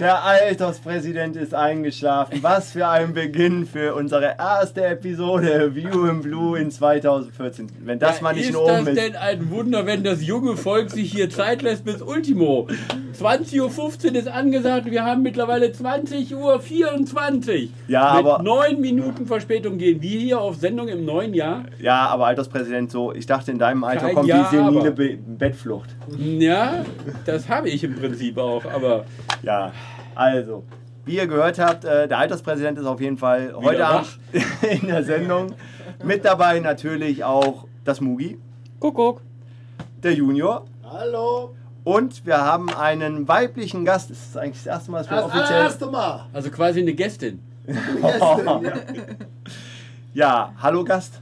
Der Alterspräsident ist eingeschlafen. Was für ein Beginn für unsere erste Episode View in Blue in 2014. Wenn das mal nicht ist nur oben das ist. denn ein Wunder, wenn das junge Volk sich hier Zeit lässt bis Ultimo? 20.15 Uhr ist angesagt, wir haben mittlerweile 20.24 Uhr. Ja, Mit aber- neun Minuten Verspätung gehen wir hier auf Sendung im neuen Jahr. Ja, aber Alterspräsident, so, ich dachte, in deinem Alter Kein kommt Ja, die senile aber. Be Bettflucht. Ja, das habe ich im Prinzip auch, aber Ja, also, wie ihr gehört habt, äh, der Alterspräsident ist auf jeden Fall heute wach. Abend in der Sendung. Mit dabei natürlich auch das Mugi, Kuckuck. der Junior. Hallo. Und wir haben einen weiblichen Gast. Das ist eigentlich das erste Mal, dass wir Das offiziell. allererste Mal. Also quasi eine Gästin. Gestern, ja. Ja, hallo Gast.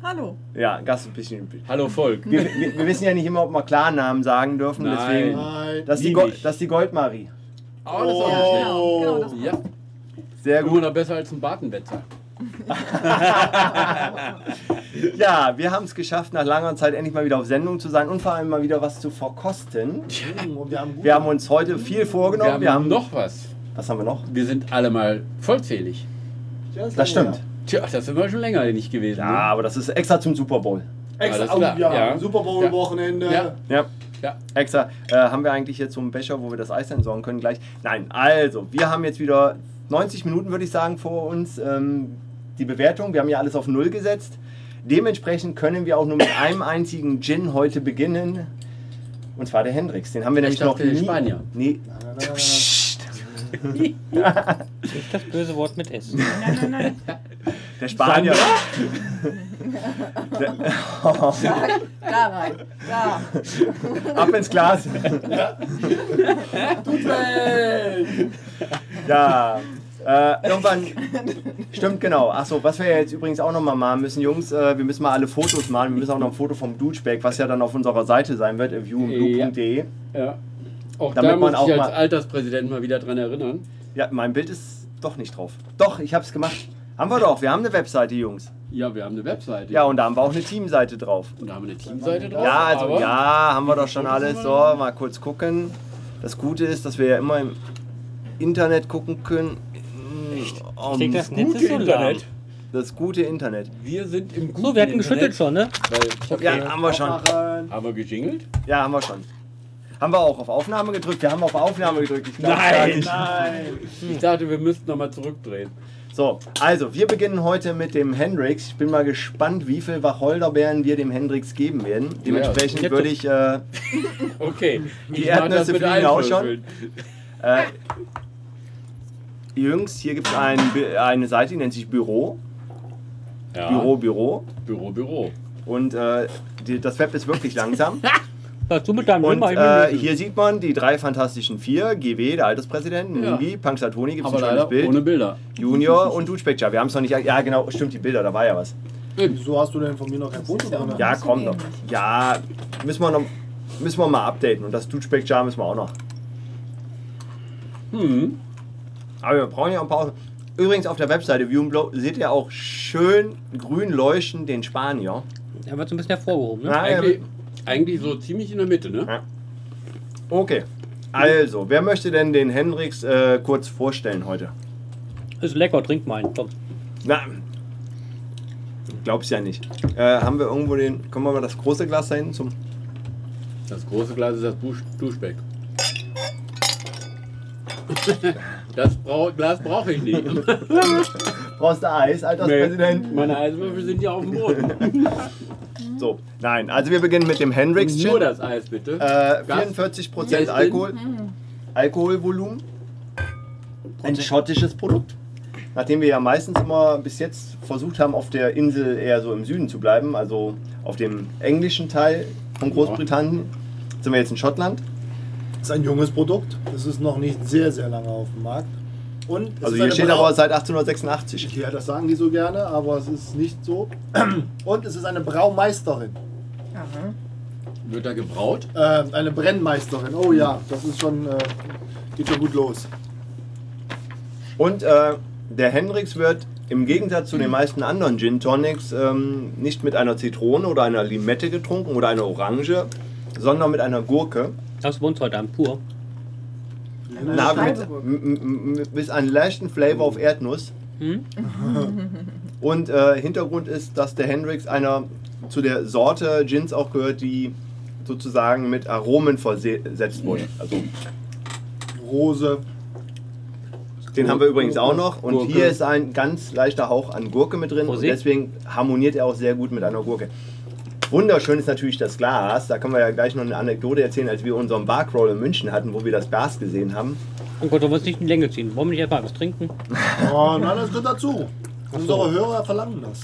Hallo. Ja, Gast ist ein bisschen üblich. Hallo Volk. Wir, wir, wir wissen ja nicht immer, ob wir Klarnamen sagen dürfen. Nein. Deswegen, Nein. das ist, die Nie Go nicht. das ist die Goldmarie. Oh, das ist auch nicht schlecht. Oh. Genau, das Ja, Sehr gut. immer noch besser als ein Bartenwetzer. Ja, wir haben es geschafft, nach langer Zeit endlich mal wieder auf Sendung zu sein und vor allem mal wieder was zu verkosten. Und wir haben gut Wir haben uns heute viel vorgenommen. wir haben noch was. Was haben wir noch? Wir sind alle mal vollzählig. Das stimmt. Tja, das sind wir schon länger nicht gewesen. Ja, ne? aber das ist extra zum Super Bowl. Extra, Alles klar, oh, ja. ja. Super Bowl Wochenende. Ja. Ja. Ja. Extra. Äh, haben wir eigentlich jetzt so einen Becher, wo wir das Eis entsorgen können gleich? Nein, also, wir haben jetzt wieder 90 Minuten, würde ich sagen, vor uns ähm, die Bewertung. Wir haben ja alles auf Null gesetzt. Dementsprechend können wir auch nur mit einem einzigen Gin heute beginnen. Und zwar der Hendrix. Den haben wir Ich nämlich noch dachte, der nie. Spanier. Nee. Nein, nein, nein, nein. Psst. Nicht das böse Wort mit S. Nein, nein, nein. Der Spanier. Da rein. Da. Ab ins Glas. Ja, äh, irgendwann. Stimmt, genau. Achso, was wir ja jetzt übrigens auch nochmal machen müssen, Jungs, äh, wir müssen mal alle Fotos malen. Wir müssen auch noch ein Foto vom Dutschback, was ja dann auf unserer Seite sein wird, äh, viewandblue.de. Ja. Auch Damit da man muss auch ich als mal- Alterspräsident mal wieder dran erinnern. Ja, mein Bild ist doch nicht drauf. Doch, ich hab's gemacht. Haben wir doch, wir haben eine Webseite, Jungs. Ja, wir haben eine Webseite. Ja, und da haben wir auch eine Teamseite drauf. Und da haben wir eine Teamseite drauf. Ja, also Oh, aber ja, haben wir doch schon alles. So, mal kurz gucken. Das Gute ist, dass wir ja immer im Internet gucken können. Echt? Ich denke, das Netz Gute ist so lahm. Internet. das gute Internet. Wir sind im guten So, wir hatten Internet, geschüttelt schon, ne? Weil, okay. Ja, haben wir schon. Aufmachen. Haben wir gejingelt? Ja, haben wir schon. Haben wir auch auf Aufnahme gedrückt? Wir haben auf Aufnahme gedrückt. Ich glaub's gar Nein. nicht. Nein. Ich dachte, wir müssten nochmal zurückdrehen. So, also, wir beginnen heute mit dem Hendrix. Ich bin mal gespannt, wie viel Wacholderbeeren wir dem Hendrix geben werden. Dementsprechend ich hab würde ich. Äh, Okay. Die mach das Erdnüsse mit fliegen auch schon. Einwürfeln. äh, Jungs, hier gibt es ein, Bi- eine Seite, die nennt sich Büro. Ja. Büro, Büro. Büro, Büro. Und äh, die, das Web ist wirklich langsam. Sagst du mit deinem Und Römer äh, hier sieht man die drei fantastischen vier: GW, der Alterspräsident, Ja. Mugi, Punxsutawney, gibt es Aber ein schönes leider Bild. ohne Bilder. Junior und Dutschbecher. Wir haben es noch nicht. Ja, genau, stimmt, die Bilder, da war ja was. Wieso hast du denn von mir noch kein Foto drin? Ja, Müssen komm wir doch. nicht. Ja, müssen wir, noch, müssen wir mal updaten. Und das Dutschbeck-Jar müssen wir auch noch. Hm. Aber wir brauchen ja auch ein paar. Übrigens auf der Webseite View'n'Blow seht ihr auch schön grün leuchten den Spanier. Er wird so ein bisschen hervorgehoben, ne? Ja, Eigentlich, eigentlich so ziemlich in der Mitte, ne? Okay. Also, wer möchte denn den Hendrix äh, kurz vorstellen heute? Ist lecker, trink mal einen. Komm. Na, glaub's ja nicht. Äh, haben wir irgendwo den. Können wir mal das große Glas da hinten zum. Das große Glas ist das Dusch Duschbeck. Das Brau Glas brauche ich nicht. Brauchst du Eis, Alterspräsident? Meine Eiswürfel sind ja auf dem Boden. So, nein. Also, wir beginnen mit dem Hendrix. Gin. Nur das Eis bitte. Äh, Gas. 44 Ja, ich Prozent bin- Mhm. Alkohol, Alkoholvolumen. Ein schottisches Produkt. Nachdem wir ja meistens immer bis jetzt versucht haben, auf der Insel eher so im Süden zu bleiben, also auf dem englischen Teil von Großbritannien, sind wir jetzt in Schottland. Das ist ein junges Produkt. Das ist noch nicht sehr, sehr lange auf dem Markt. Und es Also ist hier eine steht Brau- aber seit 1886. Ja, das sagen die so gerne, aber es ist nicht so. Und es ist eine Braumeisterin. Aha. Wird da gebraut? Äh, eine Brennmeisterin. Oh ja, das ist schon. Äh, geht schon gut los. Und äh, der Hendrix wird im Gegensatz zu den meisten anderen Gin Tonics ähm, nicht mit einer Zitrone oder einer Limette getrunken oder einer Orange, sondern mit einer Gurke. Das ist bei uns heute Abend pur. Na, mit, Freiburg. m- m- m- bis einen leichten Flavor auf Erdnuss. Hm? Und äh, Hintergrund ist, dass der Hendrix einer zu der Sorte Gins auch gehört, die sozusagen mit Aromen versetzt wurde. Also Rose. den haben wir übrigens auch noch. Und Gurke. hier ist ein ganz leichter Hauch an Gurke mit drin. Und Prosit. deswegen harmoniert er auch sehr gut mit einer Gurke. Wunderschön ist natürlich das Glas. Da können wir ja gleich noch eine Anekdote erzählen, als wir unseren Barcrawl in München hatten, wo wir das Glas gesehen haben. Oh Gott, wollen wir uns nicht in die Länge ziehen. Wollen wir nicht erstmal was trinken? Oh, nein, das gehört dazu. Unsere Hörer verlangen das.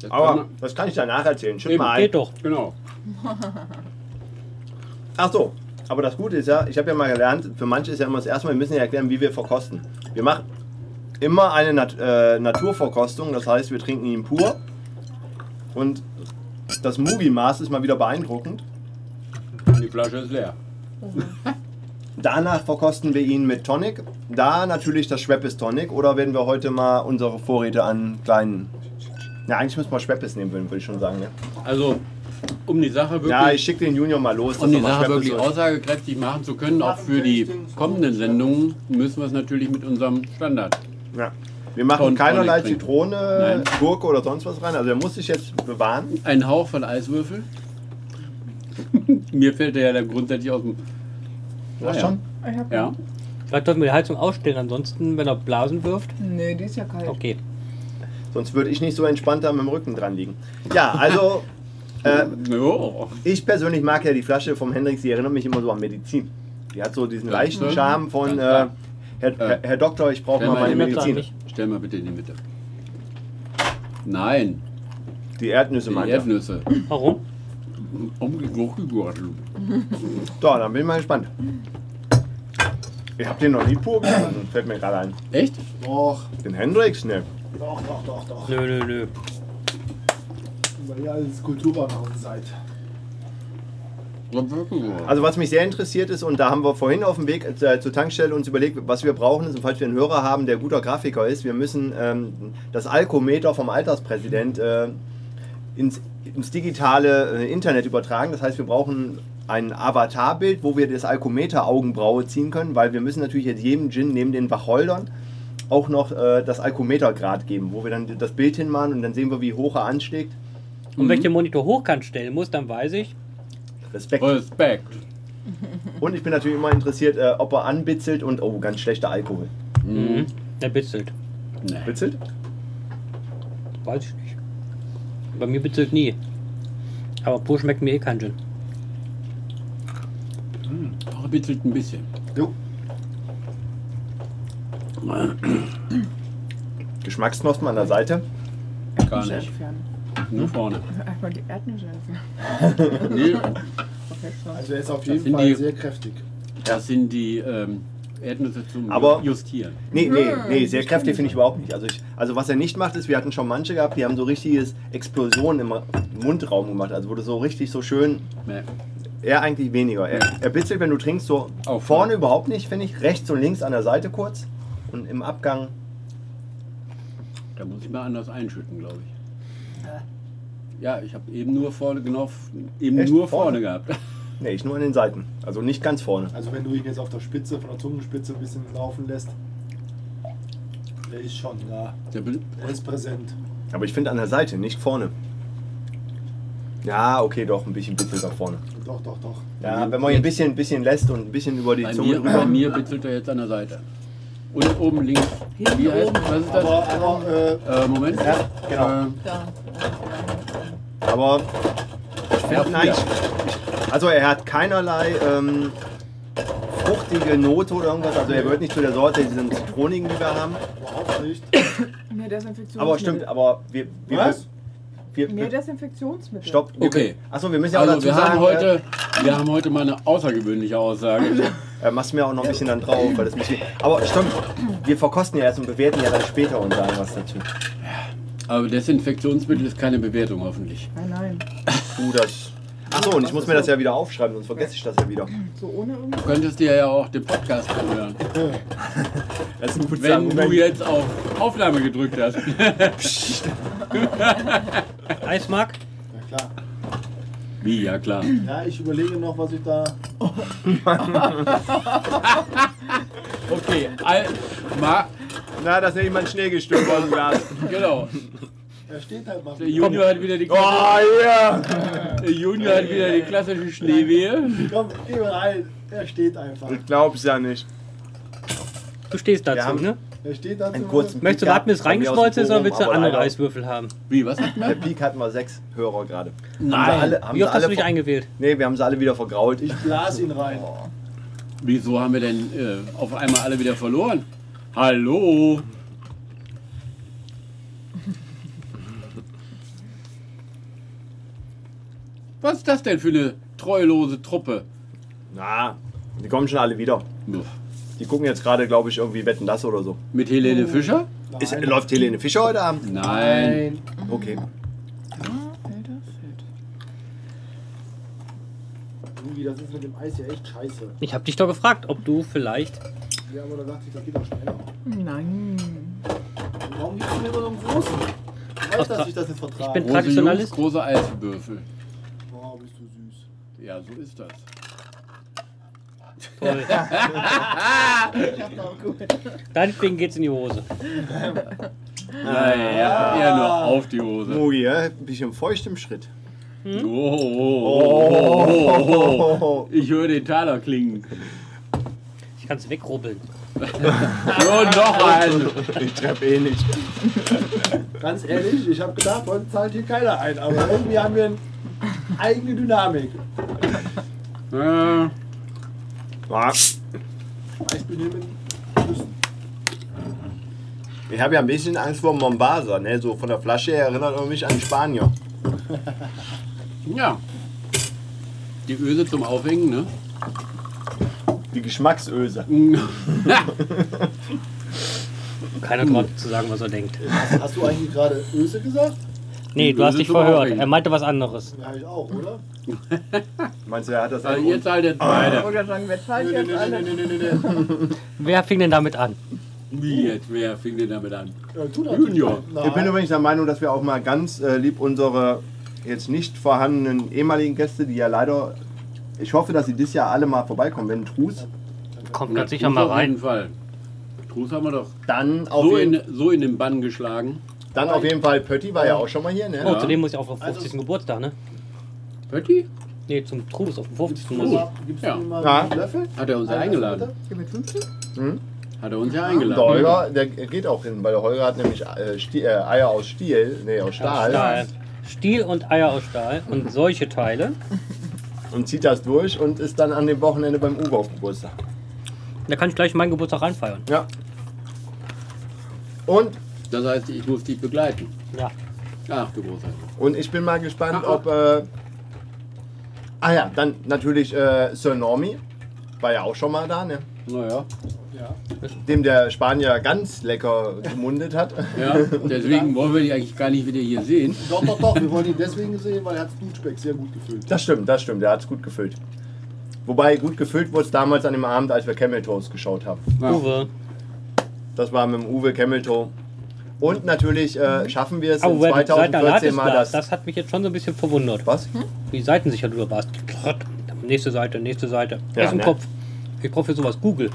Das kann Aber man- das kann ich danach erzählen. Schütt Eben, mal ein. Äh, Geht doch. Genau. Ach so, aber das Gute ist ja, ich habe ja mal gelernt, für manche ist ja immer das erste Mal, wir müssen ja erklären, wie wir verkosten. Wir machen immer eine Nat äh, Naturverkostung, das heißt, wir trinken ihn pur. Und das Mugi-Maß ist mal wieder beeindruckend. Die Flasche ist leer. Danach verkosten wir ihn mit Tonic. Da natürlich das Schweppes Tonic. Oder werden wir heute mal unsere Vorräte an kleinen. Na, eigentlich müssen wir Schweppes nehmen, würde ich schon sagen. Ne? Also, um die Sache wirklich. Ja, ich schicke den Junior mal los. dass Um er die mal Sache Schweppes wirklich holt. aussagekräftig machen zu können, auch für die kommenden Sendungen, müssen wir es natürlich mit unserem Standard. Ja. Wir machen Und keinerlei Tonic trinken. Zitrone, Nein. Gurke oder sonst was rein. Also er muss sich jetzt bewahren. Ein Hauch von Eiswürfel. Mir fällt der ja dann grundsätzlich aus dem. Du hast ja. schon? Ich hab Ja. Vielleicht sollten wir die Heizung ausstellen, ansonsten, wenn er Blasen wirft. Nee, die ist ja kalt. Okay. Sonst würde ich nicht so entspannt da mit dem Rücken dran liegen. Ja, also äh, Jo. ich persönlich mag ja die Flasche vom Hendrix, die erinnert mich immer so an Medizin. Die hat so diesen Ja, leichten ne? Charme von, äh, Ganz klar. Herr, Herr, Herr Doktor, ich brauche Wenn mal man meine ihn merkt, Medizin. dann Stell mal bitte in die Mitte. Nein, Die Erdnüsse die meint er. Erdnüsse. Warum? Um- Hochgegurtelt. So, dann bin ich mal gespannt. Ich habe den noch nie pur gegessen, fällt mir gerade ein. Echt? Doch, Den Hendrix, ne? doch, doch, doch, doch. Nö, nö, nö. Weil ihr alles Kulturbanausen seid. Also, Also was mich sehr interessiert ist, und da haben wir vorhin auf dem Weg äh, zur Tankstelle uns überlegt, was wir brauchen ist, und falls wir einen Hörer haben, der guter Grafiker ist, wir müssen ähm, das Alkometer vom Alterspräsident äh, ins, ins digitale äh, Internet übertragen. Das heißt, wir brauchen ein Avatarbild, wo wir das Alkometer Augenbraue ziehen können, weil wir müssen natürlich jetzt jedem Gin neben den Wacholdern auch noch äh, das Alkometergrad geben, wo wir dann das Bild hinmachen und dann sehen wir, wie hoch er anschlägt. Und wenn ich den Monitor hochkant stellen muss, dann weiß ich, Respekt. Respekt. Und ich bin natürlich immer interessiert, äh, ob er anbitzelt und oh, ganz schlechter Alkohol. Mhm. der bitzelt. Nee. Bitzelt? Weiß ich nicht. Bei mir bitzelt nie. Aber pur schmeckt mir eh kein Gin. Doch, bitzelt ein bisschen. Jo. Geschmacksknospen an der Seite. Gar Erdnüsse nicht. entfernen. Nur vorne. Erstmal die Erdnüsse entfernen. Nee, Okay, so. Also er ist auf Das jeden sind Fall die- sehr kräftig. das sind die ähm, Erdnüsse zum Aber- Justieren. Nee, nee, nee, sehr kräftig finde ich überhaupt nicht. Also, ich, also was er nicht macht, ist, wir hatten schon manche gehabt, die haben so richtiges Explosionen im Ra- Mundraum gemacht. Also wurde so richtig so schön, Nee. er eigentlich weniger. Er, er bitzelt, wenn du trinkst, so Auf. vorne überhaupt nicht, finde ich. Rechts und links an der Seite kurz und im Abgang. Da muss ich mal anders einschütten, glaube ich. Ja, ich habe eben nur vorne, genau, f- eben Echt? nur Vorne? vorne, gehabt. Nee, ich nur an den Seiten. Also nicht ganz vorne. Also wenn du ihn jetzt auf der Spitze, von der Zungenspitze ein bisschen laufen lässt, der ist schon da. Der Bil- Er ist präsent. Aber ich finde an der Seite, nicht vorne. Ja, okay, doch, ein bisschen bitzelt nach vorne. Doch, doch, doch. Ja, wenn man ihn ein bisschen, ein bisschen lässt und ein bisschen über die Bei Zunge mir, bei drüber. mir bitzelt er jetzt an der Seite. Und oben links. Hinten Wie heißt, oben. was ist das? Aber, aber äh, Äh, Moment. Ja, genau. Ähm, Da. Aber ja, nein, ja. ich, also er hat keinerlei ähm, fruchtige Note oder irgendwas. Also er gehört nicht zu der Sorte, diesen Zitronigen, die wir haben. überhaupt nicht. Mehr Desinfektionsmittel. Aber stimmt, aber wir. wir Was? Wir, Mehr wir, Desinfektionsmittel. stopp. wir- Okay. Achso, wir müssen ja auch Also dazu wir sagen. haben, äh, heute, wir haben heute mal eine außergewöhnliche Aussage. Äh, machst mir auch noch ein bisschen dann drauf, weil das mich. Aber stimmt, wir verkosten ja erst und bewerten ja dann später und sagen was dazu. Aber Desinfektionsmittel ist keine Bewertung hoffentlich. Nein, nein. Uh, das. Achso, und ich muss mir das ja wieder aufschreiben, sonst vergesse ich das ja wieder. So ohne irgendwas. Du könntest dir ja auch den Podcast anhören, Das ist ein gutes wenn du Argument. jetzt auf Aufnahme gedrückt hast. Eismark? Ja klar. Wie, ja klar. Ja, ich überlege noch, was ich da. Okay, all, ma, Na, das nenne ich mein Schneegestöber aus dem Glas. genau. Er steht halt mal. Der Junior hat wieder die, Oh, ja! der Junior hat wieder die klassische Schneewehe. Komm, geh mal rein. Er steht einfach. Ich glaub's ja nicht. Du stehst dazu, Wir haben- ne? Er steht dazu. Einen kurzen Möchtest du Peak warten, bis hatten wir aus dem reingeschmolzen ist oder Forum, willst du aber andere leider- Eiswürfel haben? Wie, was hat Der man? Peak hatten wir sechs Hörer gerade. Haben sie Nein. alle, haben Wie sie oft hast alle du dich ver- eingewählt? Nee, wir haben sie alle wieder vergrault. Ich blas ihn rein. Wieso haben wir denn äh, auf einmal alle wieder verloren? Hallo? Was ist das denn für eine treulose Truppe? Na, die kommen schon alle wieder. Uff. Die gucken jetzt gerade, glaube ich, irgendwie Wetten das oder so. Mit Helene Fischer? Nein. Ist, läuft Helene Fischer heute Abend? Nein. Okay. Alter, fett. Irgendwie, das ist mit dem Eis ja echt scheiße. Ich habe dich doch gefragt, ob du vielleicht. Ja, aber da dachte ich, das geht doch schneller. Nein. Warum gibst du mir immer so einen großen? Ich weiß, dass ich das jetzt vertrage. Ich Große bin- Jungs, Traditionalist? große Eiswürfel. Boah, bist du süß. Ja, so ist das. Toll. Deinetwegen geht's in die Hose. Naja, eher nur auf die Hose. Mugi, ja, ein bisschen feucht im Schritt. Oh, oh, oh, oh, oh. Ich höre den Taler klingen. Ich kann's wegrubbeln. Und noch einen. Ich treppe eh nicht. Ganz ehrlich, ich habe gedacht, heute zahlt hier keiner ein, aber irgendwie haben wir eine eigene Dynamik. Äh, Ah, Eis benehmen müssen. Ich habe ja ein bisschen Angst vor Mombasa. Ne? So von der Flasche her erinnert er mich an Spanier. Ja. Die Öse zum Aufhängen, ne? Die Geschmacksöse. Keiner traut zu sagen, was er denkt. Hast, hast du eigentlich gerade Öse gesagt? Nee, du hast dich Böse verhört. Traurig. Er meinte was anderes. Ja, ich auch, oder? Meinst du, er hat das Also auch- jetzt halt der Ich Ah. zweite. wollte sagen, wer zahlt Nee, jetzt nee, nee, alle? nee, nee, nee, nee, nee. Wer fing denn damit an? Wie jetzt? Wer fing denn damit an? Ja, tu das. Junior. Ich bin Nein. übrigens der Meinung, dass wir auch mal ganz äh, lieb unsere jetzt nicht vorhandenen ehemaligen Gäste, die ja leider, ich hoffe, dass sie dieses Jahr alle mal vorbeikommen, wenn Trus, Kommt Na, ganz sicher Truss mal auf jeden rein. Fall. Truss haben wir doch dann auf, so jeden, in, so in den Bann geschlagen. dann auf jeden Fall, Pötti war ja auch schon mal hier, ne? Oh, Ja. zudem muss ich auch auf 50. Also- Geburtstag, ne? Pötti? Nee, zum Trubus auf dem 50. Gibst du muss mir ich. mal- gibst du Ja. mir mal Ja. einen Löffel? Hat er uns ja Einen eingeladen. Löffel, Geh mit 15? Hat er uns ja Der eingeladen. Holger, der geht auch hin, weil der Holger hat nämlich äh, Sti- äh, Eier aus Stiel, nee, aus Stahl, Stahl. Stiel und Eier aus Stahl und solche Teile. und zieht das durch und ist dann an dem Wochenende beim Uwe auf Geburtstag. Da kann ich gleich meinen Geburtstag reinfeiern. Ja. Und, Das heißt, ich muss dich begleiten. Ja. Ach du großer. und ich bin mal gespannt, Ah, ah. ob, äh, ah ja, dann natürlich äh, Sir Normie, war ja auch schon mal da, ne? Naja. Ja. dem der Spanier ganz lecker gemundet hat. Ja, deswegen wollen wir die eigentlich gar nicht wieder hier sehen. Doch, doch, doch. Wir wollen ihn deswegen sehen, weil er hat Blutspeck sehr gut gefüllt. Das stimmt, das stimmt, der hat es gut gefüllt. Wobei gut gefüllt wurde es damals an dem Abend, als wir Camel Toast geschaut haben. Uwe. Das war mit dem Uwe Camel Toe. Und natürlich äh, schaffen wir es in Aber wer die Seitenalate 2014 ist, mal das, das. das hat mich jetzt schon so ein bisschen verwundert. was? Wie seitensicher du da warst. Nächste Seite, nächste Seite. Ja, Ja, im ne? Kopf. Ich brauche für sowas Google.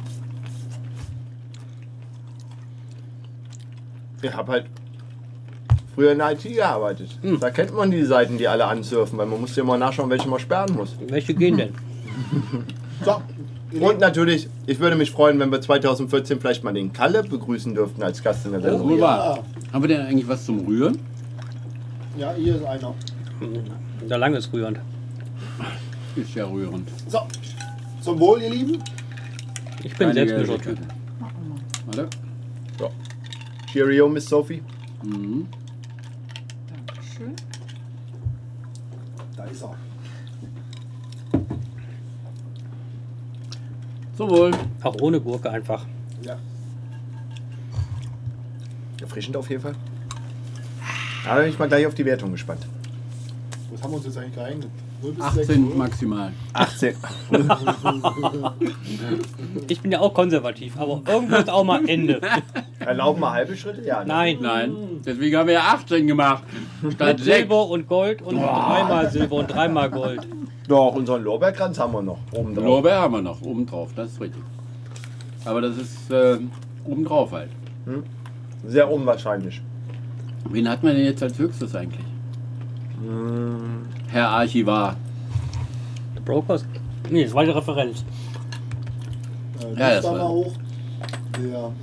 Ich habe halt früher in der IT gearbeitet. Da kennt man die Seiten, die alle ansurfen, weil man muss ja immer nachschauen, welche man sperren muss. Welche gehen denn? So. Und natürlich, ich würde mich freuen, wenn wir 2014 vielleicht mal den Kalle begrüßen dürften als Gast in der Sendung. Wohl ja. wahr. Haben wir denn eigentlich was zum Rühren? Ja, hier ist einer. Da lange ist rührend. Ist ja rührend. So. Zum Wohl, ihr Lieben. Ich bin selbst Gerechtigkeit. Warte. Cheerio, Miss Sophie. Mhm. Dankeschön. Da ist er. Zum Wohl. Auch ohne Gurke einfach. Ja. Erfrischend auf jeden Fall. Da bin ich mal gleich auf die Wertung gespannt. Was haben wir uns jetzt eigentlich geeignet? Null bis sechs, 18 oder? maximal. 18. Ich bin ja auch konservativ, aber irgendwo ist auch mal Ende. Erlauben wir halbe Schritte? Ja. ne? Nein. Nein, deswegen haben wir ja 18 gemacht. Statt 6. Mit Silber und Gold und dreimal Silber und dreimal Gold. Doch, unseren Lorbeerkranz haben wir noch oben drauf. Lorbeer haben wir noch oben drauf, das ist richtig. Aber das ist äh, oben drauf halt. Sehr unwahrscheinlich. Wen hat man denn jetzt als höchstes eigentlich? Herr Archivar. The Brokers? Nee, das war die Referenz. Äh, Ja, das das war war- mal hoch. Der, ähm,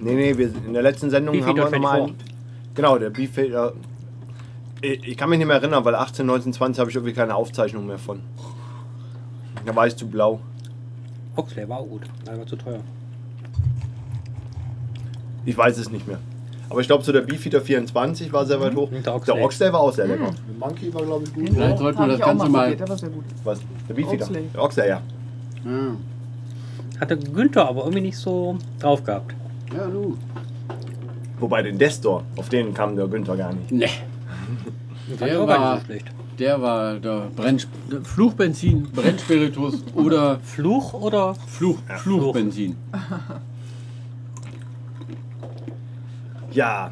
Nee, nee, wir, in der letzten Sendung Beefeater haben wir nochmal 24. einen. Genau, der Beefeater. Ich, ich kann mich nicht mehr erinnern, weil 18, 19, 20 habe ich irgendwie keine Aufzeichnung mehr von. Da war ich zu blau. Oxley war auch gut, aber war zu teuer. Ich weiß es nicht mehr. Aber ich glaube, so der Beefeater 24 war sehr weit hoch. Und der Oxley. Mhm. Der Oxley war auch sehr lecker. der Monkey war, glaube ich, gut. Vielleicht oder? sollten wir Hab das ich auch Ganze mal. probiert, aber sehr gut. Was? Der Beefeater? Oxley. Der Oxley, ja. Ja, Hatte Günther aber irgendwie nicht so drauf gehabt. ja du. Wobei den Destor, auf den kam der Günther gar nicht. Nee, Fand Der ich auch gar nicht war- so schlecht. der war der Brenn, Fluchbenzin, Brennspiritus oder Fluch oder? Fluch, Fluchbenzin. Ja.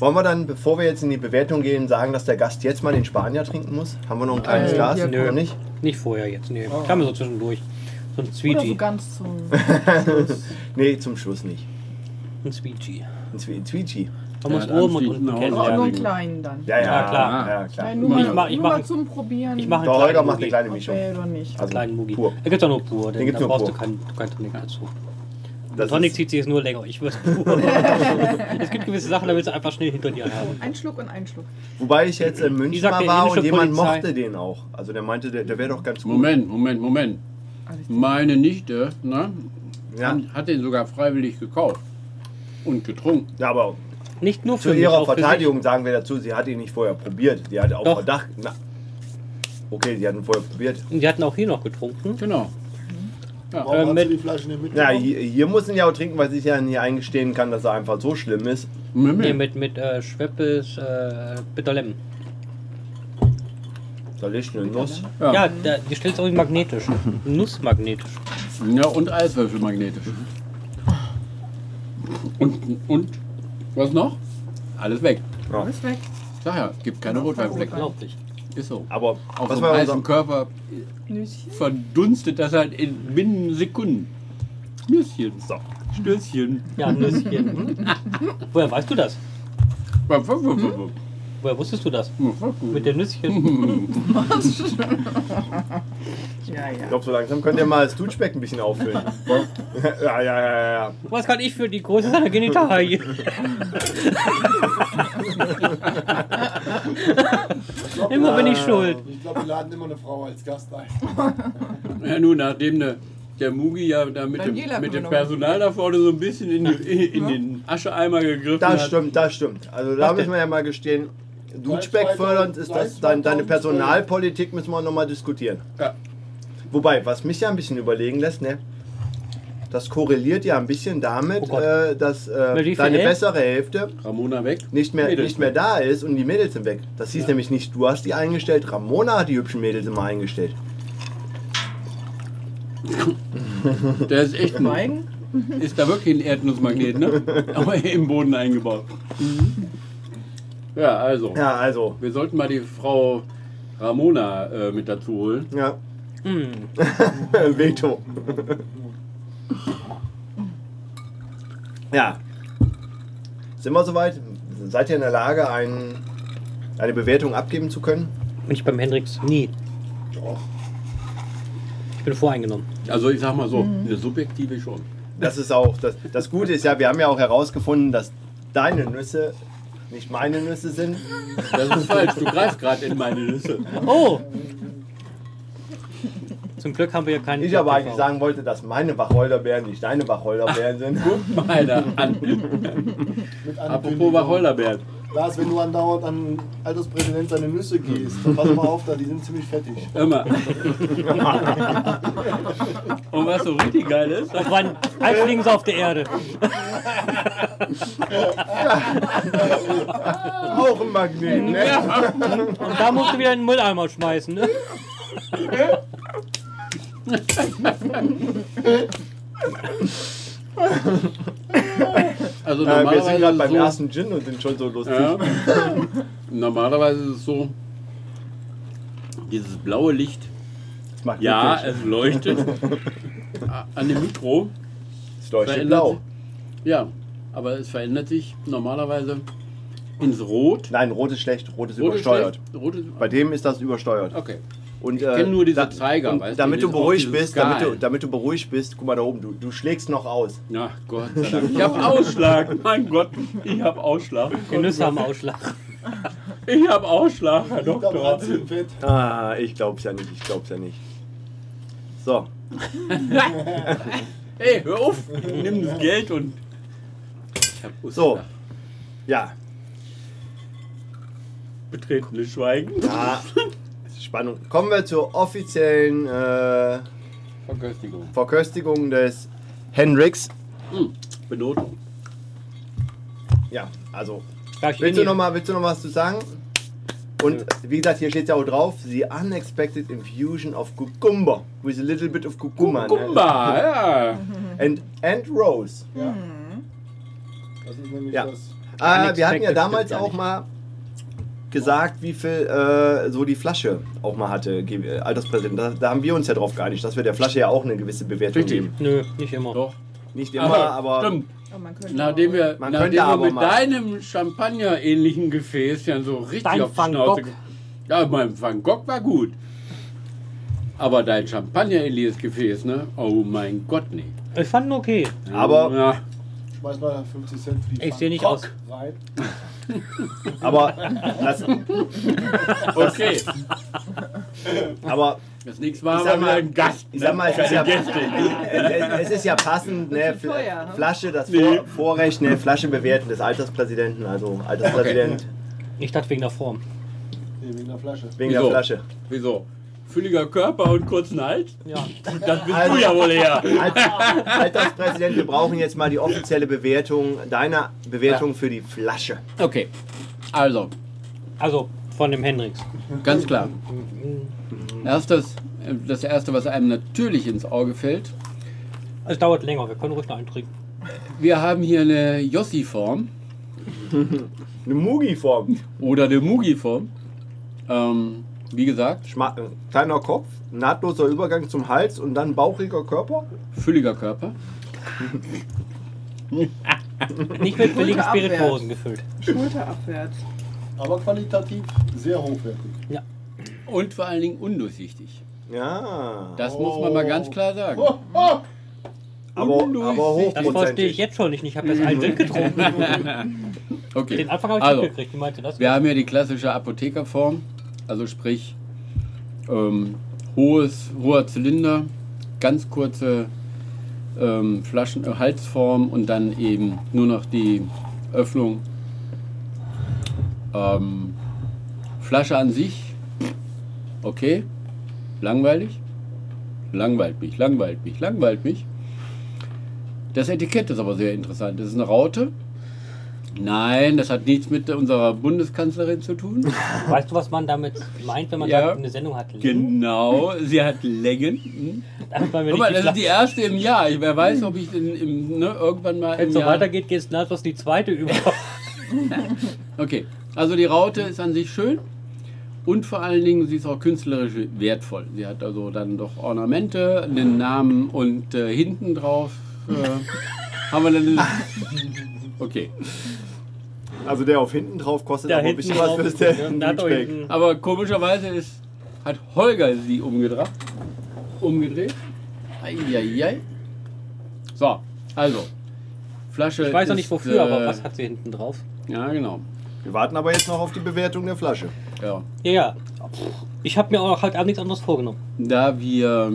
Wollen wir dann, bevor wir jetzt in die Bewertung gehen, sagen, dass der Gast jetzt mal den Spanier trinken muss? Haben wir noch ein kleines Äh, Glas? ja. Oder nicht? Nicht vorher jetzt, nee. Ich kann mir so zwischendurch. So ein Oder so Sweetie. ganz zum. Nee, zum Schluss nicht. Ein Sweetie. Ein Zwie- Zwietschi. Man Ja, muss dann oben und steht unten noch- Oh, nur einen kennenlernen. kleinen dann. Ja, ja, Ja, klar. Ja, klar. Nein, nur, Ich mal, mach- ich nur mach- mal zum Probieren. Ich mache Der Holger macht eine kleinen kleine Mischung. Ob er oder nicht. Also, Mugi. pur. Da gibt's auch nur pur. Den Denn gibt's da nur brauchst du pur. keinen kein Tonic dazu. Das Tonic ist- zieht sich jetzt nur länger. Ich würde pur. es gibt gewisse Sachen, da willst du einfach schnell hinter dir haben. Ein Schluck und ein Schluck. Wobei ich jetzt in München sagt, mal der war und indische jemand Polizei- mochte den auch. Also der meinte, der, der wäre doch ganz gut. Moment, Moment, Moment. Alles klar. Meine Nichte ne, Ja, hat den sogar freiwillig gekauft und getrunken. ja aber Nicht nur für zu mich, ihrer auch für Verteidigung sagen wir dazu, sie hat ihn nicht vorher probiert. Die hatte auch Doch. Verdacht. Na, okay, die hatten vorher probiert. sich. Und die hatten auch hier noch getrunken. Genau. Ja. Äh, Warum hast mit- du die Flasche nicht Ja, Genau. mitgenommen? hier, hier muss ihn ja auch trinken, weil sich ja nie eingestehen kann, dass er einfach so schlimm ist. Nee, Hm. Mümmel. mit, mit äh, Schweppes äh, Bitterlemm. Soll ich eine Nuss? Ja. Ja, da, die stellt es irgendwie magnetisch. Nussmagnetisch. Ja, und Eiswürfel magnetisch. Und, und was noch? Alles weg. Ja. Alles weg. Sag ja, gibt keine Rotweinflecken. Unglaublich. Ist so. Aber Auf was dem war heißen unser, Körper Nüsschen. verdunstet das halt in binnen Sekunden. Nüsschen. So. Stößchen. Ja, Nüsschen. Woher weißt du das? Woher wusstest du das? Mit dem Nüsschen. Ja, ich ja. glaube, so langsam könnt ihr mal das Dutschbeck ein bisschen auffüllen. ja, ja, ja, ja. Was kann ich für die Größe seiner Genitalien? glaub, Immer bin ich äh, schuld. Ich glaube, wir laden immer eine Frau als Gast ein. Ja, nun, nachdem der, der Mugi ja da mit, dem, Daniela mit dem Gründung. Personal da vorne so ein bisschen in, die, in den Ascheeimer gegriffen Das hat. stimmt, das stimmt. Also da müssen wir ja mal gestehen, Dutschbeck Seit 2000 fördernd ist das, seit dein, deine 2012. Personalpolitik müssen wir nochmal diskutieren. Ja. Wobei, was mich ja ein bisschen überlegen lässt, ne? Das korreliert ja ein bisschen damit, Oh Gott. äh, dass Mit wie äh, viel deine Elf? bessere Hälfte Ramona weg. nicht mehr, Mädels. nicht mehr da ist und die Mädels sind weg. Das hieß nämlich nicht, du hast die eingestellt, Ramona hat die hübschen Mädels immer eingestellt. Der ist echt ein, Schweigen? ist da wirklich ein Erdnussmagnet, ne? Aber im Boden eingebaut. Ja, also. Ja, also. Wir sollten mal die Frau Ramona äh, mit dazu holen. Ja, Hm. Veto. ja. Sind wir soweit? Seid ihr in der Lage, ein, eine Bewertung abgeben zu können? Bin ich beim Hendrix nie. Doch. Ich bin voreingenommen. Also ich sag mal so, Mhm. eine subjektive schon. Das ist auch, das, das Gute ist ja, wir haben ja auch herausgefunden, dass deine Nüsse nicht meine Nüsse sind. Das ist falsch, du greifst gerade in meine Nüsse. Oh! Zum Glück haben wir ja keinen. Ich aber eigentlich TV. sagen wollte, dass meine Wacholderbeeren nicht deine Wacholderbeeren sind. Guck mal einer an. Mit Apropos Ankündigung. Wacholderbeeren. Lars, wenn du andauernd an Alterspräsident seine Nüsse gehst, dann pass mal auf da, die sind ziemlich fettig. Immer. Und was so richtig geil ist, Auf wann? Halb links auf der Erde. Auch ein Magnet, ne? Und da musst du wieder in den Mülleimer schmeißen, ne? also Äh, wir normalerweise, sind gerade beim so, ersten Gin und sind schon so lustig. ja, normalerweise ist es so, dieses blaue Licht, Das macht ja, glücklich. es leuchtet a- an dem Mikro, es leuchtet verändert blau. ja, aber es verändert sich normalerweise ins Rot. Nein, rot ist schlecht, rot ist Rot ist übersteuert. schlecht, Rot ist, Bei dem ist das übersteuert. okay. Und, äh, Ich kenn nur diese Zeiger, und weißt du, damit du dieses- auch beruhigt dieses bist, damit du, Skalen. damit du beruhigt bist, guck mal da oben, du, du schlägst noch aus. Ach Gott sei Dank. Ich habe Ausschlag. Mein Gott, ich habe Ausschlag. Die Nüsse haben Ausschlag. Ich habe Ausschlag, Herr Da Doktor. bratzt sie im Fett. Ah, ich glaub's ja nicht, ich glaub's ja nicht. So, Hey, hör auf. Nimm das Geld und... Ich hab Ausschlag. So. ja. Betretenes Schweigen. ja. Spannung. Kommen wir zur offiziellen äh, Verköstigung. Verköstigung des Hendrix. Hm. Benotung. Äh, Ja, also Darf ich eh Willst du nicht- nochmal noch mal was zu sagen? Und äh, wie gesagt, hier steht ja auch drauf, the unexpected infusion of cucumber with a little bit of cucumber, Gumba, ja. Ne? And, and rose. Ja. Mhm. Das ist nämlich Ja. das. Äh, wir hatten ja Unexpected damals stimmt ja auch nicht. mal gesagt, wie viel äh, so die Flasche auch mal hatte, Ge- äh, Alterspräsident. Da, da haben wir uns ja drauf geeinigt, dass wir der Flasche ja auch eine gewisse Bewertung Richtig. geben. Nö, nicht immer. Doch. Nicht immer, aber Stimmt. Aber Oh, man könnte Nachdem wir, Man nachdem könnte wir aber mit mal- deinem Champagner-ähnlichen Gefäß ja so richtig Dein auf die Van Schnauze... Gogh. ge- Ja, mein Van Gogh war gut. Aber dein Champagner-ähnliches Gefäß, ne? Oh mein Gott, nee. Ich fand ihn okay. Aber- Ja. Schmeiß mal 50 Cent für die Ich sehe nicht Pfand- aus. rein. aber, das, Okay, aber das nächste Ich Mal sag haben wir mal- wieder einen Gast. Ich sag mal, es ist ja, Gäste. es, es ist ja passend, ne? Zu teuer, ne? Flasche, das Nee. Vor Vorrecht, ne? Flasche bewerten des Alterspräsidenten, also Alterspräsident Ich dachte wegen der Form. Nee, wegen der Flasche. wegen der Wieso? Flasche. Wieso? Fülliger Körper und kurzen Hals? Ja. Das bist Also- du ja wohl her. Als Alterspräsident, wir brauchen jetzt mal die offizielle Bewertung, deiner Bewertung für die Flasche. Okay, also, Also von dem Hendrix. ganz klar. Erstes, äh, das Erste, was einem natürlich ins Auge fällt, Es dauert länger, wir können ruhig noch einen trinken. wir haben hier eine Yossi-Form Eine Mugi-Form. oder eine Mugi-Form. Ähm, wie gesagt, Schma- äh, Kleiner Kopf, nahtloser Übergang zum Hals und dann bauchiger Körper. fülliger Körper. Nicht mit billigen Gute Abwehr. Spirituosen gefüllt. Schulter abwärts. Aber qualitativ sehr hochwertig. Und vor allen Dingen undurchsichtig. Ja. Das muss man mal ganz klar sagen. Oh, oh. Aber, aber undurchsichtig. Das verstehe ich hochprozentig. jetzt schon nicht. Ich habe erst einen Drink getrunken. Okay. Den Anfang habe ich also, mitgekriegt. Wie meinte das? Wir haben hier die klassische Apothekerform, also sprich ähm, hohes, hoher Zylinder, ganz kurze ähm, Flaschen, äh, Halsform und dann eben nur noch die Öffnung. Ähm, Flasche an sich, okay, langweilig, langweilt mich, langweilt mich, langweilt mich. Das Etikett ist aber sehr interessant. Das ist eine Raute. Nein, das hat nichts mit unserer Bundeskanzlerin zu tun. Weißt du, was man damit meint, wenn man Ja. sagt, eine Sendung hat? Genau, sie hat Längen. Damit man mir Guck nicht mal, die das ist die Flasche- erste im Jahr. Ich, wer weiß, ob ich in, im, ne, irgendwann mal Wenn im es so Jahr... weitergeht, geht es nahtlos die zweite über. Okay, also die Raute ist an sich schön und vor allen Dingen, sie ist auch künstlerisch wertvoll. Sie hat also dann doch Ornamente, einen Namen und äh, hinten drauf äh, haben wir dann... Okay, Also der auf hinten drauf kostet Da auch ein hinten bisschen was drauf. fürs Da hat doch Dreamspeak. hinten- aber komischerweise ist, hat Holger sie umgedraht, umgedreht. Eieiei. So, also... Flasche Ich weiß noch ist, nicht wofür, aber äh, was hat sie hinten drauf? Ja, genau. Wir warten aber jetzt noch auf die Bewertung der Flasche. Ja. Ja, ja. Ich habe mir auch halt auch nichts anderes vorgenommen. Da wir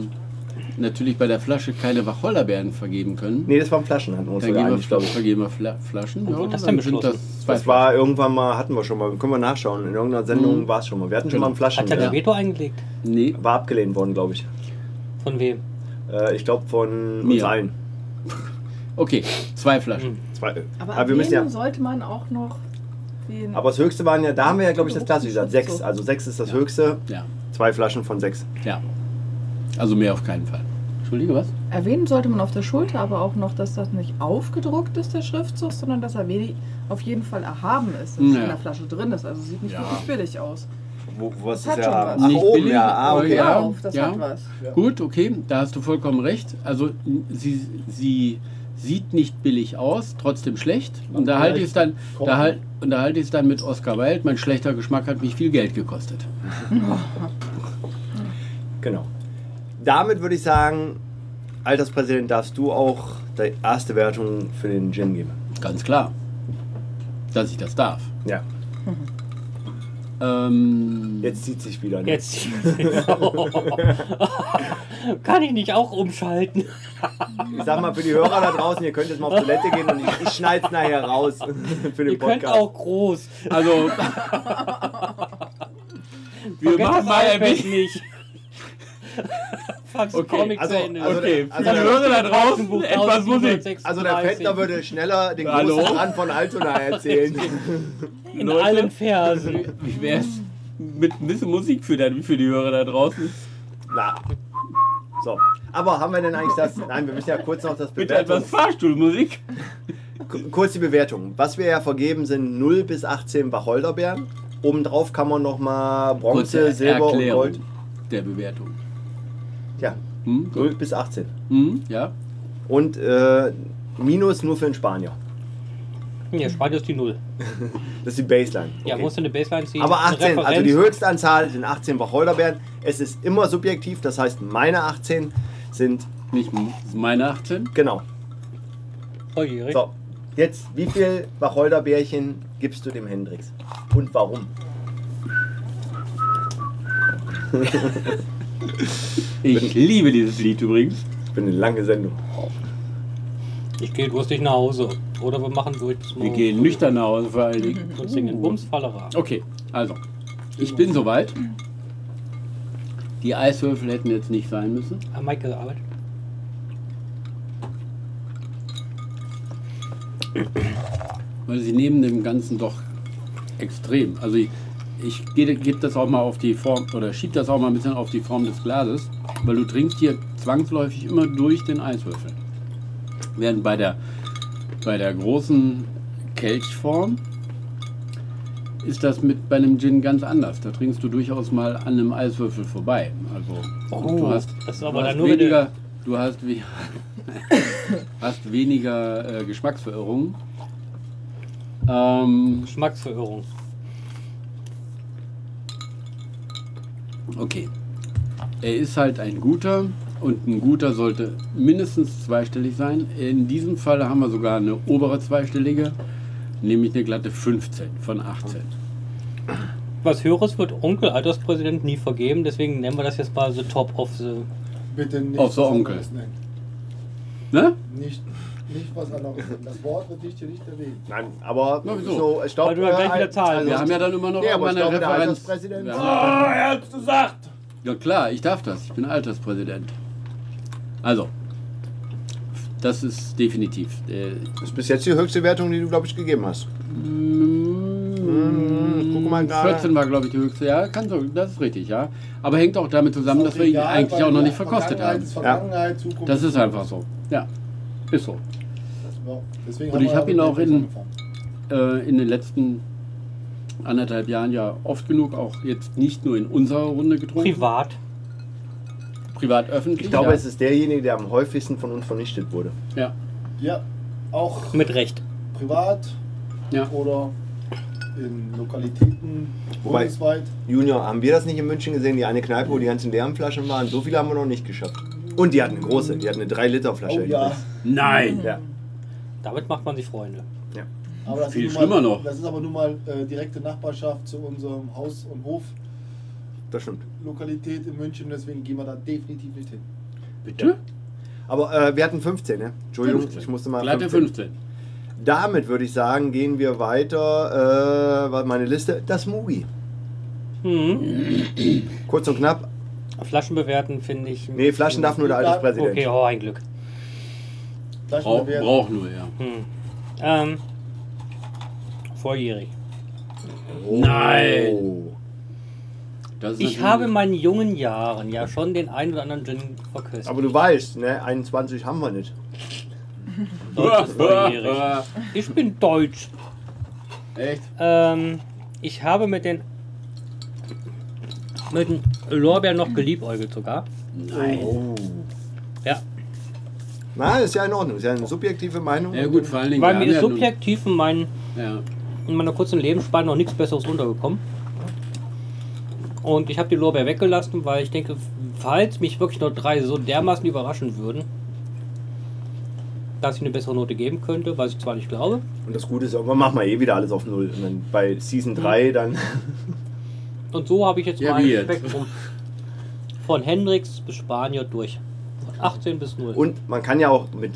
natürlich bei der Flasche keine Wacholderbeeren vergeben können. Nee, das war ein Flaschenhandel. Dann geben wir, Fla vergeben wir Fla Flaschen. Wo wurde das dann denn sind beschlossen? das zwei Das war irgendwann mal, hatten wir schon mal, können wir nachschauen. In irgendeiner Sendung Mhm. war es schon mal. Wir hatten schon mal einen Hat er Flaschenhandel. ein Veto eingelegt? Flaschen. Nee, War abgelehnt worden, glaube ich. Von wem? Äh, ich glaube von uns Mir. allen. okay, zwei Flaschen. Hm. Zwei. Aber, Aber, ab wir müssen ja. wem sollte man auch noch den. Aber das höchste waren ja, da haben wir ja, glaube ich, das klassische gesagt. Sechs. So. Also sechs ist das höchste. Ja, Zwei Flaschen von sechs. ja. Also mehr auf keinen Fall. Entschuldige, was? erwähnen sollte man auf der Schulter aber auch noch, dass das nicht aufgedruckt ist, der Schriftzug, sondern dass er wenig, auf jeden Fall erhaben ist, dass es Ja. in der Flasche drin ist. Also sieht nicht Ja. wirklich billig aus. Wo, wo ist Hat das schon ja? was. Ach, Nicht oben, billig, ja. Ah, aber okay. ja. Hör auf, das hat was. Gut, okay, da hast du vollkommen recht. Also n- sie, sie sieht nicht billig aus, trotzdem schlecht. Und da halte ich es dann, da halt, und da halte ich es dann mit Oscar Wilde. Mein schlechter Geschmack hat mich viel Geld gekostet. Genau. Damit würde ich sagen, Alterspräsident, darfst du auch die erste Wertung für den Gin geben. Ganz klar, dass ich das darf. Ja. Ähm, Jetzt zieht sich wieder. ne? Jetzt. Kann ich nicht auch umschalten? Ich sag mal für die Hörer da draußen, ihr könnt jetzt mal auf Toilette gehen und ich, ich schneide es nachher raus für den Ihr könnt Podcast. auch groß. Also, wir Vergesst machen das mal ein iPad bisschen. nicht. Fang's Okay, Comic also- zu Ende. also- Okay, für also- die Hörer da draußen etwas Musik. 1736. Also der Fettner würde schneller den Hallo? großen Brand von Altona erzählen. In Leute. allen Versen. Wie wäre es mit ein bisschen Musik für, dann, für die Hörer da draußen? Na. So. Aber haben wir denn eigentlich das? Nein, wir müssen ja kurz noch das Mit etwas Bewertung. Fahrstuhlmusik? Ku- Kurz die Bewertung. Was wir ja vergeben, sind 0 bis 18 Wacholderbeeren. Obendrauf kann man nochmal Bronze, Kurze Silber Erklärung und Gold. der Bewertung. Ja, Hm? 0 bis 18. Hm? Ja? Und äh, Minus nur für den Spanier. Ja, spart jetzt die Null. Das ist die Baseline. Ja, Okay. musst du eine Baseline ziehen. Aber eine 18, also Referenz. die Höchstanzahl sind 18 Wacholderbeeren. Es ist immer subjektiv, das heißt, meine 18 sind, Nicht hm? m- meine 18? genau. Volljährig. So, jetzt, wie viel Wacholderbeerchen gibst du dem Hendrix? Und warum? Ich liebe dieses Lied übrigens. Ich bin eine lange Sendung. Ich gehe durstig nach Hause. Oder wir machen durch. Wir gehen nüchtern Uh. nach Hause vor allen Dingen. Oh. Oh. Und singen Bumsfallera. Okay, also, ich bin soweit. Die Eiswürfel hätten jetzt nicht sein müssen. Ah, Michael arbeitet. Weil sie nehmen dem Ganzen doch extrem. Also ich, ich gebe das auch mal auf die Form oder schieb das auch mal ein bisschen auf die Form des Glases, weil du trinkst hier zwangsläufig immer durch den Eiswürfel. Während bei der, bei der großen Kelchform ist das mit bei einem Gin ganz anders. Da trinkst du durchaus mal an einem Eiswürfel vorbei. Also Oh, du hast, das ist du aber dann hast nur, wenn weniger, du hast, we hast weniger äh, Geschmacksverirrungen. Ähm, Geschmacksverirrung. Okay. Er ist halt ein guter und ein guter sollte mindestens zweistellig sein. In diesem Fall haben wir sogar eine obere zweistellige, nämlich eine glatte 15 von 18. Was Höheres wird Onkel Alterspräsident nie vergeben, deswegen nennen wir das jetzt mal The Top of the. Bitte nicht. Auf so was Onkel. anderes nennen. Ne? Nicht, nicht was anderes. nennen. Das Wort wird nicht hier nicht erwähnt. Nein, aber Na, wieso? so, ich glaub, Weil du ja gleich äh, wieder zahlen Wir Also- haben ja dann immer noch Nee, aber ich irgendwann glaube, eine der Referenz. Alterspräsident- Wir haben- er hat's gesagt! Ja klar, ich darf das. Ich bin Alterspräsident. Also, das ist definitiv. Äh, Das ist bis jetzt die höchste Wertung, die du, glaube ich, gegeben hast. mm, guck mal gerade. 14 war, glaube ich, die höchste. Ja, kann so, das ist richtig, ja. Aber hängt auch damit zusammen, dass wir ihn Egal, eigentlich weil auch noch die nicht verkostet Vergangenheit haben. Ist Vergangenheit, Zukunft. Das ist einfach so. Ja, ist so. Ja, deswegen Und haben ich wir hab ihn mit auch Hendrix in- angefangen. Äh, in den letzten anderthalb Jahren ja oft genug, auch jetzt nicht nur in unserer Runde getrunken. Privat. Privat, öffentlich. Ich glaube, ja. es ist derjenige, der am häufigsten von uns vernichtet wurde. Ja, Ja, auch Mit Recht. privat ja. oder in Lokalitäten Wobei- bundesweit. Junior, haben wir das nicht in München gesehen? Die eine Kneipe, wo die ganzen leeren Flaschen waren. So viele haben wir noch nicht geschafft. Und die hatten eine große, die hatten eine 3-Liter-Flasche. Oh ja, Nein! ja. Damit macht man sich Freunde. aber das Viel ist schlimmer nun mal, noch. Das ist aber nun mal äh, direkte Nachbarschaft zu unserem Haus- und Das stimmt. Hoflokalität in München, deswegen gehen wir da definitiv nicht hin. Bitte? Aber äh, wir hatten 15, ne? Entschuldigung, 15. ich musste mal. Glatte 15. 15. Damit würde ich sagen, gehen wir weiter. Äh, war meine Liste, das Mugi. Mhm. Kurz und knapp. Flaschen bewerten finde ich. Nee, Flaschen darf nur der Alterspräsident. Okay, oh, ein Glück. Brauch, Flaschenbewertung. brauch nur, ja. Hm. Ähm, volljährig. Oh. Nein. Das ist Ich natürlich- habe in meinen jungen Jahren ja schon den einen oder anderen Gin verköstigt. Aber du weißt, ne? 21 haben wir nicht. Deutsch ist volljährig. Ich bin deutsch. Echt? Ähm, ich habe mit den mit den Lorbeeren noch geliebäugelt sogar. Nein. Ja, Oh. Na, ist ja in Ordnung. Ist ja eine subjektive Meinung. Ja gut, vor allen Dingen. weil wir mir haben ist ja nun- subjektiv in, meinen, Ja. in meiner kurzen Lebensspanne noch nichts Besseres untergekommen. Und ich habe die Lorbeer weggelassen, weil ich denke, falls mich wirklich nur drei so dermaßen überraschen würden, dass ich eine bessere Note geben könnte, was ich zwar nicht glaube, Und das Gute ist, irgendwann machen wir eh wieder alles auf Null. Und dann bei Season Mhm. 3 dann. Und so habe ich jetzt Ja, mein wie jetzt? Spektrum von Hendrix bis Spanier durch. Von 18 bis 0. Und man kann ja auch mit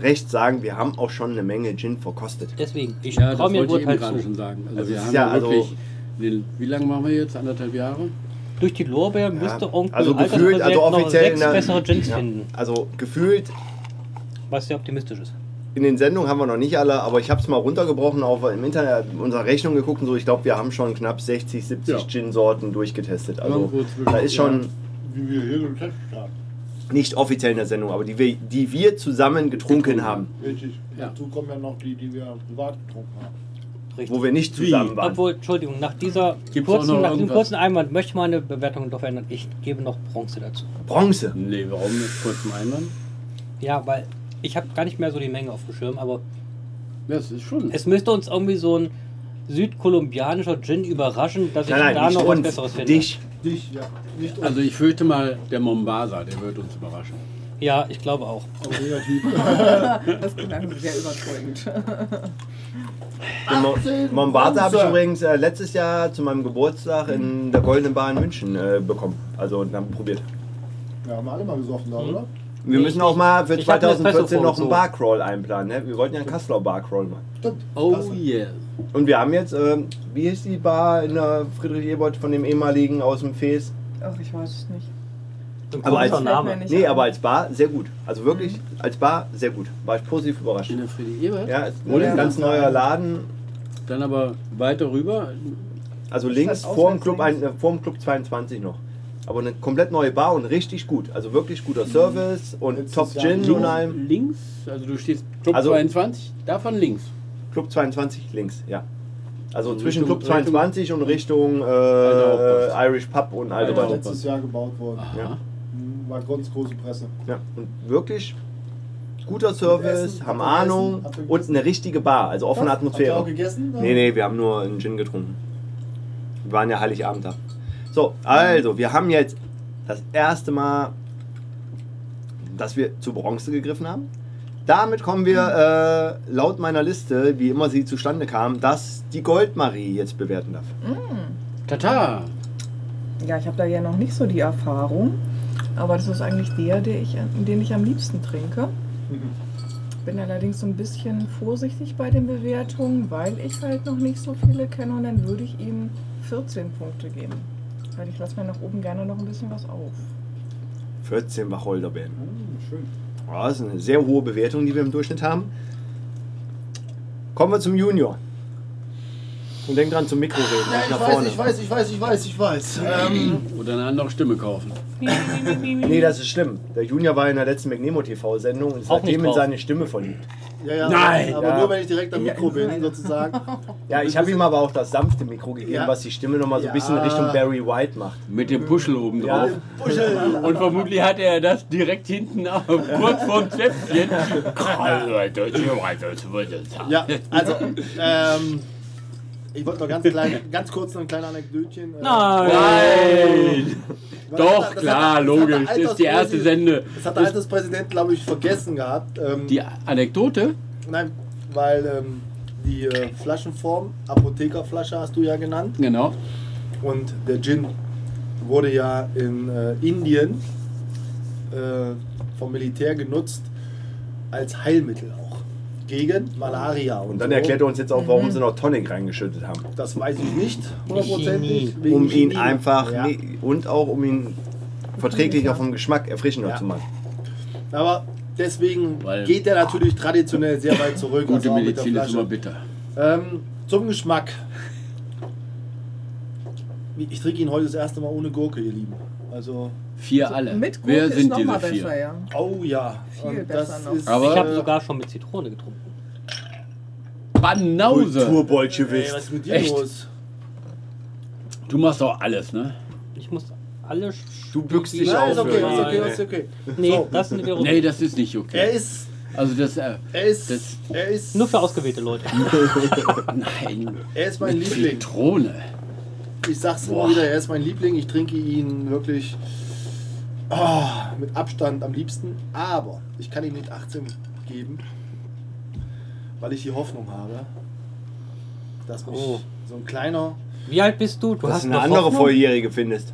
Recht sagen, wir haben auch schon eine Menge Gin verkostet. Deswegen, ich ja, das traue mir ein wollte ich eben Urteil gerade zu. schon sagen. Also, Also wir es haben ist ja, ja, also- wirklich. den- Wie lange machen wir jetzt? Anderthalb Jahre? Durch die Lorbeer müsste Onkel also Albert gefühlt, also Präsident offiziell noch sechs in der- bessere Gins Ja. finden, Also gefühlt was sehr optimistisch ist. in den Sendungen haben wir noch nicht alle, aber ich habe es mal runtergebrochen, auf im Internet unsere Rechnung geguckt und so. Ich glaube, wir haben schon knapp 60, 70 Ja. Gin-Sorten durchgetestet. Also Irgendwo zwischen- da ist schon Die wir hier getestet haben. nicht offiziell in der Sendung, aber die wir, die wir zusammen getrunken haben, Richtig. Ja. Dazu kommen ja noch die, die wir privat getrunken haben. Richtig. wo wir nicht zusammen waren. Obwohl, Entschuldigung, nach, dieser Gibt's auch kurzen, noch nach diesem irgendwas? kurzen Einwand möchte ich meine Bewertung doch ändern. Ich gebe noch Bronze dazu. Bronze. Nee, warum mit kurzem Einwand? Ja, weil ich habe gar nicht mehr so die Menge auf dem Schirm, aber Das ist schon. es müsste uns irgendwie so ein südkolumbianischer Gin überraschen, dass ich Nein, da nein, nicht noch was uns, Besseres finde. dich. Dich, ja. Nicht uns, Also ich fürchte mal, der Mombasa, der wird uns überraschen. Ja, ich glaube auch. aber negativ. Das klang sehr überzeugend. In Mo 18 Mombasa habe ich Bronze. übrigens äh, letztes Jahr zu meinem Geburtstag in der Goldenen Bar in München äh, bekommen. Also und haben probiert. Ja, haben wir alle mal gesoffen da, oder? Wir Ich- müssen auch mal für ich hab eine 2014 noch Espresso-Folge einen zu. Barcrawl einplanen. Ne? Wir wollten ja einen Kasseler Barcrawl machen. Stimmt. Oh Klasse. yeah. Und wir haben jetzt, ähm, wie hieß die Bar in der Friedrich Ebert von dem ehemaligen aus dem Fes? Ach, ich weiß es nicht. Ein Aber als- komischer Name. Fällt mir nicht Nee, ein. aber als Bar sehr gut. Also wirklich, als Bar sehr gut. War ich positiv überrascht. In der Friedrich Ebert? Ja, ist Oder? ein ganz neuer Laden. Dann aber weiter rüber. Also links Statt vorm auswärts Club, links. ein, äh, vorm Club 22 noch. Aber eine komplett neue Bar und richtig gut. Also wirklich guter Service und Letztes Top Jahr Gin links. Mhm. und allem. Links, also du stehst Club Also- 22, davon links. Club 22 links, ja. Also Richtung- zwischen Club Richtung- 22 und Richtung äh, Alte Irish Pub und Alte Also war Alter. Bar. letztes Jahr gebaut worden. Aha. Ja. Mhm, War ganz große Presse. Ja. Und wirklich guter Service, Essen, haben habt ihr Ahnung gegessen? Habt ihr und gegessen? eine richtige Bar, also offene Habt ihr auch Atmosphäre. gegessen? Nee, nee, wir haben nur einen Gin getrunken. Wir waren ja Heiligabend da. So, also, wir haben jetzt das erste Mal, dass wir zu Bronze gegriffen haben. Damit kommen wir äh, laut meiner Liste, wie immer sie zustande kam, dass die Goldmarie jetzt bewerten darf. Tata! Ja, ich habe da ja noch nicht so die Erfahrung, aber das ist eigentlich der, der ich, den ich am liebsten trinke. Mhm. Bin allerdings so ein bisschen vorsichtig bei den Bewertungen, weil ich halt noch nicht so viele kenne und dann würde ich ihm 14 Punkte geben. Weil ich lasse mir nach oben gerne noch ein bisschen was auf. 14 Wacholderbeeren. Mhm, Schön. Ja, das ist eine sehr hohe Bewertung, die wir im Durchschnitt haben. Kommen wir zum Junior. Und denk dran, zum Mikro reden, Ja, nicht ich nach weiß, vorne. ich weiß, ich weiß, ich weiß, ich weiß. Ähm, Oder eine andere Stimme kaufen. Nee, das ist schlimm. Der Junior war in der letzten McNemo TV-Sendung und ist Auch nicht seitdem in drauf. seine Stimme verliebt. ja, ja, Nein! Aber Ja. nur wenn ich direkt am Mikro bin, nein. sozusagen. Ja, ich habe ihm aber auch das sanfte Mikro gegeben, Ja. was die Stimme nochmal so ein bisschen Ja. Richtung Barry White macht. Mit dem Puschel oben Ja. drauf. Und vermutlich hatte er das direkt hinten auf, kurz vorm Zäpfchen. Ja, also, ähm, ich wollte noch ganz, klein, ganz kurz noch ein kleines Anekdötchen. äh, Nein! Weil Doch, das hat- das klar, hat- das hat logisch. der Das ist die erste Alterspräsi- Sende. Das hat der Alterspräsident, glaube ich, vergessen gehabt. Ähm, Die Anekdote? Nein, weil ähm, die äh, Flaschenform, Apothekerflasche hast du ja genannt. Genau. Und der Gin wurde ja in äh, Indien äh, vom Militär genutzt als Heilmittel auch. Gegen Malaria. Und, Und dann so. erklärt er uns jetzt auch, warum sie noch Tonic reingeschüttet haben. Das weiß ich nicht hundertprozentig. Chemie. wegen Um ihn Chemie. einfach Ja. nee, und auch um ihn verträglicher vom Geschmack erfrischender Ja. zu machen. Aber deswegen Weil- geht er natürlich traditionell sehr weit zurück. Gute also auch mit der Medizin ist Flasche. immer bitter. Ähm, zum Geschmack. Ich trinke ihn heute das erste Mal ohne Gurke, ihr Lieben. Also, Vier alle. Mit Gurke Wer ist sind noch diese mal vier? besser, ja. oh ja. Viel Und äh, besser noch. Aber- Ich habe sogar schon mit Zitrone getrunken. Banause! Ey, was Kulturbolschewist. ist mit dir Echt? los? Du machst auch alles, ne? Ich muss alle. Du bückst dich Nein, auf. ist okay, ist Nein, okay, ey. ist okay. Nee, So. das sind wir Nee, das ist nicht Er okay. ist, Also das, äh, er ist, Das- er ist, Nur für ausgewählte Leute. nein. er ist mein Liebling. Zitrone. Ich sag's immer Boah. wieder, er ist mein Liebling. Ich trinke ihn wirklich ah, mit Abstand am liebsten. Aber ich kann ihm nicht 18 geben, weil ich die Hoffnung habe, dass mich Oh. so ein kleiner, Wie alt bist du? Du Dass hast du eine noch andere Hoffnung? Volljährige findest.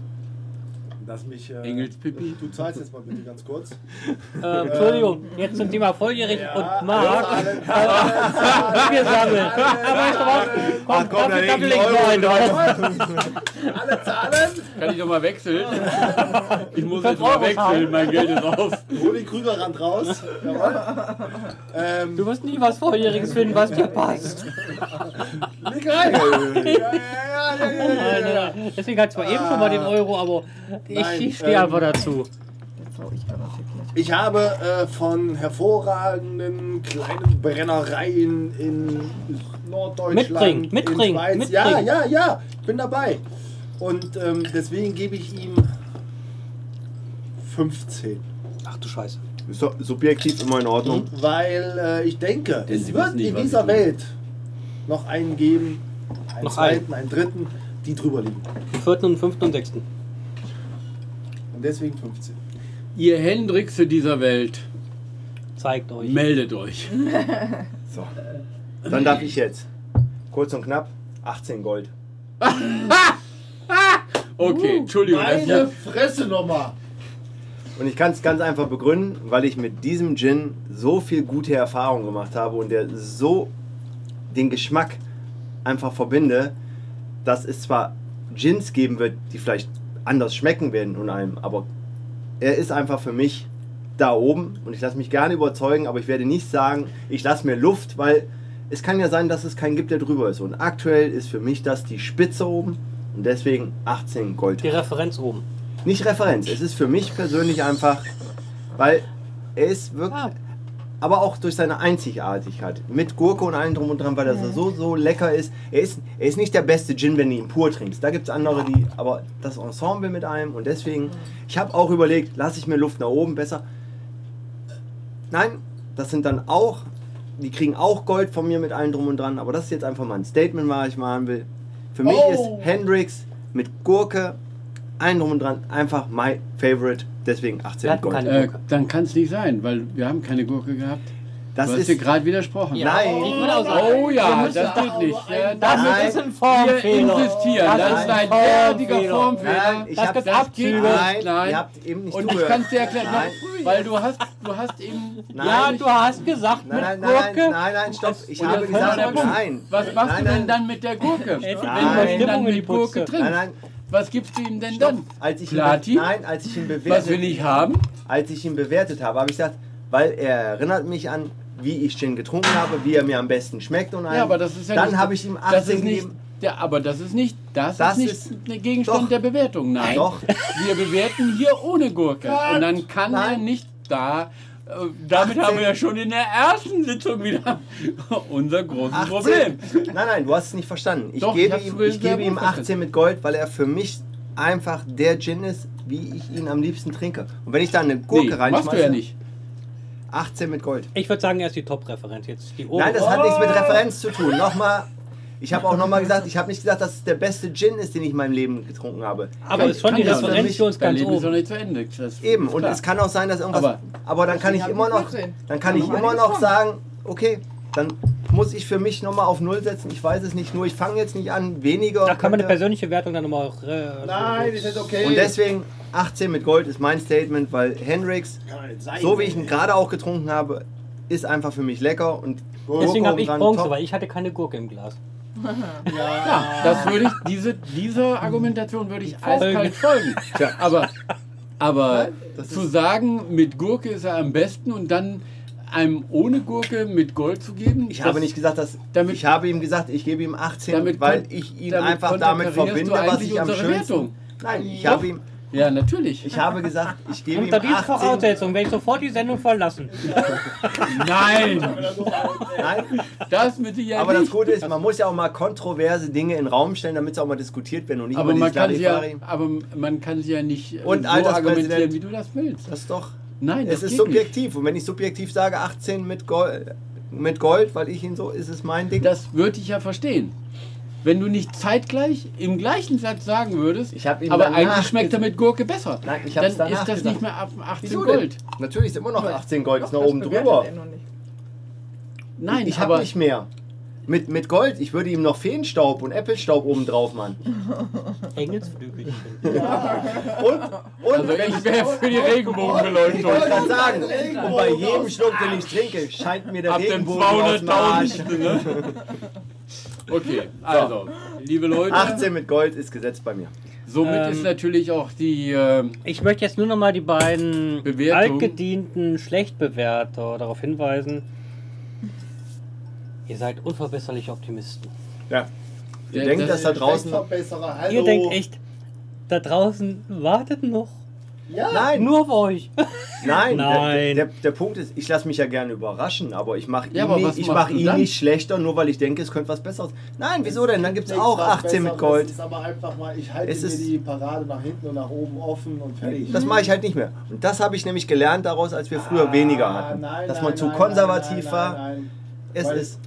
dass mich... Äh, Engelspipi. Du zahlst jetzt mal bitte ganz kurz. Äh, Entschuldigung, jetzt zum Thema volljährig und Marc. alles, alles, Angesammelt. alle, Aber weißt du was? Komm, Ach komm, Kaffee, da legen Kaffee, die legen Euro wir einen drauf. alle zahlen. Kann ich doch mal wechseln? Ich muss Fünf jetzt mal Euro wechseln, haben. mein Geld ist auf. Hol den Krügerrand raus. Jawohl. Ähm, Du wirst nie was Volljähriges finden, was dir passt. leg rein. Ja, ja, ja, ja, ja, ja, ja, ja. Deswegen hat zwar eben schon mal den Ah. Euro, aber Nein, ich, ich stehe ähm, einfach dazu. Jetzt hau ich aber verkehrt. Ich habe äh, von hervorragenden kleinen Brennereien in Norddeutschland. Mitbringen, mitbringen, in Schweiz. Ja, mitbringen. ja, ja, ich bin dabei. Und ähm, deswegen gebe ich ihm 15. Ach du Scheiße. Ist doch subjektiv immer in Ordnung. Weil äh, ich denke, Denn es sie wird wissen nicht, in was dieser sie tun. Welt noch einen geben, einen Noch einen. zweiten, einen dritten, die drüber liegen. Am 4., und 5. und 6. Und deswegen 15. Ihr Hendrixe dieser Welt, Zeigt euch. meldet euch. So. Dann darf ich jetzt. Kurz und knapp, 18 Gold. Uh, Okay, Entschuldigung. das- Meine Fresse nochmal! Und ich kann es ganz einfach begründen, weil ich mit diesem Gin so viel gute Erfahrungen gemacht habe und der so den Geschmack einfach verbinde, dass es zwar Gins geben wird, die vielleicht anders schmecken werden und allem, aber er ist einfach für mich da oben und ich lasse mich gerne überzeugen, aber ich werde nicht sagen, ich lasse mir Luft, weil es kann ja sein, dass es keinen gibt, der drüber ist. Und aktuell ist für mich das die Spitze oben und deswegen 18 Gold Die Referenz oben. nicht Referenz. Es ist für mich persönlich einfach, weil er ist wirklich, Ah. aber auch durch seine Einzigartigkeit mit Gurke und allem drum und dran, weil er so so lecker ist. Er ist, er ist nicht der beste Gin, wenn du ihn pur trinkst. Da gibt es andere, die, aber das Ensemble mit einem und deswegen. Ich habe auch überlegt, lasse ich mir Luft nach oben besser. Nein, das sind dann auch, die kriegen auch Gold von mir mit allem drum und dran, aber das ist jetzt einfach mal ein Statement, was ich machen will. Für mich Oh. ist Hendrix mit Gurke, allem drum und dran, einfach my favorite, deswegen 18 Wir hatten Gold. keine- Äh, dann kann es nicht sein, weil wir haben keine Gurke gehabt. Das du hast ist, dir gerade widersprochen. Ja. Nein. Ich würde auch sagen, Oh ja, müssen das geht nicht. Ja, das Nein. ist ein wir Formfehler. insistieren. Das ist ein derartiger nein, Formfehler. ich Das hab, gibt das Abzüge. geht nicht. Nein, nein, ihr habt eben nicht Und ich zugehört. kann es dir erklären, Nein. weil du hast, du hast eben. Nein. Ja, du hast gesagt, Nein, nein, mit nein, Gurke. nein, nein, nein, stopp. Ich Und habe jetzt kommt gesagt, der Punkt. nein. Was machst nein, du denn nein. nein. dann mit der Gurke? Ey, Nein. Wenn du dann Stimmung in die mit Gurke Putze. trinkst, Nein, nein, was gibst du ihm denn stopp. dann? Als ich, ihn Platin? be- nein, als ich ihn bewertet was wir nicht haben? als ich ihn bewertet habe, habe ich gesagt, weil er erinnert mich an, wie ich Gin getrunken habe, wie er mir am besten schmeckt und allem. Ja, aber das ist ja Dann nicht- habe ich ihm das ist 18 nicht, gegeben. ja, aber das ist nicht, das, Das ist ist- nicht der Gegenstand Doch. der Bewertung. Nein, Doch. wir bewerten hier ohne Gurke. Und dann kann er Nein. nicht da. äh, Damit 18. haben wir ja schon in der ersten Sitzung wieder unser großes 18. Problem. Nein, nein, du hast es nicht verstanden. Ich Doch, ich gebe, hab's ihm, wohl ich sehr gebe gut ihm 18 verstanden. mit Gold, weil er für mich einfach der Gin ist, wie ich ihn am liebsten trinke. Und wenn ich da eine Gurke Nee, reinschmeiße, machst du ja nicht. 18 mit Gold. Ich würde sagen, erst die Top-Referenz. Jetzt Oh, die obere. Nein, das hat nichts mit Referenz zu tun. Nochmal, ich habe auch nochmal gesagt, ich habe nicht gesagt, dass es der beste Gin ist, den ich in meinem Leben getrunken habe. Aber ist schon die Kann ja für Referenz mich für uns Dein ganz Leben ist noch oben. nicht zu Ende. Das ist Eben, und klar. es kann auch sein, dass irgendwas. Aber, Aber- dann kann ich Deswegen immer hatten wir noch, 14. dann kann ich Haben wir immer noch einiges sagen, okay, dann muss ich für mich nochmal auf Null setzen. Ich weiß es nicht, nur ich fange jetzt nicht an, weniger. Da kann man eine könnte- persönliche Wertung dann nochmal auch. Äh, Nein, ist jetzt okay. Und deswegen 18 mit Gold ist mein Statement, weil Hendrix, Kann doch nicht sein, so wie ich ey. ihn gerade auch getrunken habe, ist einfach für mich lecker und Gurke Deswegen habe ich obendran Bronze, top. weil ich hatte keine Gurke im Glas. Ja, das würde ich, diese, dieser Argumentation würde ich Folgen. eiskalt folgen. aber aber das zu sagen, mit Gurke ist er am besten und dann einem ohne Gurke mit Gold zu geben, Ich das- habe nicht gesagt, dass damit- ich habe ihm gesagt, ich gebe ihm 18, Damit weil kon- ich ihn damit einfach damit konterkarierst verbinde, du was eigentlich ich am unsere schönsten. Wertung. Nein, ich Doch. habe ihm Ja, natürlich. ich habe gesagt, ich gebe ihm Unter diesen 18. Voraussetzungen werde ich sofort die Sendung verlassen. Nein, Nein, das mit Sicherheit aber das nicht. Gute ist, man muss ja auch mal kontroverse Dinge in den Raum stellen, damit sie auch mal diskutiert werden und nicht Aber immer man, dieses kann sie ja, Larifari. aber man kann sie ja nicht äh, Und so Alterspräsident- argumentieren, wie du das willst. Das ist doch Nein, Es ist das geht nicht. subjektiv. Und wenn ich subjektiv sage, 18 mit Gold, mit Gold, weil ich ihn so, ist es mein Ding. Das würde ich ja verstehen. Wenn du nicht zeitgleich im gleichen Satz sagen würdest, Ich hab ihm aber danach eigentlich schmeckt er gesagt. mit Gurke besser, Nein, ich dann hab's ist danach das gesagt. nicht mehr ab 18 Wieso denn? Gold. Natürlich ist immer noch 18 Gold, ist noch Das oben bewertet drüber. er noch nicht. Nein, Ich habe aber nicht mehr. Mit, mit Gold, ich würde ihm noch Feenstaub und Äppelstaub oben drauf, Mann. Engelsflügelchen. Und, und also wenn ich wäre für die ich wollte Regenbogenbeleuchtung. gerade sagen, und bei jedem Schluck, den ich trinke, scheint mir der Ab dem Regenbogen aus dem Arsch. 200.000. Ne? Okay, also, liebe Leute, 18 mit Gold ist gesetzt bei mir. somit Ähm, ist natürlich auch die. ähm, Ich möchte jetzt nur noch mal die beiden Bewertung. altgedienten Schlechtbewerter darauf hinweisen. Ihr seid unverbesserliche Optimisten. Ja. Ihr Ja, denkt, das dass da draußen... Verbesserer, hallo. Ihr denkt echt, da draußen wartet noch Ja. Nein, nur auf euch. Nein, Nein. Der, der, der Punkt ist, ich lasse mich ja gerne überraschen, aber ich mache ihn, Ja, aber nicht, was ich machst mach du ihn dann? nicht schlechter, nur weil ich denke, es könnte was Besseres. Nein, wieso denn? Dann gibt es Nichts auch was 18 Besseres, mit Gold. Es ist aber einfach mal, ich halte Es mir ist- die Parade nach hinten und nach oben offen und fertig. Das mache ich halt nicht mehr. Und das habe ich nämlich gelernt daraus, als wir Ah, früher weniger hatten. dass man zu konservativ war. Nein, Es Weil- ist.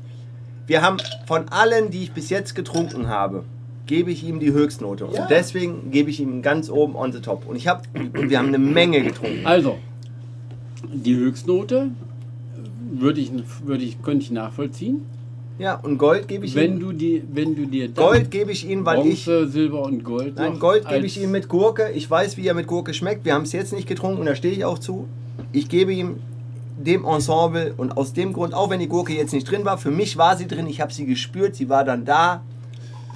Wir haben von allen, die ich bis jetzt getrunken habe, gebe ich ihm die Höchstnote. Ja. Und deswegen gebe ich ihm ganz oben on the top. Und ich habe, und wir haben eine Menge getrunken. Also, die Höchstnote äh, würde ich, würde ich, könnte ich nachvollziehen. Ja, und Gold gebe ich Wenn ihm. du, die, wenn du dir dann Gold gebe ich ihm, weil ich Bronze, Silber und Gold. Nein, noch Gold gebe als- ich ihm mit Gurke. Ich weiß, wie er mit Gurke schmeckt. Wir haben es jetzt nicht getrunken und da stehe ich auch zu. Ich gebe ihm dem Ensemble und aus dem Grund, auch wenn die Gurke jetzt nicht drin war, für mich war sie drin. Ich habe sie gespürt, sie war dann da.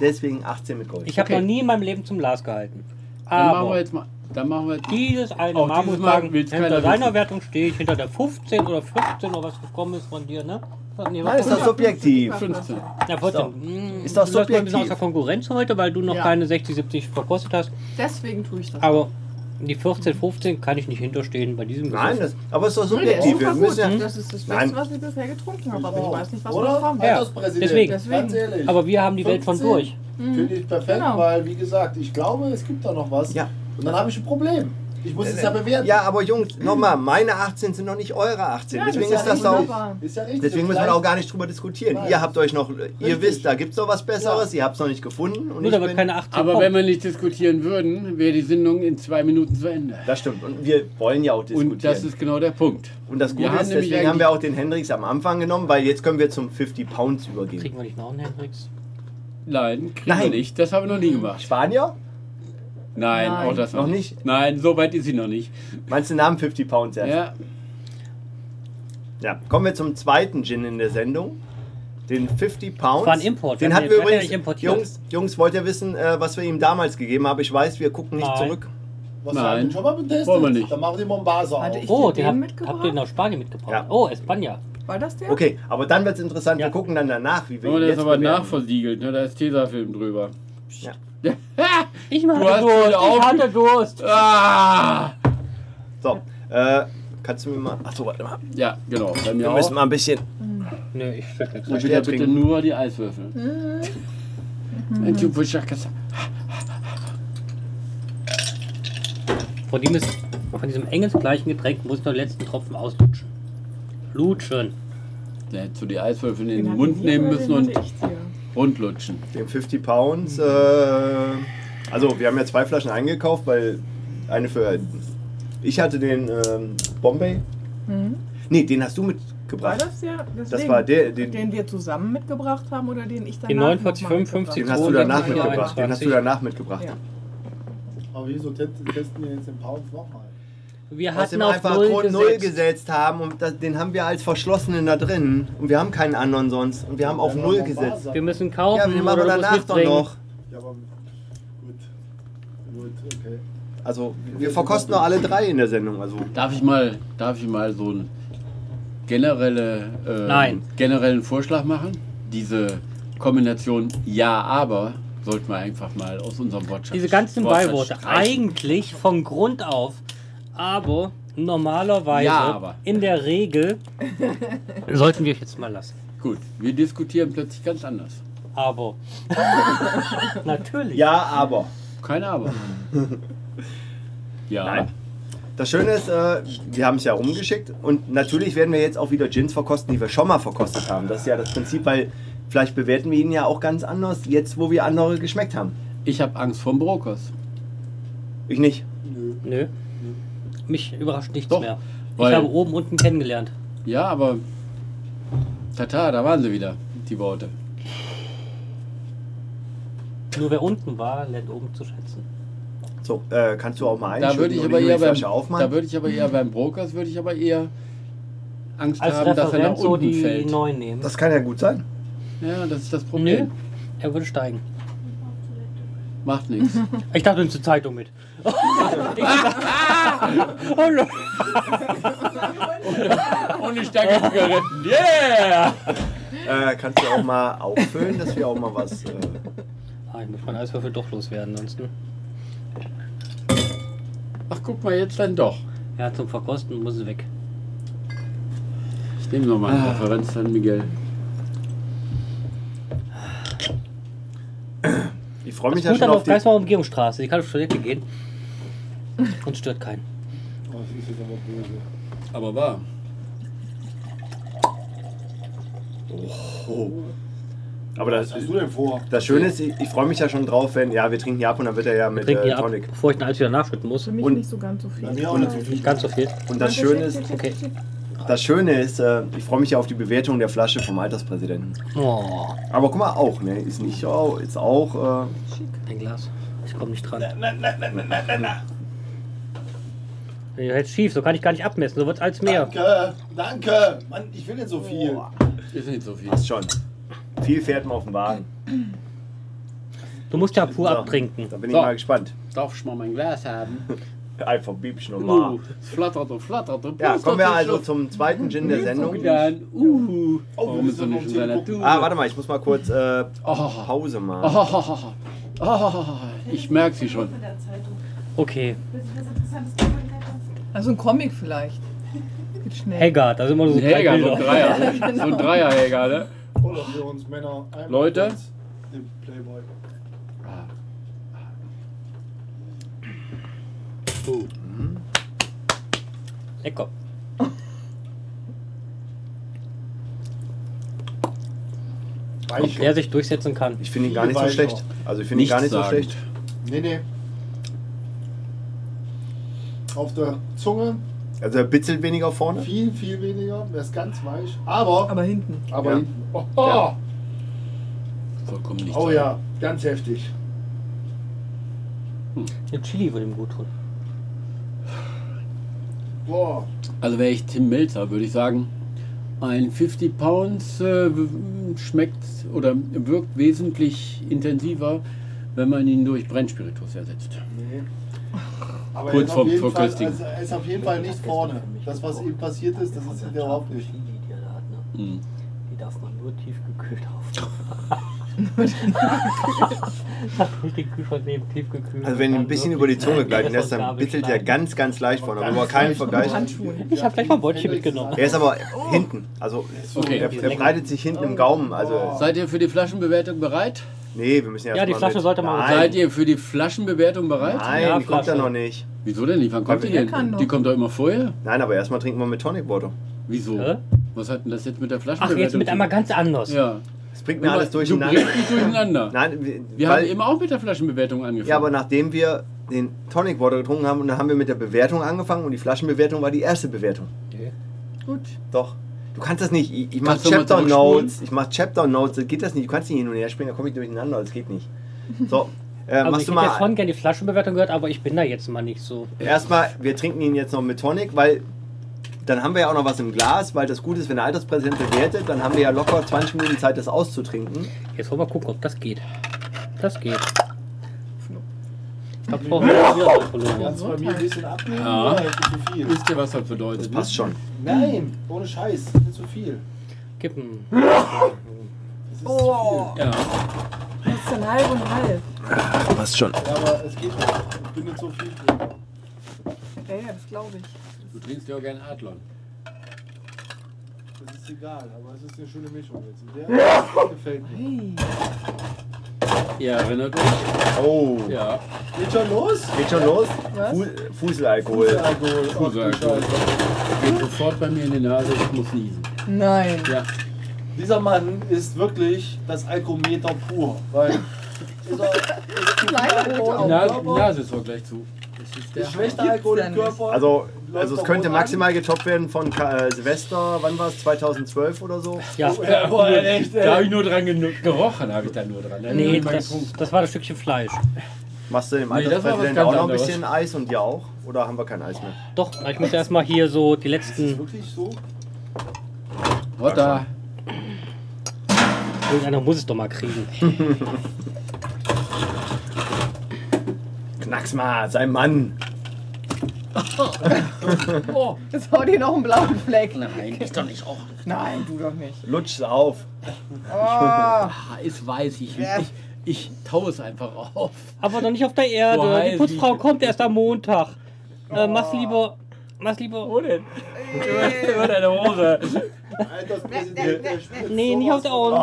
Deswegen 18 mit Gold. Ich habe Okay. noch nie in meinem Leben zum Lars gehalten. Dann machen wir Aber jetzt mal. Dann machen wir jetzt dieses eine Auch dieses Mal muss Mal sagen, will's hinter keiner deiner wissen. Wertung stehe ich, hinter der 15 oder 15 oder was gekommen ist von dir, ne? Nee, Nein, was ist doch subjektiv. 15. Ja, doch- trotzdem. Hm, ist doch Du lässt mal ein bisschen subjektiv. aus der Konkurrenz heute, weil du noch Ja. keine 60, 70 verkostet hast. Deswegen tue ich das. Aber die 14, 15 kann ich nicht hinterstehen bei diesem Nein, Gesetz. das, aber es ist doch Nö, der ist subjektiv. Wir super gut. ne? müssen ja, Das ist das Beste, Nein. was ich bisher getrunken habe. Aber Genau. ich weiß nicht, was Oder? wir noch haben. Ja. Alterspräsident, deswegen. Ganz ehrlich. Aber wir haben die Welt schon 15 durch. Finde ich perfekt, Genau. weil wie gesagt, ich glaube, es gibt da noch was. Ja. Äh, Und dann habe ich ein Problem. Ich muss es ja bewerten. ja, aber Jungs, nochmal, meine 18 sind noch nicht eure 18. Ja, das deswegen ist ist das ja doch. wunderbar. Ist ja richtig. Deswegen müssen Und wir da vielleicht- auch gar nicht drüber diskutieren. Nein. Ihr habt euch noch, ihr Richtig. wisst, da gibt es doch was Besseres, ihr habt es noch nicht gefunden. Und Nur ich da wird bin- keine 18 Aber kommen. wenn wir nicht diskutieren würden, wäre die Sendung in zwei Minuten zu Ende. das stimmt. Und wir wollen ja auch diskutieren. Und das ist genau der Punkt. Und das Wir Gute haben ist, nämlich deswegen haben wir eigentlich- auch den Hendrix am Anfang genommen, weil jetzt können wir zum 50 Pounds übergehen. Kriegen wir nicht noch einen Hendrix? Nein, kriegen Nein. wir nicht. Das haben wir noch nie gemacht. Spanier? Nein, Nein. auch das Noch noch nicht? nicht. Nein, so weit ist sie noch nicht. Meinst du den Namen 50 Pounds erst? Ja, Ja. Kommen wir zum zweiten Gin in der Sendung. Den 50 Pounds. war ein Import. Den Wir haben hatten den- wir wir haben den übrigens. nicht importiert. Jungs, Jungs, wollt ihr wissen, äh, was wir ihm damals gegeben haben? Ich weiß, wir gucken nicht Nein. zurück. Was Nein. haben wir denn schon mal getestet? Wollen wir nicht. Dann machen wir die Mombasa Hatte auf. ich Oh, dir den den habt, mitgebracht? habt ihr den aus Spanien mitgebracht. Ja. Oh, Espanja. War das der? Okay, aber dann wird es interessant. Ja. Wir gucken dann danach, wie wir wenn man ihn Oh, das jetzt aber bewerten. nachversiegelt, ne? da ist Tesafilm drüber. Ja. Ich mache Du hast Durst. wieder Ich auf- hatte Durst. Ah! So, äh, kannst du mir mal. Achso, warte mal. Ja, genau. Bei mir Wir auch. müssen mal ein bisschen. Nee, ich schmecke nichts. Und Bier wieder bitte trinken. nur die Eiswürfel. Ein Typ, wo ich sag, kannst du- Von, dem ist, von diesem engelsgleichen Getränk muss ich noch den letzten Tropfen auslutschen. Lutschen. Da hättest du die Eiswürfel in Den den hatten Mund wir nehmen oder müssen den und hatte ich dir? rundlutschen. Den 50 Pounds. Äh, also, wir haben ja zwei Flaschen eingekauft, weil eine für. Ich hatte den ähm, Bombay. Mhm. Nee, den hast du War mitgebracht. das der? Das Deswegen, war der, den, den wir zusammen mitgebracht haben oder den ich dann Den 49, 55. den hast du danach Den mitgebracht. Den hast du danach mitgebracht. Ja. Aber wieso testen testen wir jetzt den Pounds nochmal? Wir aus hatten dem auf einfach null Grund gesetzt. null gesetzt haben und das, den haben wir als Verschlossenen da drin und wir haben keinen anderen sonst und wir haben auf Wenn null noch ein paar gesetzt. Sachen- Wir müssen Ja, kaufen wir nehmen oder aber du musst danach doch mitbringen. noch. Ja, aber gut. Gut, okay. Also wir verkosten doch alle drei in der Sendung. Also Darf ich mal, darf ich mal so einen generelle, ähm, Nein. generellen Vorschlag machen? Diese Kombination Ja, aber sollten wir einfach mal aus unserem Wortschatz Diese ganzen Wortschatz Beiworte streichen. eigentlich von Grund auf, aber normalerweise Ja, aber. in der Regel sollten wir jetzt mal lassen. Gut, wir diskutieren plötzlich ganz anders. Aber natürlich. ja, aber. Kein Aber. ja. Nein. Das Schöne ist, äh, wir haben es ja rumgeschickt und natürlich werden wir jetzt auch wieder Gins verkosten, die wir schon mal verkostet haben. Das ist ja das Prinzip, weil vielleicht bewerten wir ihn ja auch ganz anders, jetzt wo wir andere geschmeckt haben. Ich habe Angst vor dem Brokers. Ich nicht. Nö. Nö. Mich überrascht nichts Doch, mehr. Ich weil- habe oben unten kennengelernt. Ja, aber. Tata, da waren sie wieder, die Worte. Nur wer unten war, lernt oben zu schätzen. So, äh, kannst du auch mal Da würde ich und aber nur eher die beim, Flasche da aufmachen? würde ich aber eher beim Brokers würde ich aber eher Angst Als haben, dass er nach Referent so unten die fällt. neun nehmen. Das kann ja gut sein. Ja, das ist das Nö, Problem. er würde steigen. Macht nichts. Ich dachte, du nimmst die Zeitung mit. oh, no. Ohne starke Zigaretten. Yeah! Äh, kannst du auch mal auffüllen, dass wir auch mal was. Äh, ah, ich muss meinen Eiswürfel doch loswerden, ansonsten. Ach, guck mal, jetzt dann doch. Ja, zum Verkosten muss es weg. Ich nehme nochmal eine Referenz an Miguel. ich freue mich Ist ja gut, schon aber auf auf die. Geismar Umgehungsstraße. Die kann auf Toilette gehen. Und stört keinen. Oh, das ist jetzt aber böse. Aber wahr. Oh. Aber das, Was hast du denn vor? das Schöne ist, ich, ich freue mich ja schon drauf, wenn. Ja, wir trinken hier ab und dann wird er ja mit Trinken äh, hier ab, Tonic. bevor ich den Eis wieder nachschütten muss. Für mich Und- nicht so ganz so viel. Bei mir auch nicht so viel. Nicht ganz so viel. Und das Schöne ist, okay. das Schöne ist, äh, ich freue mich ja auf die Bewertung der Flasche vom Alterspräsidenten. Oh, Aber guck mal, auch, ne? Ist nicht auch, ist auch. Äh, ein Glas. Ich komme nicht dran. Ja, Jetzt schief, so kann ich gar nicht abmessen. So wird alles mehr. Danke, danke. Mann, ich will nicht so viel. Ist nicht so viel. passt schon. Viel fährt man auf dem Wagen. Du musst ja pur So, abtrinken. Da bin ich So. mal gespannt. Darf ich mal mein Glas haben? Einfach biebschen und mal. Uh, es flattert und flattert und Ja, plustert kommen wir und also schluckt zum zweiten Gin der Sendung. wieder an. Uh, Oh, wir warum ist er müssen nicht in noch seiner einen Tee Tour? Ah, warte mal, ich muss mal kurz äh, Oh, Pause oh, machen. oh, oh, oh, oh, ich merke sie schon. Okay. halt Also ein Comic vielleicht. Geht schnell. Haggard, da sind immer so Ein drei Häger, so Bilder. ein Dreier. So ein Dreierhäger, ne? Oder für uns Männer. Einmal Leute? kurz Den Playboy. Lecker. Ob Weicher. der sich durchsetzen kann. Ich finde ihn gar nicht so Weicher. schlecht. Also ich finde ihn gar nicht so Nichtssagend. schlecht. Nee, nee. Auf der Zunge Also er bitzelt weniger vorne. viel, viel weniger. Der ist ganz weich. Aber, Aber hinten. aber Ja. hinten. Oh, oh. Ja. Vollkommen nicht. oh ja, ganz heftig. Eine Chili würde ihm gut tun. Boah. Also wäre ich Tim Melzer, würde ich sagen, ein 50 Pounds äh, w- schmeckt oder wirkt wesentlich intensiver, wenn man ihn durch Brennspiritus ersetzt. Nee. Aber Kurz er ist, vorm auf jeden Fall, Verköstigen. also, er ist auf jeden Fall nicht vorne. Das, was ihm passiert ist, das ist überhaupt nicht. Chili, die er da hat, ne? Mhm. Die darf man nur tiefgekühlt aufmachen. Durch den Kühlschrank neben tiefgekühlt. Also wenn du ein bisschen über die Zunge gleiten lässt, dann bitzelt er der ganz, ganz leicht vorne. Aber Ganz keinen leicht Vergleich. vorne. Handschuhe. Ich hab gleich mal ein Böttchen mitgenommen. Er ist aber hinten. Also Okay. Oh. er, er breitet sich hinten im Gaumen. Also Seid ihr für die Flaschenbewertung bereit? nee, wir müssen ja Ja, erst die mal Flasche mit. sollte mal- Nein. Seid ihr für die Flaschenbewertung bereit? Nein, Ja, die kommt ja Flasche. noch nicht. Wieso denn nicht? Wann kommt die Der denn? kann noch. Die kommt doch immer vorher. Nein, aber erstmal trinken wir mit Tonic Water. Wieso? Hä? Was hat denn das jetzt mit der Ach, Flaschenbewertung? jetzt mit zu einmal tun? ganz anders. Ja. Es bringt mir alles du durcheinander. bringst dich durcheinander. Nein, wir, Wir weil, haben eben auch mit der Flaschenbewertung angefangen. ja, aber nachdem wir den Tonic Water getrunken haben, und dann haben wir mit der Bewertung angefangen und die Flaschenbewertung war die erste Bewertung. Gut. Doch. Du kannst das nicht. Ich, ich mache Kannst du mal Chapter zurückspulen? Notes. Ich mache Chapter Notes. Das geht das nicht. Du kannst nicht hin und her springen. Da komme ich durcheinander. Das geht nicht. So, Äh, Also machst ich du hätte mal. jetzt schon gerne die Flaschenbewertung gehört, aber ich bin da jetzt mal nicht so. Erstmal, wir trinken ihn jetzt noch mit Tonic, weil dann haben wir ja auch noch was im Glas, weil das Gute ist, wenn der Alterspräsident bewertet, dann haben wir ja locker 20 Minuten Zeit, das auszutrinken. Jetzt wollen wir gucken, ob das geht. Das geht. Flupp. Ich glaube, ich brauche wieder Verlobung. Kannst du bei mir ein bisschen abnehmen? Ja. oder ist das zu viel. Wisst ihr, was das bedeutet? Das passt schon. Nein, ohne Scheiß, das ist zu viel. Kippen. Das ist Oh, Ja. das ist dann halb und halb. Passt schon. zu viel. Ja, aber es geht nicht. Ich bin nicht so viel drin. Ja, ja, das glaube ich. Du trinkst ja auch gerne Adlon. Das ist egal, aber es ist eine schöne Mischung jetzt. Und der gefällt mir. Hey, Ja, erinnert euch? Oh. Ja. Geht schon los? Geht schon los? Was? Fu Fuselalkohol. Alkohol. Ach, du Fuselalkohol. Scheiße. Geht sofort bei mir in die Nase, ich muss niesen. nein. Ja. Dieser Mann ist wirklich das Alkometer pur. Weil ist er, ist Kleiner Rot. Die Nase, die Körper, Nase ist auch gleich zu. Oh, Das ist der ist schlechter Alkohol im Gibt's da Körper. Also, läuft also es doch könnte rot an. maximal getoppt werden von Ka- äh, Silvester, wann war es? 2012 oder so? Ja. Ja, boah, echt, ey. Oh, Da habe ich nur dran genu- gerochen, habe ich da nur dran. Da hab ich Nee, nicht mal das, getrunken. das war das Stückchen Fleisch. Machst du dem Nee, das war was Alterspräsidenten ganz auch noch ein anderes. bisschen Eis und dir auch? Oder haben wir kein Eis mehr? Doch, na, ich muss erstmal hier so die Ist das letzten. wirklich so? Rotter. Irgendeiner muss es doch mal kriegen. Knacks mal, sein Mann. Oh, Jetzt haut ihr noch einen blauen Fleck. nein, ist doch nicht auch. Nein, du doch nicht. Lutsch's auf. Oh. Es Ah, weiß ich. Ich, ich taue es einfach auf. Aber noch nicht auf der Erde. So heiß die Putzfrau wie- kommt erst am Montag. Äh, mach's lieber. Mach's lieber. Wo denn? Über deine Hose. Alterspräsident, der spritzt Nee, nicht sowas auf der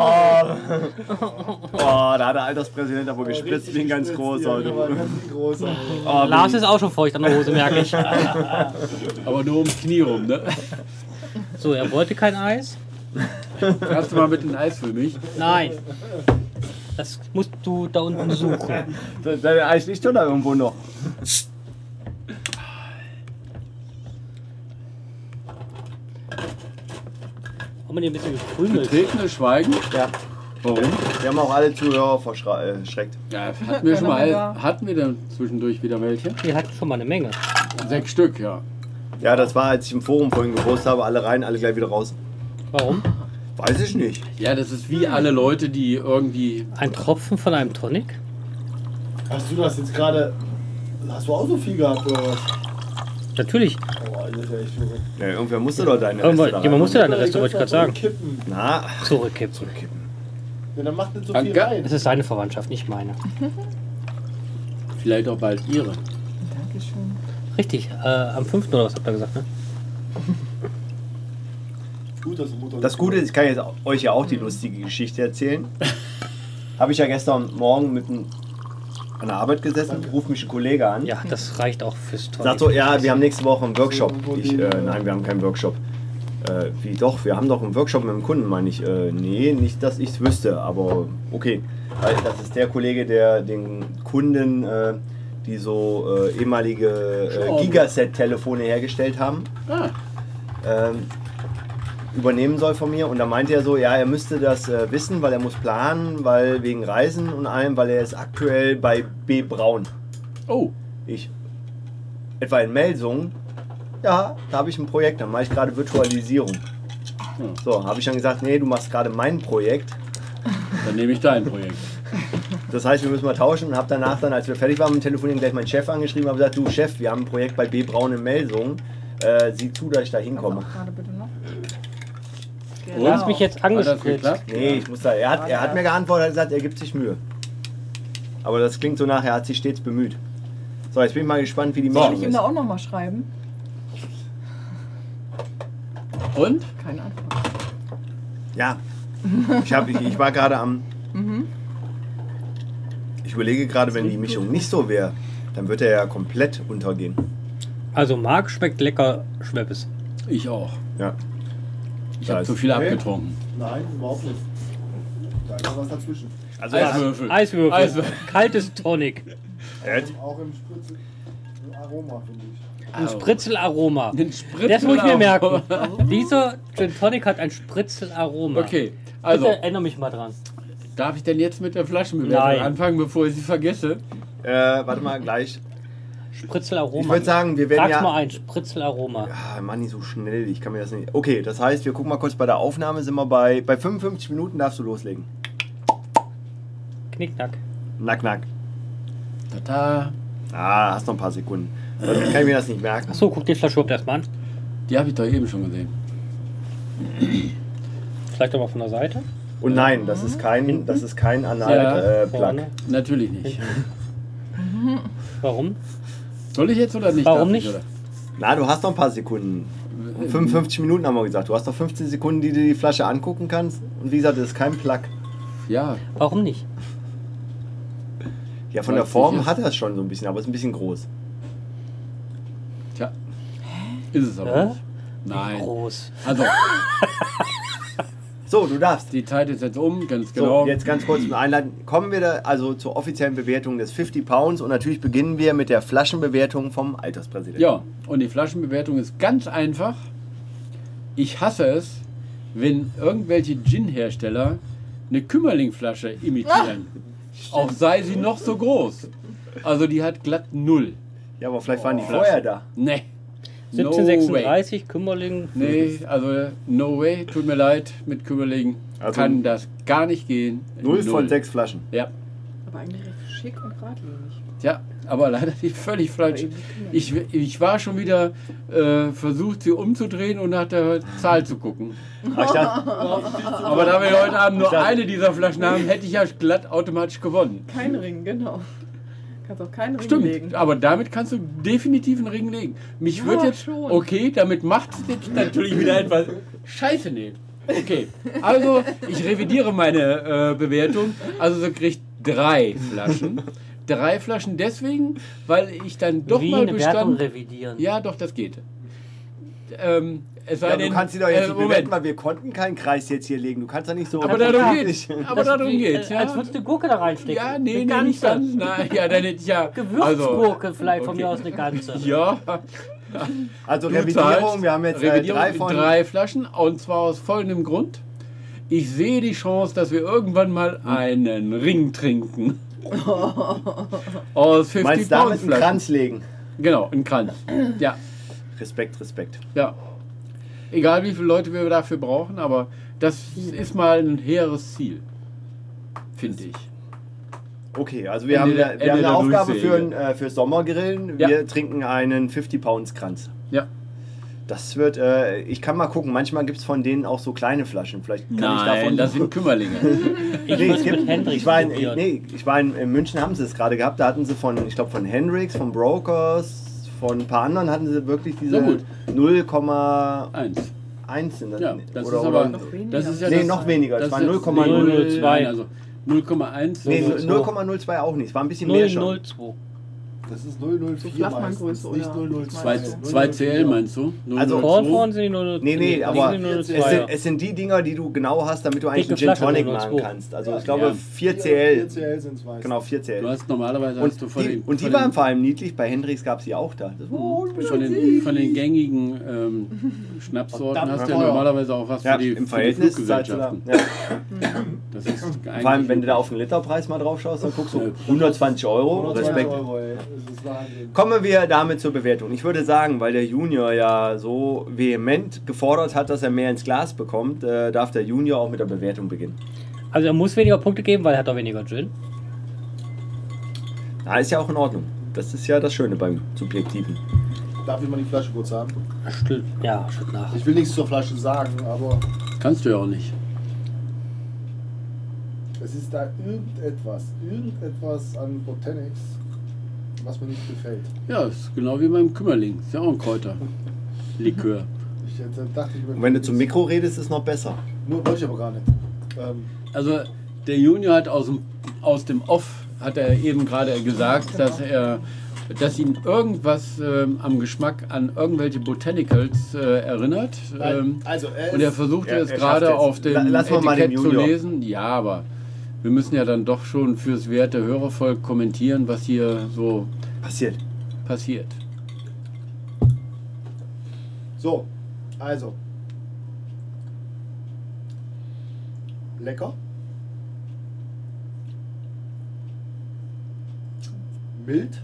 von Augen. Oh, da hat der Alterspräsident aber Oh, gespritzt Richtig wie ein ganz gespritzt, groß ja, genau, heute. ganz groß, Alter. Oh, Lars ist auch schon feucht an der Hose, merke ich. Aber nur ums Knie rum, ne? So, er wollte kein Eis. Kannst du mal mit dem Eis für mich? Nein. Das musst du da unten suchen. Dein Eis liegt schon da irgendwo noch. Haben wir dir ein bisschen gekrümelt? Betretenes Schweigen. Ja. Warum? Wir haben auch alle Zuhörer äh, verschreckt. Ja, hatten wir schon mal. Hatten wir dann zwischendurch wieder welche? Wir hatten schon mal eine Menge. Sechs Stück, ja. Ja, das war, als ich im Forum vorhin gepostet habe, alle rein, alle gleich wieder raus. Warum? Weiß ich nicht. Ja, das ist wie alle Leute, die irgendwie. Ein Tropfen von einem Tonic? Hast du das jetzt gerade. Hast du auch so viel gehabt oder was? Natürlich. Boah, das ist ja echt verrückt. Ja, irgendwer musste doch deine Irgendwo- Reste da jemand musste deine Ja, Reste, ihr wollte ich könnt gerade sagen. doch Kippen. Na, Zurückkippen. Ja, dann macht nicht so Danke. viel rein. Es ist seine Verwandtschaft, nicht meine. Vielleicht auch bald ihre. Dankeschön. Richtig, äh, am 5. oder was habt ihr gesagt, ne? Gut, dass du Mutter das Gute ist, ich kann jetzt euch ja auch die lustige Geschichte erzählen. Habe ich ja gestern Morgen mit dem- an der Arbeit gesessen, ruft mich ein Kollege an. Ja, das reicht auch fürs Tonic. Sagt so, ja, wir haben nächste Woche einen Workshop. Ich, äh, nein, wir haben keinen Workshop. Äh, wie doch, wir haben doch einen Workshop mit dem Kunden, meine ich. Äh, nee, nicht, dass ich es wüsste, aber okay. Weil das ist der Kollege, der den Kunden, äh, die so äh, ehemalige äh, Gigaset-Telefone hergestellt haben, Ah, ähm, übernehmen soll von mir. Und da meinte er so, ja, er müsste das äh, wissen, weil er muss planen, weil wegen Reisen und allem, weil er ist aktuell bei B. Braun. oh. Ich. Etwa in Melsungen. Ja, da habe ich ein Projekt, dann mache ich gerade Virtualisierung. So, habe ich dann gesagt, nee, du machst gerade mein Projekt. Dann nehme ich dein Projekt. Das heißt, wir müssen mal tauschen und habe danach dann, als wir fertig waren mit Telefonieren, gleich meinen Chef angeschrieben und gesagt, du Chef, wir haben ein Projekt bei B. Braun in Melsungen. Äh, sieh zu, dass ich da hinkomme. Gerade bitte noch. Oh. Du hast mich jetzt Hat das angespritzt. geklappt? Nee, ich muss da. Er hat, er hat mir geantwortet, er hat gesagt, er gibt sich Mühe. Aber das klingt so nach, er hat sich stets bemüht. So, jetzt bin ich mal gespannt, wie die Soll ich Mischung ihm ist. da auch nochmal schreiben? Und? Keine Antwort. Ja, ich, hab, ich, ich war gerade am. Ich überlege gerade, wenn die Mischung nicht so wäre, dann wird er ja komplett untergehen. Also, Marc schmeckt lecker Schweppes. Ich auch. Ja. Ich Da habe ist- zu viel Okay. abgetrunken. Nein, überhaupt nicht. Da ist noch was dazwischen. Also, er, Eiswürfel. Eiswürfel. Eiswürfel. Kaltes Tonic. er, Also Auch im Spritze. im Aroma, finde ich. Ein Spritzelaroma. Den Spritzel Das muss ich mir auch. merken. Dieser Gin Tonic hat ein Spritzelaroma. Okay, Also. also Bitte erinnere mich mal dran. Darf ich denn jetzt mit der Flaschenbewertung Nein. anfangen, bevor ich sie vergesse? Äh, warte mal, gleich. Ich Spritzelaroma. würde sagen, wir werden Oh Trag's mal ja. ein, Spritzelaroma. Ah, Mann, nicht so schnell, ich kann mir das nicht. Okay, das heißt, wir gucken mal kurz bei der Aufnahme, sind wir bei, bei 55 Minuten, darfst du loslegen. Knickknack. Nack, nack. Tada! Ah, hast noch ein paar Sekunden. Also, kann ich mir das nicht merken. Achso, guck die Flasche überhaupt erstmal an. Die habe ich doch eben schon gesehen. Vielleicht aber von der Seite. Und nein, das ist kein, das ist kein Anal-Plug. Vorne. Natürlich nicht. Warum? Soll ich jetzt oder nicht? Warum Darf nicht? Ich, oder? Na, du hast noch ein paar Sekunden. 55 Minuten haben wir gesagt. Du hast noch 15 Sekunden, die du die Flasche angucken kannst. Und wie gesagt, das ist kein Plug. Ja, Warum nicht? Ja, von der Weiß Form nicht, hat er es schon so ein bisschen, aber ist ein bisschen groß. tja. Ist es aber Hä? nicht. Nein. Groß. Also, So, du darfst. die Zeit ist jetzt um, ganz So, genau. jetzt ganz kurz zum Einleiten. Kommen wir da also zur offiziellen Bewertung des 50 Pounds und natürlich beginnen wir mit der Flaschenbewertung vom Alterspräsidenten. Ja, und die Flaschenbewertung ist ganz einfach. Ich hasse es, wenn irgendwelche Gin-Hersteller eine Kümmerlingflasche imitieren. Auch sei sie noch so groß. Also die hat glatt null. Ja, aber vielleicht waren die Flaschen. vorher da. Nee. No way. 1736, Kümmerling. Nee, also no way, tut mir leid, mit Kümmerlingen Also- kann das gar nicht gehen. Null von sechs Flaschen. Ja, Aber eigentlich recht schick und geradlinig. tja, aber leider nicht völlig falsch. Ich, ich war schon wieder äh, versucht, sie umzudrehen und nach der Zahl zu gucken. Aber ich dachte, Aber da wir heute Abend nur Ich dachte- eine dieser Flaschen haben, hätte ich ja glatt automatisch gewonnen. Kein Ring, genau. Kannst auch keinen Ring legen. Stimmt, aber damit kannst du definitiv einen Ring legen. Mich Ja, würde jetzt, schon. okay, damit macht es jetzt natürlich wieder etwas Scheiße nehmen. Okay, also ich revidiere meine äh, Bewertung. Also sie kriegt drei Flaschen. Drei Flaschen deswegen, weil ich dann doch Wie mal eine Wertung bestand. revidieren. Ja, doch, das geht. Ähm, es sei ja, du denn, kannst sie doch jetzt äh, nicht Moment. bewerten, weil wir konnten keinen Kreis jetzt hier legen. Du kannst doch nicht so. Aber da darum geht's. Aber Das ist darum wie, geht's. äh, Ja. Als würdest du eine Gurke da reinstecken. Ja, nee, Eine nee, nicht ganze. ganz. Nein, ja, dann hätte ich ja. Gewürzgurke vielleicht von okay. mir aus eine ganze. Ja, Also du Revidierung, zahlst. wir haben jetzt äh, Revidierung, drei von. drei Flaschen und zwar aus folgendem Grund. Ich sehe die Chance, dass wir irgendwann mal einen Ring trinken. Aus 50 Meinst du damit Pounds einen Flaschen. Kranz legen? Genau, einen Kranz. Ja, Respekt, Respekt. ja. Egal wie viele Leute wir dafür brauchen, aber das ist mal ein hehres Ziel. Finde ich. Okay, also wir Ende haben, der- eine- Ende wir haben eine der Aufgabe für, Durchserie. ein, äh, fürs Sommergrillen. Ja. Wir trinken einen 50-Pounds-Kranz. Ja. Das wird, äh, ich kann mal gucken, manchmal gibt es von denen auch so kleine Flaschen. Vielleicht kann ich Nein, davon. das sind Kümmerlinge. Ich Nee, es würde gibt, mit Hendrix ich war in, probieren. nee, ich war in, in München, haben sie es gerade gehabt. Da hatten sie von, ich glaube, von Hendrix, von Brokers, von ein paar anderen hatten sie wirklich diese Na gut. 0,1. Eins. sind das, Ja, das oder, ist aber. oder, Das ist ja Nee, das, noch weniger. Es das war ist- 0,002. Nein, Also 0,1. nee, sondern- 0,02 auch nicht. Es war ein bisschen mehr schon. 002. Das ist 004 So Flachmanngröße, meistens, nicht oder? 002. Zwei- Also, 2 CL meinst du? Also- Kornfrauen sind die 002. Nee, nee, aber es die sind, 002er. es sind die Dinger, die du genau hast, damit du eigentlich Dicke einen Gin Flasche, Tonic 002. machen kannst. Also Ja, ich glaube ja. 4 CL. 4 CL sind es meistens. Genau, 4 CL. Du hast normalerweise hast und, du von die, den, und von die waren vor allem niedlich, bei Hendrix gab es die auch da. Das war- den, von den, von den gängigen ähm, Schnapssorten Verdammt hast du ja teuer. normalerweise auch was ja, für die, im für die Verhältnis zahlst du da. Fluggesellschaften. Ja. Das ist Vor allem, wenn du da auf den Literpreis mal drauf schaust, dann guckst du 120 Euro. 120 Respekt. Euro, ey. Das ist Wahnsinn. Kommen wir damit zur Bewertung. Ich würde sagen, weil der Junior ja so vehement gefordert hat, dass er mehr ins Glas bekommt, äh, darf der Junior auch mit der Bewertung beginnen. Also er muss weniger Punkte geben, weil er hat auch weniger Gin. Na, ist ja auch in Ordnung. Das ist ja das Schöne beim Subjektiven. Darf ich mal die Flasche kurz haben? Still. Ja, schütt nach. Ich will nichts zur Flasche sagen, aber Kannst du ja auch nicht. es ist da irgendetwas, irgendetwas an Botanics, was mir nicht gefällt. Ja, ist genau wie beim Kümmerling. Ist ja auch ein Kräuterlikör. Ich hätte- dachte, ich Und wenn du zum Mikro redest, ist es noch besser. Nur wollte ich aber gar nicht. Ähm, Also der Junior hat aus dem, aus dem Off hat er eben gerade gesagt, dass er dass ihn irgendwas ähm, am Geschmack an irgendwelche Botanicals äh, erinnert. Ähm, nein, also, er und er ist- versuchte er- es er gerade schafft es. auf dem La- lass mal Etikett mal den zu Junior. lesen. Ja, aber wir müssen ja dann doch schon fürs werte Hörervolk kommentieren, was hier so Passiert. passiert. So, also. Lecker. mild.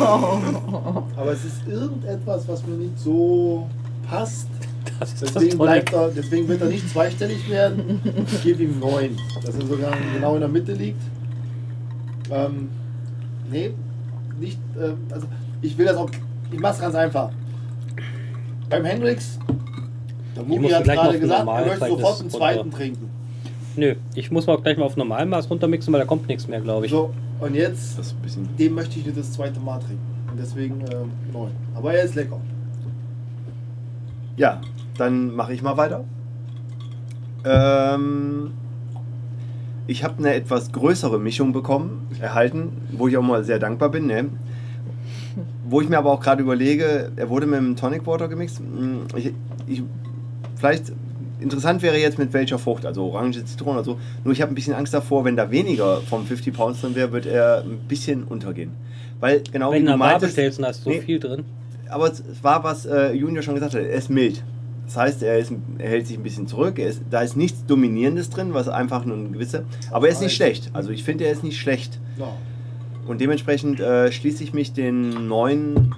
Aber es ist irgendetwas, was mir nicht so passt. Das ist das Deswegen, Tolle. bleibt er, deswegen wird er nicht zweistellig werden. Ich gebe ihm 9, dass er sogar genau in der Mitte liegt. Ähm, nee, nicht. ähm, also ich will das auch. Ich mach's ganz einfach. Beim Hendrix, der Mugi muss hat gleich mal auf gerade den gesagt, er normalen möchte Verhältnis sofort einen zweiten runter. trinken. Nö, ich muss mal gleich mal auf Normalmaß runtermixen, weil da kommt nichts mehr, glaube ich. So, und jetzt, Das ist ein bisschen. dem möchte ich nicht das zweite Mal trinken. Und deswegen ähm, 9. Aber er ist lecker. Ja, dann mache ich mal weiter. Ähm, ich habe eine etwas größere Mischung bekommen, erhalten, wo ich auch mal sehr dankbar bin. Ne? Wo ich mir aber auch gerade überlege, er wurde mit dem Tonic Water gemixt. Hm, Ich, ich, vielleicht interessant wäre jetzt mit welcher Frucht, also Orange, Zitrone oder so. Nur ich habe ein bisschen Angst davor, wenn da weniger vom 50 Pounds drin wäre, wird er ein bisschen untergehen. Weil genau wie Wenn du du eine Bar meintest, bestellst und hast so Nee. viel drin. aber es war, was äh, Junior schon gesagt hat, er ist mild. Das heißt, er, ist, er hält sich ein bisschen zurück, er ist, da ist nichts Dominierendes drin, was einfach nur ein gewisse. Aber er ist nicht schlecht. Also ich finde, er ist nicht schlecht. Ja. Und dementsprechend äh, schließe ich mich den neuen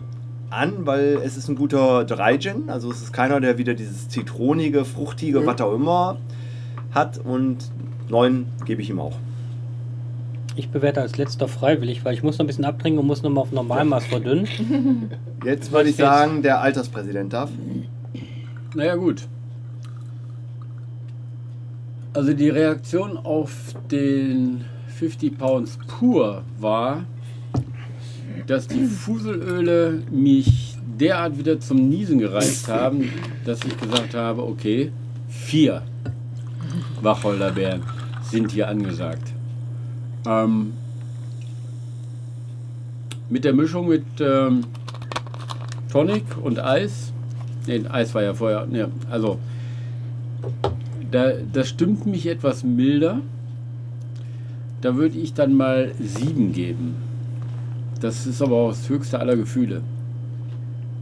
an, weil es ist ein guter Dry-Gin. Also es ist keiner, der wieder dieses zitronige, fruchtige, Mhm. was auch immer hat. Und neun gebe ich ihm auch. Ich bewerte als letzter freiwillig, weil ich muss noch ein bisschen abtrinken und muss nochmal auf Normalmaß verdünnen. Jetzt würde ich Jetzt. sagen, der Alterspräsident darf. Naja, gut. Also die Reaktion auf den 50 Pounds pur war, dass die Fuselöle mich derart wieder zum Niesen gereizt haben, dass ich gesagt habe, okay, vier Wacholderbeeren sind hier angesagt. Ähm, mit der Mischung mit ähm, Tonic und Eis. Nee, Eis war ja vorher. Nee, also, da, das stimmt mich etwas milder. Da würde ich dann mal 7 geben. Das ist aber auch das höchste aller Gefühle.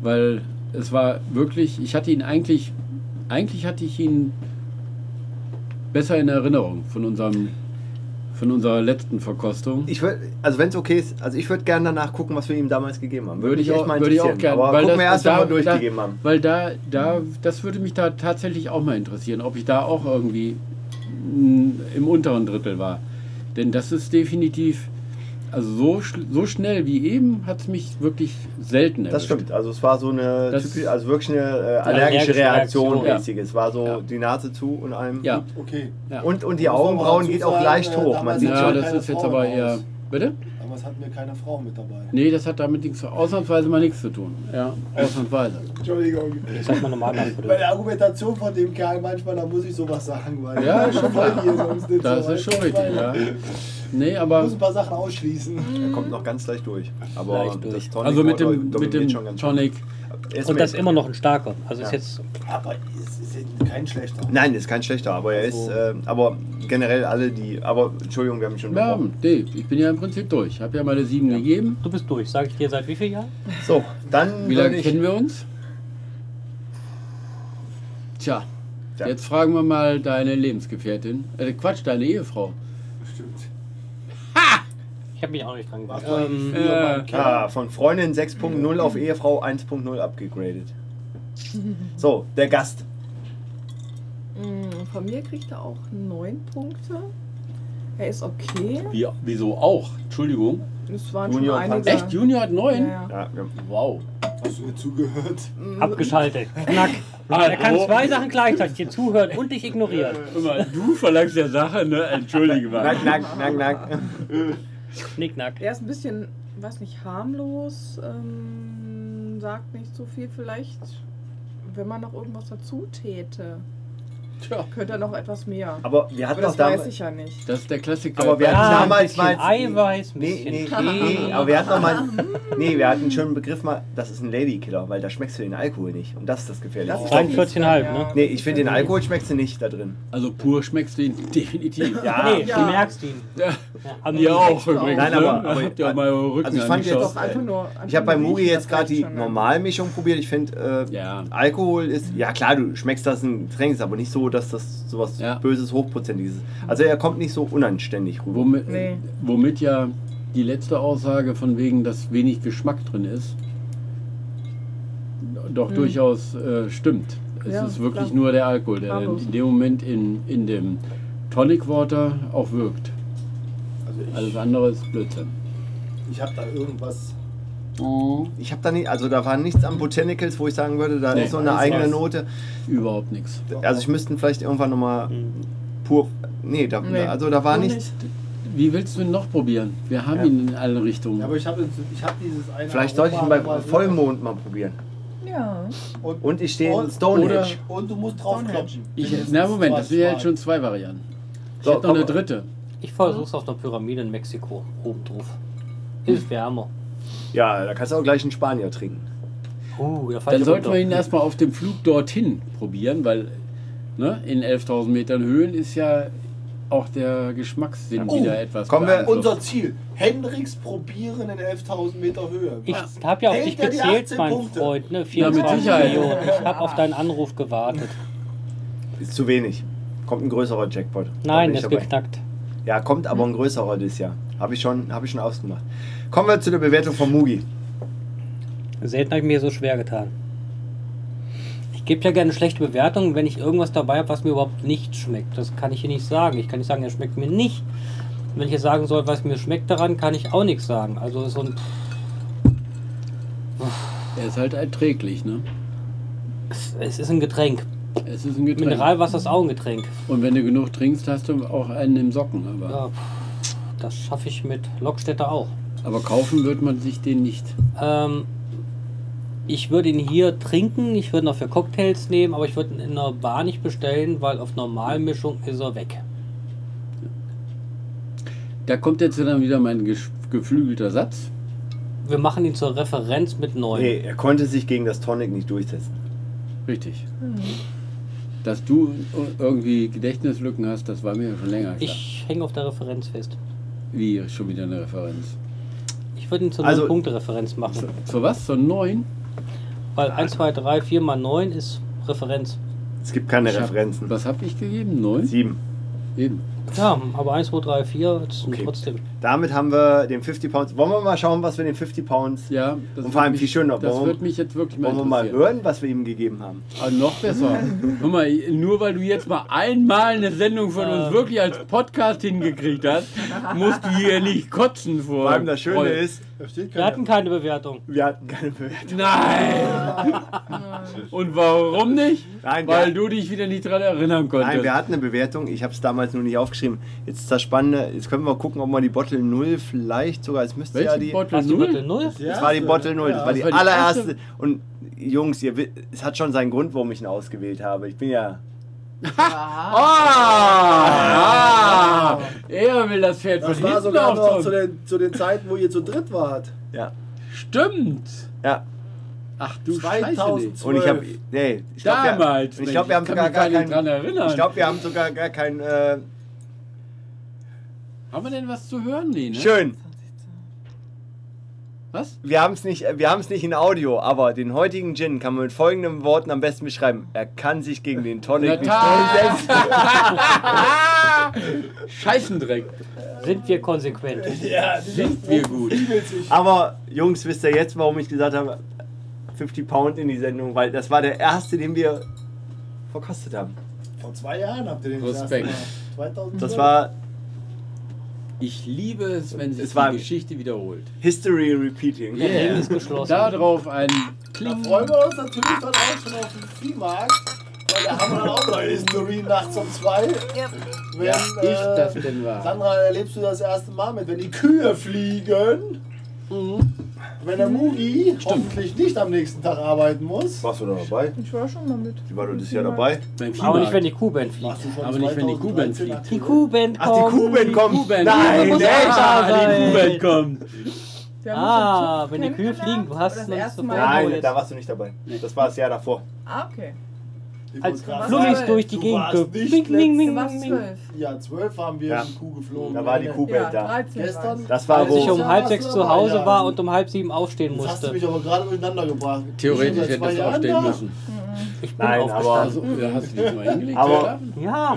Weil es war wirklich, ich hatte ihn eigentlich, eigentlich hatte ich ihn besser in Erinnerung von unserem, von unserer letzten Verkostung. Ich würde, also wenn es okay ist, also ich würde gerne danach gucken, was wir ihm damals gegeben haben. Würde ich mich auch, würde ich auch interessieren. gerne. Aber weil gucken wir erst, das, wenn wir da, durchgegeben da, haben. Weil da, da, das würde mich da tatsächlich auch mal interessieren, ob ich da auch irgendwie mm, im unteren Drittel war. Denn das ist definitiv, also so, schl- so schnell wie eben hat es mich wirklich selten erwischt. Das stimmt. Also es war so eine Das- typische, also wirklich eine äh, allergische allergische Reaktion, Reaktion, ja. mäßig. Es war so Ja. die Nase zu und einem. Ja, Okay. ja. Und, und die Muss man mal Augenbrauen dazu geht auch sagen, leicht äh, hoch. Man damals sieht hat ja, schon. keine das ist jetzt Frau aber im eher. Haus. Bitte? Aber es hat mir keine Frau mit dabei. Nee, das hat damit nichts, ausnahmsweise mal nichts zu tun. Ja, ausnahmsweise. Entschuldigung. Ich sag mal Normalmaß Bei verdünnen. der Argumentation von dem Kerl manchmal, da muss ich sowas sagen, weil Ja, ich ist schon folge ihr sonst nicht Das so, ist schon weißt du, richtig, weil ja. Nee, Ich aber muss ein paar Sachen ausschließen. Er kommt noch ganz leicht durch. Aber Leicht durch. das Tonic also mit Water dem, mit dominiert dem schon ganz Tonic, Er ist Und das mild. immer noch ein starker. Also ist Ja. jetzt Aber es ist eben kein schlechter. Nein, ist kein schlechter, aber er ist, Also- äh, aber generell alle die, aber Entschuldigung, wir haben schon ja, unterbrochen. nee, ich bin ja im Prinzip durch. Ich habe ja meine 7 gegeben. Du bist durch, sage ich dir seit wie vielen Jahren? So, dann Wie würde lange ich, kennen wir uns? Tja, Tja. jetzt fragen wir mal deine Lebensgefährtin. Äh, Quatsch, deine Ehefrau. Stimmt. Ich habe mich auch nicht dran Warst gemacht. du eigentlich Ähm, äh, früher mal ein Kerl? Ah, von Freundin 6.0 auf Ehefrau 1.0 abgegradet. So, der Gast. Mm, Von mir kriegt er auch neun Punkte. Er ist okay. Wie, wieso auch? Entschuldigung. Es waren Junior schon und einige. Echt, Junior hat Ja, neun? ja. Ja, wir- Wow. Hast du mir zugehört? abgeschaltet. Knack. Er kann Hallo. zwei Sachen gleichzeitig dir zuhören und dich ignorieren. Immer, du verlangst der Sache, ne? Entschuldige mal. Knack, knack, knack, knack. Knickknack. Er ist ein bisschen, weiß nicht, harmlos, ähm, sagt nicht so viel. Vielleicht, wenn man noch irgendwas dazu täte, Tja, könnte er noch etwas mehr. Aber wir Aber hatten das doch weiß damals. ich ja nicht. das ist der Klassiker. Aber wir hatten Ah, ein damals mal. bisschen Eiweiß, ein nee, nee, bisschen nee, Tee. aber wir hatten noch mal. Nee, wir hatten einen schönen Begriff mal. Das ist ein Ladykiller, weil da schmeckst du den Alkohol nicht. Und das ist das Gefährliche. Das ist Rein doch 14,5, fies, ne? ja. nee, ich finde, den Alkohol schmeckst du nicht da drin. also pur schmeckst du ihn definitiv. Ja. Nee, Ja. du merkst ihn. Ja. Ja, aber Ihr auch übrigens. Nein, ne? aber- aber- habt ihr auch mal eure Rücken Also ich fand jetzt angeschaut. Doch, einfach nur, einfach Ich habe bei nur Mugi riechen, jetzt das gerade reicht die schon, ne? Normalmischung probiert. Ich finde, äh, Ja. Alkohol ist. Ja, klar, du schmeckst das in Getränk, ist aber nicht so so, dass das sowas Ja. Böses, Hochprozentiges ist. Also er kommt nicht so unanständig rüber. Womit, Nee. womit ja die letzte Aussage von wegen, dass wenig Geschmack drin ist, doch durchaus äh, stimmt. Es Hm. Ja, ist wirklich klar. nur der Alkohol, der Harmlos. in dem Moment in, in dem Tonic Water auch wirkt. Also Alles ich, andere ist Blödsinn. ich habe da irgendwas. Ich habe da nicht, also da war nichts an Botanicals, wo ich sagen würde, da Nee, ist so eine alles eigene raus. Note. Überhaupt nichts. Also ich müssten vielleicht irgendwann nochmal pur. Nee, da, Nee. also da war So nichts. Wie willst du ihn noch probieren? Wir haben Ja. ihn in alle Richtungen. Ja, aber ich habe ich hab dieses eine. Vielleicht sollte ich ihn bei Aroma- Vollmond mal probieren. Ja. Und, Und ich stehe in Und- Stonehenge. oder- und du musst draufklopfen. Ich, Mindestens na Moment, zwei das sind ja jetzt Fragen. schon zwei Varianten. Ich So, hätte noch eine komm. dritte. Ich versuch's auf einer Pyramide in Mexiko, oben drauf. Ist wärmer. Ja, da kannst du auch gleich einen Spanier trinken. Uh, da fall Dann ich sollten runter. wir ihn erstmal auf dem Flug dorthin probieren, weil ne, in 11.000 Metern Höhen ist ja auch der Geschmackssinn Oh, wieder etwas kommen wir- beeinflusst. Unser Ziel: Hendricks probieren in 11.000 Meter Höhe. Ich Was? habe ja auf Hält dich er die gezählt, 18 mein Punkte? Freund, ne? Ja, mit 24 Sicherheit. Millionen. Ich habe auf deinen Anruf gewartet. Ist zu wenig. Kommt ein größerer Jackpot. Da Nein, bin ich ist dabei. geknackt. Ja, kommt aber ein größerer dieses Jahr. Habe ich, schon- hab ich schon ausgemacht. Kommen wir zu der Bewertung von Mugi. Selten habe ich mir so schwer getan. Ich gebe ja gerne schlechte Bewertungen, wenn ich irgendwas dabei habe, was mir überhaupt nicht schmeckt. Das kann ich hier nicht sagen. Ich kann nicht sagen, er schmeckt mir nicht. Wenn ich jetzt sagen soll, was mir schmeckt daran, kann ich auch nichts sagen. Also so ein Er ist halt erträglich, ne? Es ist ein Getränk. Es ist ein Getränk. Mineralwasser ist auch ein Getränk. Und wenn du genug trinkst, hast du auch einen im Socken. Aber, Ja, pff, das schaffe ich mit Lokstädter auch. aber kaufen wird man sich den nicht. Ähm, ich würde ihn hier trinken, ich würde ihn auch für Cocktails nehmen, aber ich würde ihn in einer Bar nicht bestellen, weil auf Normalmischung ist er weg. Da kommt jetzt dann wieder mein gesch- geflügelter Satz. Wir machen ihn zur Referenz mit 9. Nee, er konnte sich gegen das Tonic nicht durchsetzen. Richtig. Hm. Dass du irgendwie Gedächtnislücken hast, das war mir schon länger klar. Ich hänge auf der Referenz fest. Wie schon wieder eine Referenz. Ich würde ihn zur Also- 9-Punkte-Referenz machen, Zu, zu was? Zur 9? weil 1, 2, 3, 4 mal 9 ist Referenz. Es gibt keine Referenzen. Was habe ich gegeben? 9? Sieben. Eben. Ja, aber 1, 2, 3, 4 ist Okay. trotzdem. Damit haben wir den 50 Pounds. Wollen wir mal schauen, was wir den 50 Pounds. Ja, das Und vor allem wird viel mich- schöner. Das Warum- wird mich jetzt wirklich mal Wollen wir mal interessieren. hören, was wir ihm gegeben haben? Ah, noch besser. Guck mal, nur weil du jetzt mal einmal eine Sendung von uns wirklich als Podcast hingekriegt hast, musst du hier nicht kotzen vor. Vor allem das Schöne Freude. ist, Da steht Wir hatten keine keiner. Bewertung. wir hatten keine Bewertung. Nein! Und warum nicht? Nein, wir- weil du dich wieder nicht dran erinnern konntest. Nein, wir hatten eine Bewertung. Ich habe es damals nur nicht aufgeschrieben. Jetzt ist das Spannende. Jetzt können wir mal gucken, ob wir die Bottle 0 vielleicht sogar. Es müsste Welche ja die. Bottle Hast du Null? Bottle 0? Das war die Bottle 0, das war die das war die allererste. Und Jungs, ihr, wi- es hat schon seinen Grund, warum ich ihn ausgewählt habe. Ich bin ja. Ah, ah, er will das Pferd von Das war hinten sogar noch zu aufzäumen. den, zu den Zeiten, wo ihr zu dritt wart. Ja. Stimmt. ja. Ach du 2000. Scheiße. Und ich habe. Zwölf. Nee, ich glaub, wir- Damals. und Ich glaube, wir haben Mensch, ich sogar kann gar mich gar nicht keinen. dran erinnern. Ich glaube, wir haben sogar gar keinen. Äh, Haben wir denn was zu hören, Lene? schön. Was? Wir haben es nicht, äh, wir haben's nicht in Audio, aber den heutigen Gin kann man mit folgenden Worten am besten beschreiben. Er kann sich gegen den Tonic nicht Natal. durchsetzen. Scheißendreck. Sind wir konsequent? Sind wir gut. Aber Jungs, wisst ihr jetzt, warum ich gesagt habe, 50 Pound in die Sendung, weil das war der erste, den wir verkostet haben. Vor zwei Jahren habt ihr den das Respekt. erste Mal. 2012. Das war Ich liebe es, wenn sich Es war- die Geschichte wiederholt. History Repeating. Der Ring ist geschlossen. Darauf ein Da Kling. freuen wir uns natürlich dann auch schon auf den Viehmarkt. Weil da haben wir dann auch noch History nachts um zwei. Wenn, Ja, äh, ich das denn war. Sandra, erlebst du das erste Mal mit, wenn die Kühe fliegen? Mhm. Wenn der Mugi hoffentlich nicht am nächsten Tag arbeiten muss. Warst du da dabei? Ich war schon mal mit. Die war doch dieses dieses Jahr Jahr dabei. dabei. Beim Aber nicht, wenn Viehmarkt. die Kuhband fliegt. du schon Aber nicht, wenn die Kuh Band 2013 Die Aktion? Kuhband Ach, die kommt. Kuhband kommt. Kuhband. Nein, muss nee. auch da Ah, sein. die Kuhband kommt. Wir Ah, uns im Zug wenn die Kühe kennengelernt, fliegen, du hast das noch nicht erste so Mal. viel. Nein, da warst du nicht dabei. Das war das Jahr davor. Ah, okay. als wollte gerade Flummis sagen, durch die du Gegend warst ge... nicht Bing, bing, Du bing, warst bing, bing. zwölf. Ja, 12 haben wir Ja. in die Kuh geflogen. Da war die Nein, Kuh Ja, Welt da. 13 Gestern? war's. Das war Als wo- ich um Ja, halb sechs das zu Hause ja. war und um halb sieben aufstehen Das hast du musste. mich aber gerade durcheinander gebracht. Theoretisch Ich bin hätte seit es zwei aufstehen Jahren da. müssen. Ich bin Nein, aufgestanden. Also, ja, hast du dich mal hingelegt? Aber- Alter? Ja, Ja,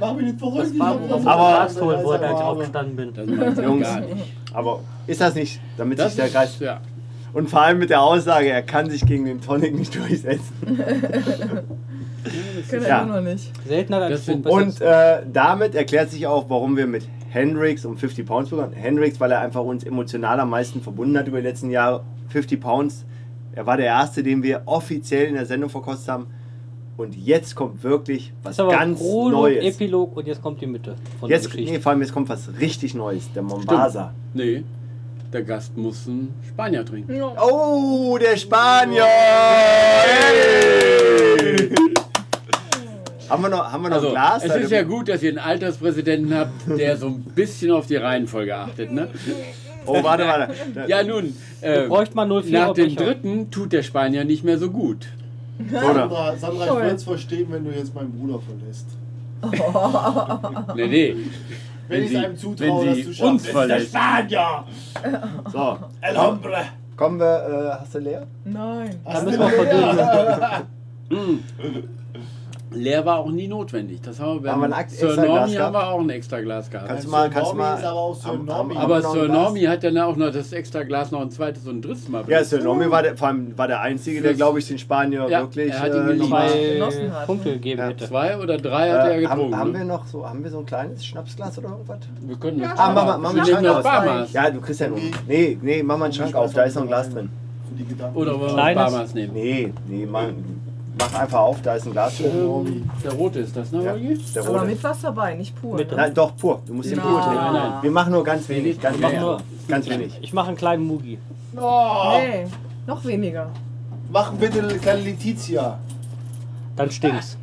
Mach mich nicht verrückt. das ich war, hab was das ich Aber- gesagt, abholen wollte, als ich aber- aufgestanden bin. Das meinst du Jungs. gar nicht. aber ist das nicht, damit Das sich der Kreis. ist, ja. Und vor allem mit der Aussage, er kann sich gegen den Tonic nicht durchsetzen. Können Ja. wir immer noch nicht. Seltener als Das sind- Fußball. Und äh, damit erklärt sich auch, warum wir mit Hendrix um 50 Pounds begonnen haben. Hendrix, weil er einfach uns emotional am meisten verbunden hat über die letzten Jahre. 50 Pounds, er war der Erste, den wir offiziell in der Sendung verkostet haben. Und jetzt kommt wirklich was Das ist aber ganz Prolog, Neues. Epilog und jetzt kommt die Mitte von der Jetzt, Geschichte. nee, vor allem jetzt kommt was richtig Neues, der Mombasa. Nee, der Gast muss einen Spanier trinken. Oh, der Spanier! Haben wir noch, haben wir noch Also, ein Glas? es Seid ist ihr- ja gut, dass ihr einen Alterspräsidenten habt, der so ein bisschen auf die Reihenfolge achtet. Ne? Oh, warte, warte. Ja, nun, äh, Bräuchte man 04 nach dem Becher. dritten tut der Spanier nicht mehr so gut. Oder? Sandra, Sandra ich Toll. würde es verstehen, wenn du jetzt meinen Bruder verlässt. Nee, nee. Wenn, ich Sie- es einem zutraue, wenn dass sie du uns schaffst. Es verlässt. ist der Spanier! So, El Hombre! kommen wir. Äh, hast du leer? Nein. Da müssen wir verdünnen. Leer war auch nie notwendig. Das haben wir Haben wir ein beim ex- Sir extra Glas Normi haben gehabt? wir auch ein extra Glas gehabt. Kannst du mal, Sir kannst du Normi mal. ist aber auch Sir am- am- Normi. am- Aber noch ein Sir Glas? Normi hat dann auch noch das extra Glas noch ein zweites und ein drittes Mal. Ja, benutzt. Sir Normi war der, vor allem war der Einzige, der, glaube ich, den Spanier Ja, wirklich. äh, er hat ihn geliebt. nochmal- Weil- Genossen Zwei hat. Punkte gegeben Ja. hätte. Zwei oder drei hat er äh, getrunken. haben, haben ne? wir noch so, haben wir so ein kleines Schnapsglas oder irgendwas? wir können das Ah, mach mal, mach mal wir einen nehmen Schrank das auf. Barmaß. Ja, du kriegst ja nur. Nee, nee, mach mal einen Schrank auf, da ist noch ein Glas drin. Für die Gedanken. Oder wollen wir Kleines- Barmaß nehmen? Nee, nee, mach, mach einfach auf, da ist ein Glas Sir drin. Normi. Der rote ist das, ne, Ja, Holgi? der Aber rote. mit was dabei, nicht pur. Mit- ne? Nein, doch, pur. Du musst den Nein. pur trinken. Nein, nein. Wir machen nur ganz wenig. Ganz, Wir machen nur- ganz wenig. Ich mache einen kleinen Mugi. Oh, Nee, noch weniger. Mach bitte eine kleine Letizia. Dann stinkt's.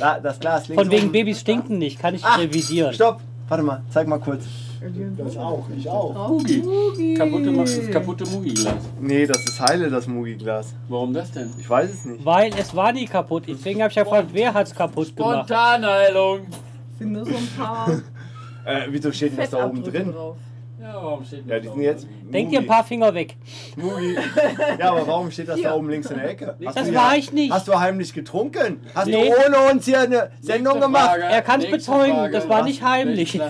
Da, das Glas links. Von wegen oben. Babys stinken nicht, kann ich Ah, revidieren. Stopp! Warte mal, zeig mal kurz. Das auch, ich auch. Mugi. Kaputte macht das kaputte Mugi-Glas. Nee, das ist heile, das Mugi-Glas. Warum das denn? Ich weiß es nicht. Weil es war nie kaputt. Deswegen habe ich ja gefragt, wer hat's kaputt gemacht? Spontanheilung. Sind nur so ein paar Äh, wieso steht denn das da oben Fettabdrücke drin? drauf. Ja, warum steht Ja, die sind jetzt. Denk dir ein paar Finger weg. Mugi. Ja, aber warum steht das da oben links in der Ecke? Hast Das du war hier- ich nicht. Hast du heimlich getrunken? Hast Nee. du ohne uns hier eine Sendung gemacht? Er kann's bezeugen, das war nicht heimlich.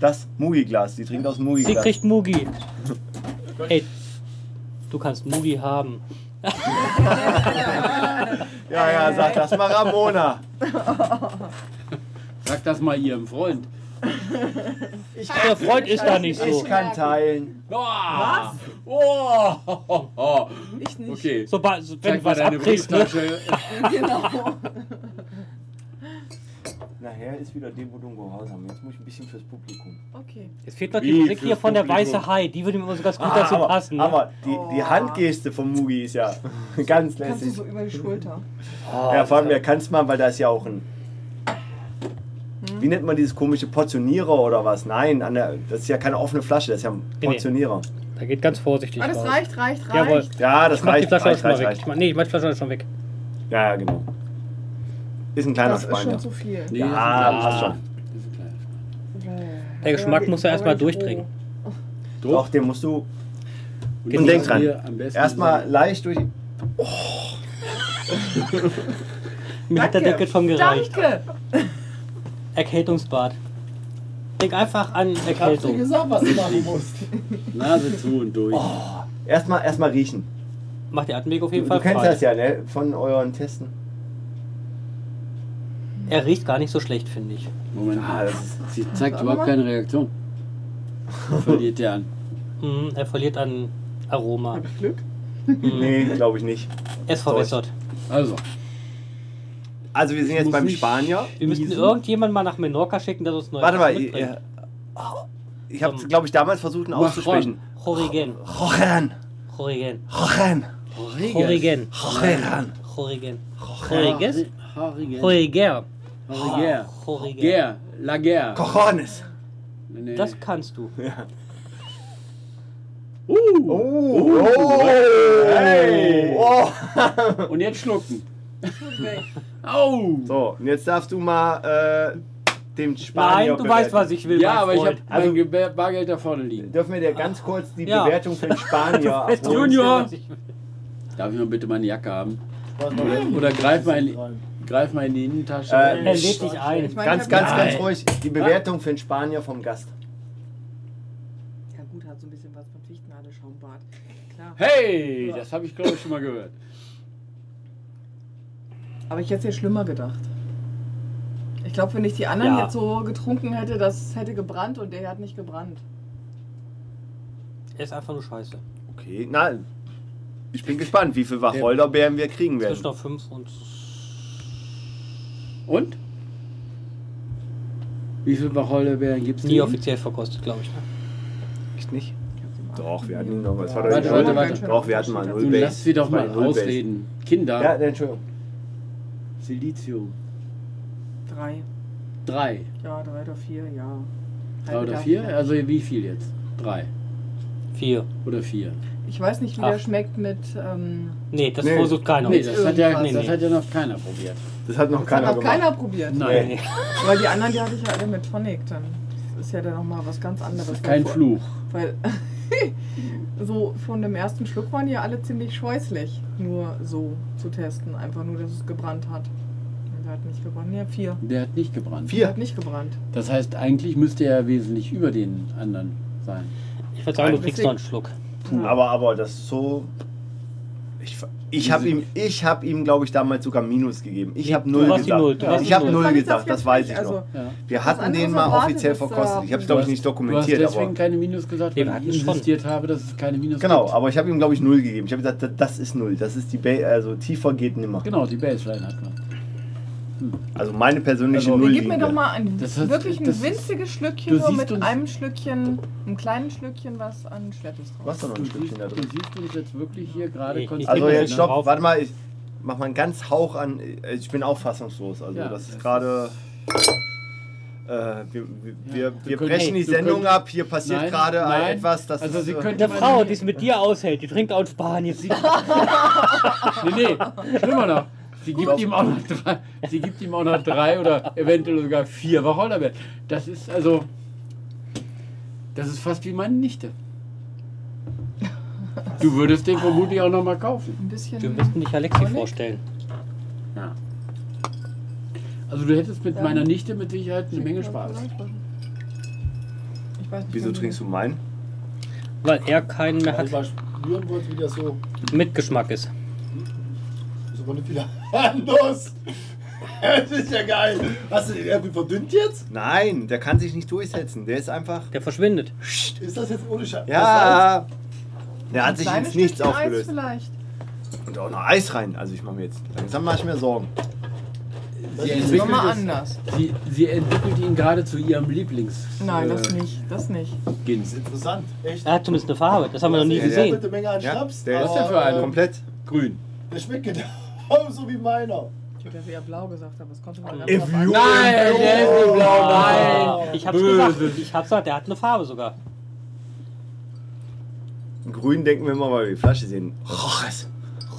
Das Mugi-Glas, die trinkt aus Sie Mugi-Glas. kriegt Mugi. Ey, du kannst Mugi haben. Ja, ja, sag das mal Ramona. Sag das mal ihrem Freund. Der Freund ist da nicht Ich so. kann teilen. Was? Oh, ho, ho, ho. Ich nicht. Okay. Sobald, so- wenn Zeig du mal was deine abkriegst, ne? Brieftasche. Nachher ist wieder Debo Dum Gehorsam. Jetzt muss ich ein bisschen fürs Publikum. Okay. Es fehlt noch Wie die Musik hier fürs von der Publikum. Weiße Hai. Die würde mir so ganz gut dazu Ah, aber, passen. Ne? aber die, die Handgeste von Mugi ist ja ganz Oh. Kannst du lässig. so über die Schulter. Ah, Ja, vor allem, er kann es mal, weil da ist ja auch ein. Hm? Wie nennt man dieses komische Portionierer oder was? Nein, an der, das ist ja keine offene Flasche, das ist ja ein nee. Portionierer. Da geht ganz vorsichtig. Ah, das raus. reicht, reicht, reicht. Jawohl. Ja, das Ich mach die reicht. Flasche reicht, schon mal reicht, weg. reicht. Ich mach, nee, ich mach die Flasche schon weg. Ja, ja, genau. Ist ein kleiner Das ist Spanier. schon zu viel. Nee, Ja, das ist- passt ah, schon. das ist ein kleiner Schwein. Der Geschmack Aber muss ja erstmal aber durchdringen. Doch, den musst du jetzt denk machen dran. wir am besten erstmal so- leicht durch. Mir hat der Danke. Deckel schon gereicht. Danke! Erkältungsbad. Denk einfach an Ich hab dir Erkältung. gesagt, was du machen musst. Nase zu und durch. Erstmal erstmal riechen. Macht den Atemweg auf Du, jeden du Fall kennst frei. das ja, ne? Von euren Testen. Er riecht gar nicht so schlecht, finde ich. Moment. Ah, das ist, Sie zeigt überhaupt keine Reaktion. Verliert der an. Mhm, er verliert an Aroma. Hab ich Glück? nee, Mhm. glaube ich nicht. Er ist verwässert. Also, Also, wir sind jetzt muss beim nicht- Spanier. Wir müssten irgendjemanden mal nach Menorca schicken, der uns neu Warte mal, ich, mitbringt. ich habe es, glaube ich, damals versucht, ihn Macron. auszusprechen. Chorigen. Jochen! Chorigen. Jochen! Chorigen. Jochen! Chorigen. Choriges? Horriges. Choriger. Horriger. Choriger. Ger. La Ger. Cojones! Nee, nee. Das kannst du. Uh, Oh! Hey! Oh! Und jetzt schlucken. Okay. Au! So, und jetzt darfst du mal äh, dem Spanier. Nein, du weißt, was ich will. Ja, mein aber ich habe Freund. Also- mein Gebär- Bargeld da vorne liegen. Dürfen wir dir ganz kurz die Ja. Bewertung für den Spanier Weißt du, abholen? was ich will? Darf ich mal bitte meine Jacke haben? Warte mal, Oder, oder greif, mal in, greif mal in die Innentasche. Äh, Er lädt dich ein. meine, Ganz, ich hab ganz, ja- ganz ruhig. Die Bewertung für den Spanier vom Gast. Ja gut, hat so ein bisschen was von Fichtnadelschaum-Bart. Klar. hey, das habe ich glaube ich schon mal gehört. Aber ich hätte es ja schlimmer gedacht. Ich glaube, wenn ich die anderen Ja. jetzt so getrunken hätte, das hätte gebrannt und der hat nicht gebrannt. Er ist einfach nur scheiße. Okay, na, ich bin gespannt, wie viel Wacholderbeeren wir kriegen werden. Zwischen auf 5 und. Und? Wie viel Wacholderbeeren gibt es Nie offiziell verkostet, glaube ich. ne? Echt nicht? Doch, wir hatten ihn noch. was war Warte, doch warte, nicht- warte. Doch, wir hatten mal Nun null Base. lass sie doch Das war mal null Base. ausreden. Kinder, Ja, nee, Entschuldigung. Silizium. Drei. Drei. Ja, drei oder vier, ja. Drei Halbe oder Gabel. vier? Also wie viel jetzt? Drei Vier. oder vier? Ich weiß nicht, wie Ach. der schmeckt mit. Ähm, Nee, das Nee. versucht keiner. Nee, das hat, ja, irgendwas. Genau. das hat ja noch keiner probiert. Das hat noch das keiner hat auch gemacht. keiner probiert. Nein, Nee. Aber die anderen, die hatte ich ja alle mit Tonic. Dann ist ja dann nochmal was ganz anderes. das ist kein Weil- Fluch. Weil so von dem ersten Schluck waren die alle ziemlich scheußlich, nur so zu testen. Einfach nur, dass es gebrannt hat. Der hat nicht gebrannt. Ja, vier. Der hat nicht gebrannt. Der Vier. hat nicht gebrannt. Das heißt, eigentlich müsste er wesentlich über den anderen sein. Ich würde sagen, du Nein, kriegst deswegen- noch einen Schluck. Ja. Aber, aber das ist so. Ich, ich habe ihm, ich hab ihm glaube ich, damals sogar Minus gegeben. Ich habe null hast die Null, gesagt. du hast Ich die habe Null. null fand jetzt also, gesagt, das auch ganz weiß ich schlecht. noch. Ja. Wir hatten andere den war mal warte, offiziell Also, das äh, war- verkostet. Ich habe es, Du glaube ich, hast- nicht Du hast dokumentiert. deswegen Aber, keine Minus gesagt, Wir weil hatten ich schon. insistiert habe, dass es keine Minus genau, gibt. aber ich habe ihm, glaube ich, null gegeben. Ich habe gesagt, das- das ist null. Das ist die ba also tiefer geht nimmer. Genau, die Baseline hat man. Also meine persönliche Also- Null. Gib mir liegende. doch mal ein Das ist- wirklich ein das ist- winziges Schlückchen du nur siehst mit uns- einem Schlückchen, einem kleinen Schlückchen was an Schweppes drauf. Du hast doch noch Du ein siehst, Stückchen da du drin. siehst uns jetzt wirklich hier gerade Ich- ich konzentriert. ne? Also Gib mir jetzt den stopp, drauf. warte mal, ich mach mal einen ganz Hauch an. äh, Ich bin auch fassungslos. Also Ja, das ist das gerade. Äh, wir wir, wir, wir können- brechen hey, die du Sendung könnt- ab. Hier passiert Nein, gerade nein. etwas, das Also ist, Sie äh, können- Eine Frau, die es mit dir aushält, die trinkt aus Spanien. Nee, nee, schlimmer noch. Sie gibt, ihm auch noch drei, sie gibt ihm auch noch drei oder eventuell sogar vier Wacholderbeeren. Das ist also. Das ist fast wie meine Nichte. Du würdest den vermutlich auch noch mal kaufen. Ein bisschen. Wir müssten dich Alexi Tonic? vorstellen. Ja. Also du hättest mit Ja. meiner Nichte mit Sicherheit eine Menge Spaß. Ich weiß nicht, Wieso trinkst du meinen? Weil er keinen mehr Weil ich hat. mal spüren wollte, wie das so. Mit Geschmack ist. Ist aber nicht wieder anders. Das ist ja geil. Hast du den irgendwie verdünnt jetzt? Nein, der kann sich nicht durchsetzen. Der ist einfach. Der verschwindet. Ist das jetzt ohne Schatten? Ja! Der hat sich Kleines jetzt nichts Stückchen Eis aufgelöst. vielleicht. Und auch noch Eis rein. Also ich mache mir jetzt langsam mach ich mir Sorgen. Sie Das ist nochmal anders. sie, sie entwickelt ihn gerade zu ihrem Lieblings. Nein, das äh, nicht. Das nicht. Das Gins. ist interessant. Echt. Er hat zumindest eine Farbe. Das haben wir noch nie Ja, ja. Eine gesehen. gute Menge an Ja, Schnaps. der ist aber, ja für einen äh, Komplett. Grün. Der schmeckt genauso wie meiner. Ich hätte eher blau gesagt, aber es kommt immer ganz If drauf you- an. Nein, der ist nicht blau, Ah, Oh nein. Ich hab's gesagt. Ich hab's gesagt. Der hat eine Farbe sogar. Grün denken wir immer, weil wir die Flasche sehen. Roches.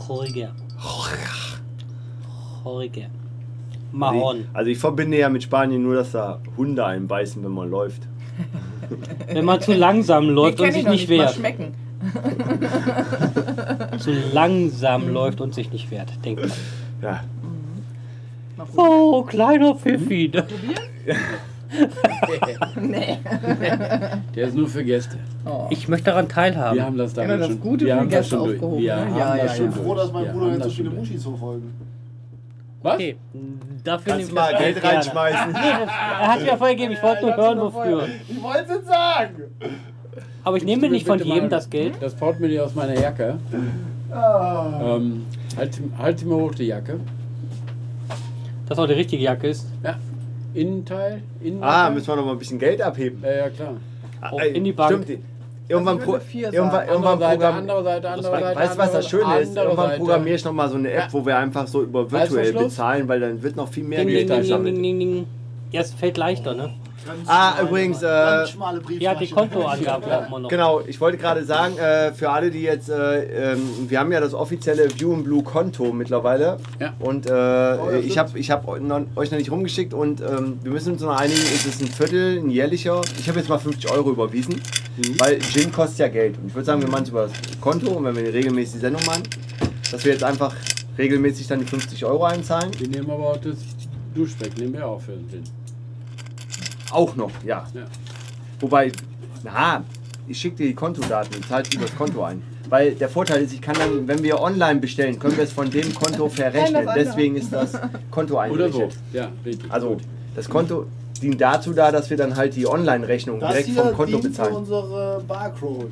Ruhiger. Ruhiger. Mahon. Also ich verbinde ja mit Spanien nur, dass da Hunde einbeißen, wenn man läuft. Wenn man zu langsam läuft Den und kenn ich sich noch nicht mal wehrt. schmecken. Zu langsam läuft und sich nicht wehrt. Denkt man. Ja, Mal probieren. Oh, kleiner Pfiffi. Nee. Der ist nur für Gäste. Oh. Ich möchte daran teilhaben. Wir haben das Ja, damals das schon. Gute für wir die haben das Gäste schon durch. aufgehoben, Wir ne? haben Ja, das ja, schon ja. durch. Froh, dass mein Wir Bruder haben nicht so das viele schon durch. Muschis verfolgen. Was? Okay, dafür kannst nehme ich mal Geld das Geld gerne. reinschmeißen. Nee, das, er hat ja vorgegeben, ich wollte nur Ja, hören, ich hab's mir wofür. vorher- Ich wollte es jetzt sagen. Aber ich nehme Gib mir nicht von bitte jedem mal das Geld. Das Portemonnaie aus meiner Jacke. Ah. Ähm, halt, halt die mal hoch die Jacke. Das auch die richtige Jacke ist. Ja. Innenteil. Innen Ah, müssen wir noch mal ein bisschen Geld abheben. Ja, ja, klar. Oh, in die Bank. Stimmt. Irgendwann, Also pro, ich würde vier irgendwann, sagen. irgendwann Andere Seite, programm, andere Seite, andere Weißt Seite. Weißt du, was das andere- Schöne ist? andere Irgendwann Seite. programmiere ich nochmal so eine App, wo wir einfach so über virtuell Reißverschluss? bezahlen, weil dann wird noch viel mehr Ding, ding, Geld ding, ding, gesammelt. ding, ding. Ja, es fällt leichter, ne? Ganz Ah, schmale, übrigens, ganz äh, schmale Brieftasche. Ja, die Kontoangaben brauchen wir noch. Genau, ich wollte gerade sagen, äh, für alle, die jetzt, äh, ähm, wir haben ja das offizielle View in Blue Konto mittlerweile. Ja. Und äh, Oh, das ich stimmt. habe ich hab eu- non- euch noch nicht rumgeschickt und ähm, wir müssen uns noch einigen, ist es ein Viertel, ein jährlicher. Ich habe jetzt mal 50 Euro überwiesen, Mhm. weil Gin kostet ja Geld. Und ich würde sagen, wir machen es über das Konto und wenn wir regelmäßig die Sendung machen, dass wir jetzt einfach regelmäßig dann die 50 Euro einzahlen. Wir nehmen aber auch das Duschbeck, nehmen wir auch für den Gin. Auch noch, ja. Ja. Wobei, na, ich schicke dir die Kontodaten, du zahlst über das Konto ein. Weil der Vorteil ist, ich kann dann, wenn wir online bestellen, können wir es von dem Konto verrechnen. andere. Deswegen ist das Konto Oder so. eingerichtet. Ja, richtig. Also, das Konto dient dazu da, dass wir dann halt die Online-Rechnung Das direkt hier vom Konto dient für bezahlen. unsere Barcode.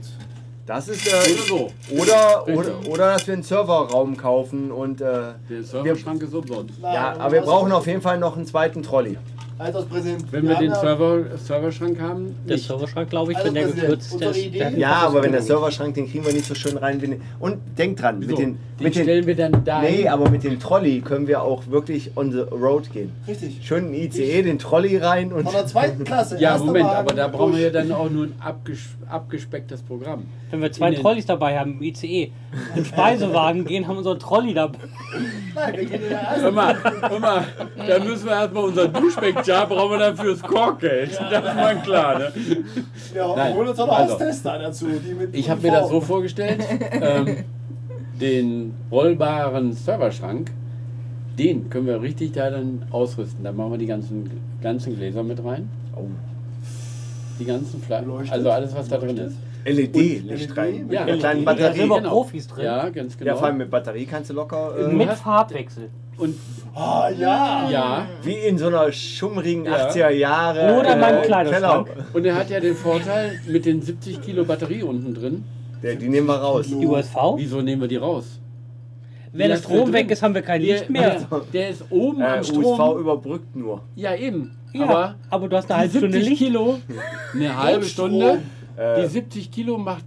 Das ist, Oder äh, so. oder, oder, Richtig. oder dass wir einen Serverraum kaufen und, äh, Der Serverschrank ist umsonst. Nein, ja, und aber wir das- brauchen auf jeden Fall noch einen zweiten Trolley. Alterspräsident. Wenn wir haben ne. den ja- Server, Serverschrank haben, Der nicht. Serverschrank, glaube ich, Also, wenn der Präsident, gekürzt ist, der unsere Idee- der- Ja, aber wenn der Genau. Serverschrank, den kriegen wir nicht so schön rein. wie- Und denk dran, Wieso? mit den, den mit den, stellen wir dann da. Nee, hin. aber mit dem Trolley können wir auch wirklich on the road gehen. Richtig. Schön in ICE, E, den Trolley rein und. Von der zweiten Klasse. ja, erster Moment, Wagen, aber da brauchen wir ja durch. dann auch nur ein abges abgespecktes Programm. Wenn wir zwei In den- Trolleys dabei haben, im ICE, im Speisewagen gehen, haben wir unseren Trolley dabei. Nein, wir gehen in der ersten Hör mal, hör mal, da müssen wir erstmal unser Duschbeck-Jar brauchen wir dann fürs Korkgeld. Das ist mal klar, ne? Wir Nein, holen uns auch noch also. Haustester dazu. Die mit Ich habe mir das so Uniform. vorgestellt, ähm, den rollbaren Serverschrank, den können wir richtig da dann ausrüsten. Da machen wir die ganzen, ganzen Gläser mit rein, Oh, die ganzen Flaschen, Leuchtet. also alles, was da drin ist. E LED-Licht E rein. Ja, mit einer kleinen Da sind Batterie. wir Profis drin. Ja, ganz genau. Ja, vor allem mit Batterie kannst du locker. Äh, Mit hast- Farbwechsel. Und Ah, ja. ja, wie in so einer schummrigen Ja. 80er Jahre. äh, Oder beim Kleiderschrank. Keller. und er hat ja den Vorteil mit den 70 Kilo Batterie unten drin. Ja, die nehmen wir raus. Äh, Die USV? Wieso nehmen wir die raus? Wenn der Die Strom drin. weg ist, haben wir kein Licht mehr. Der, also, der ist oben Äh, am Strom. USV überbrückt nur. Ja, eben. Ja, Aber aber, du hast eine die halbe Stunde 70 Licht. Kilo, eine halbe Strom. Stunde. Äh, Die 70 Kilo macht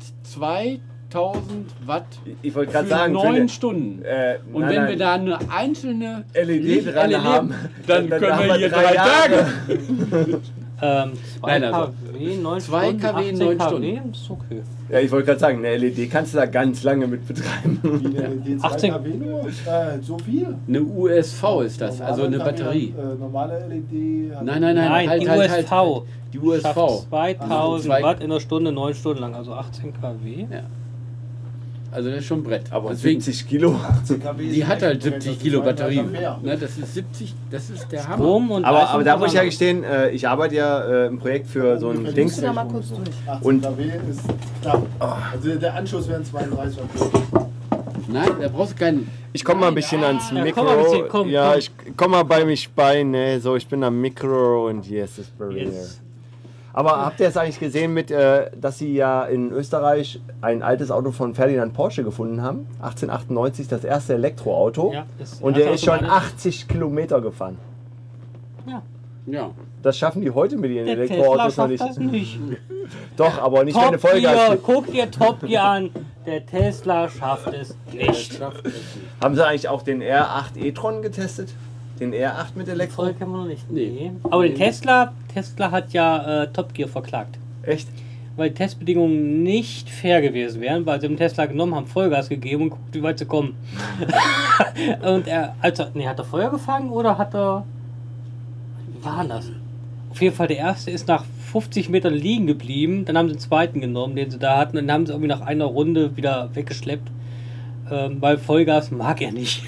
2000 Watt ich wollte für gerade sagen, für neun eine- Stunden. äh, Und nein, wenn nein, wir da eine einzelne LED dran LED, haben, dann, können haben wir hier drei Tage. Ähm, zwei Nein, also- kW, 9 Zwei Stunden, kW, 18 neun kW, ist okay. Ja, ich wollte gerade sagen, eine LED kannst du da ganz lange mit betreiben. Die, die, die 18. 18. KW nur. Äh, so viel. Eine USV ist das, also eine Normale Batterie. Äh, normale LED. hat- Nein, nein, nein, Nein, halt, die halt, USV halt, halt. Die USV. schafft 2000 Also zwei- Watt in der Stunde, 9 Stunden lang, also 18 kW. Ja. Also das ist schon ein Brett. Aber Deswegen, 70 Kilo. 18 KW die ist hat halt direkt, das 70 ist Kilo zwei Batterie. Meter also mehr. Ne, das ist 70, das ist der Hammer. Strom und Aber, Leistung aber da muss ich ja kann man- gestehen, äh, ich arbeite ja äh, im Projekt für so ein Ungefähr Dings. du da mal kurz durch? 18 Und- KW ist knapp. Also der Anschluss wären 32 Ampere. Nein, da brauchst du keinen. Ich komme mal ein bisschen ans Ja, Mikro. komm mal ein bisschen, komm, ja, komm. ich komm mal bei mich bei. Ne, so, ich bin am Mikro und yes, it's Barrier. Yes. Aber habt ihr es eigentlich gesehen, mit, äh, dass sie ja in Österreich ein altes Auto von Ferdinand Porsche gefunden haben? 1898, das erste Elektroauto. Ja, das und der erste ist schon Auto- 80 Kilometer gefahren. Ja, Ja. Das schaffen die heute mit ihren der Tesla Elektroautos noch schafft nicht. das nicht. Doch, aber nicht, wenn du Top Vollgas Gear, gibst. guck dir Top Gear an. Der Tesla schafft es nicht. Haben sie eigentlich auch den R8 e-tron getestet? Den R8 mit Elektro? Voll kann man noch nicht. Nee. Nee. Aber den Tesla, Tesla hat ja äh, Top Gear verklagt. Echt? Weil die Testbedingungen nicht fair gewesen wären, weil sie dem Tesla genommen haben, Vollgas gegeben und guckt, wie weit sie kommen. und er, also, nee, hat er Feuer gefangen oder hat er. Wie war denn das? Auf jeden Fall, der erste ist nach 50 Metern liegen geblieben, dann haben sie den zweiten genommen, den sie da hatten, und dann haben sie irgendwie nach einer Runde wieder weggeschleppt, ähm, weil Vollgas mag er nicht.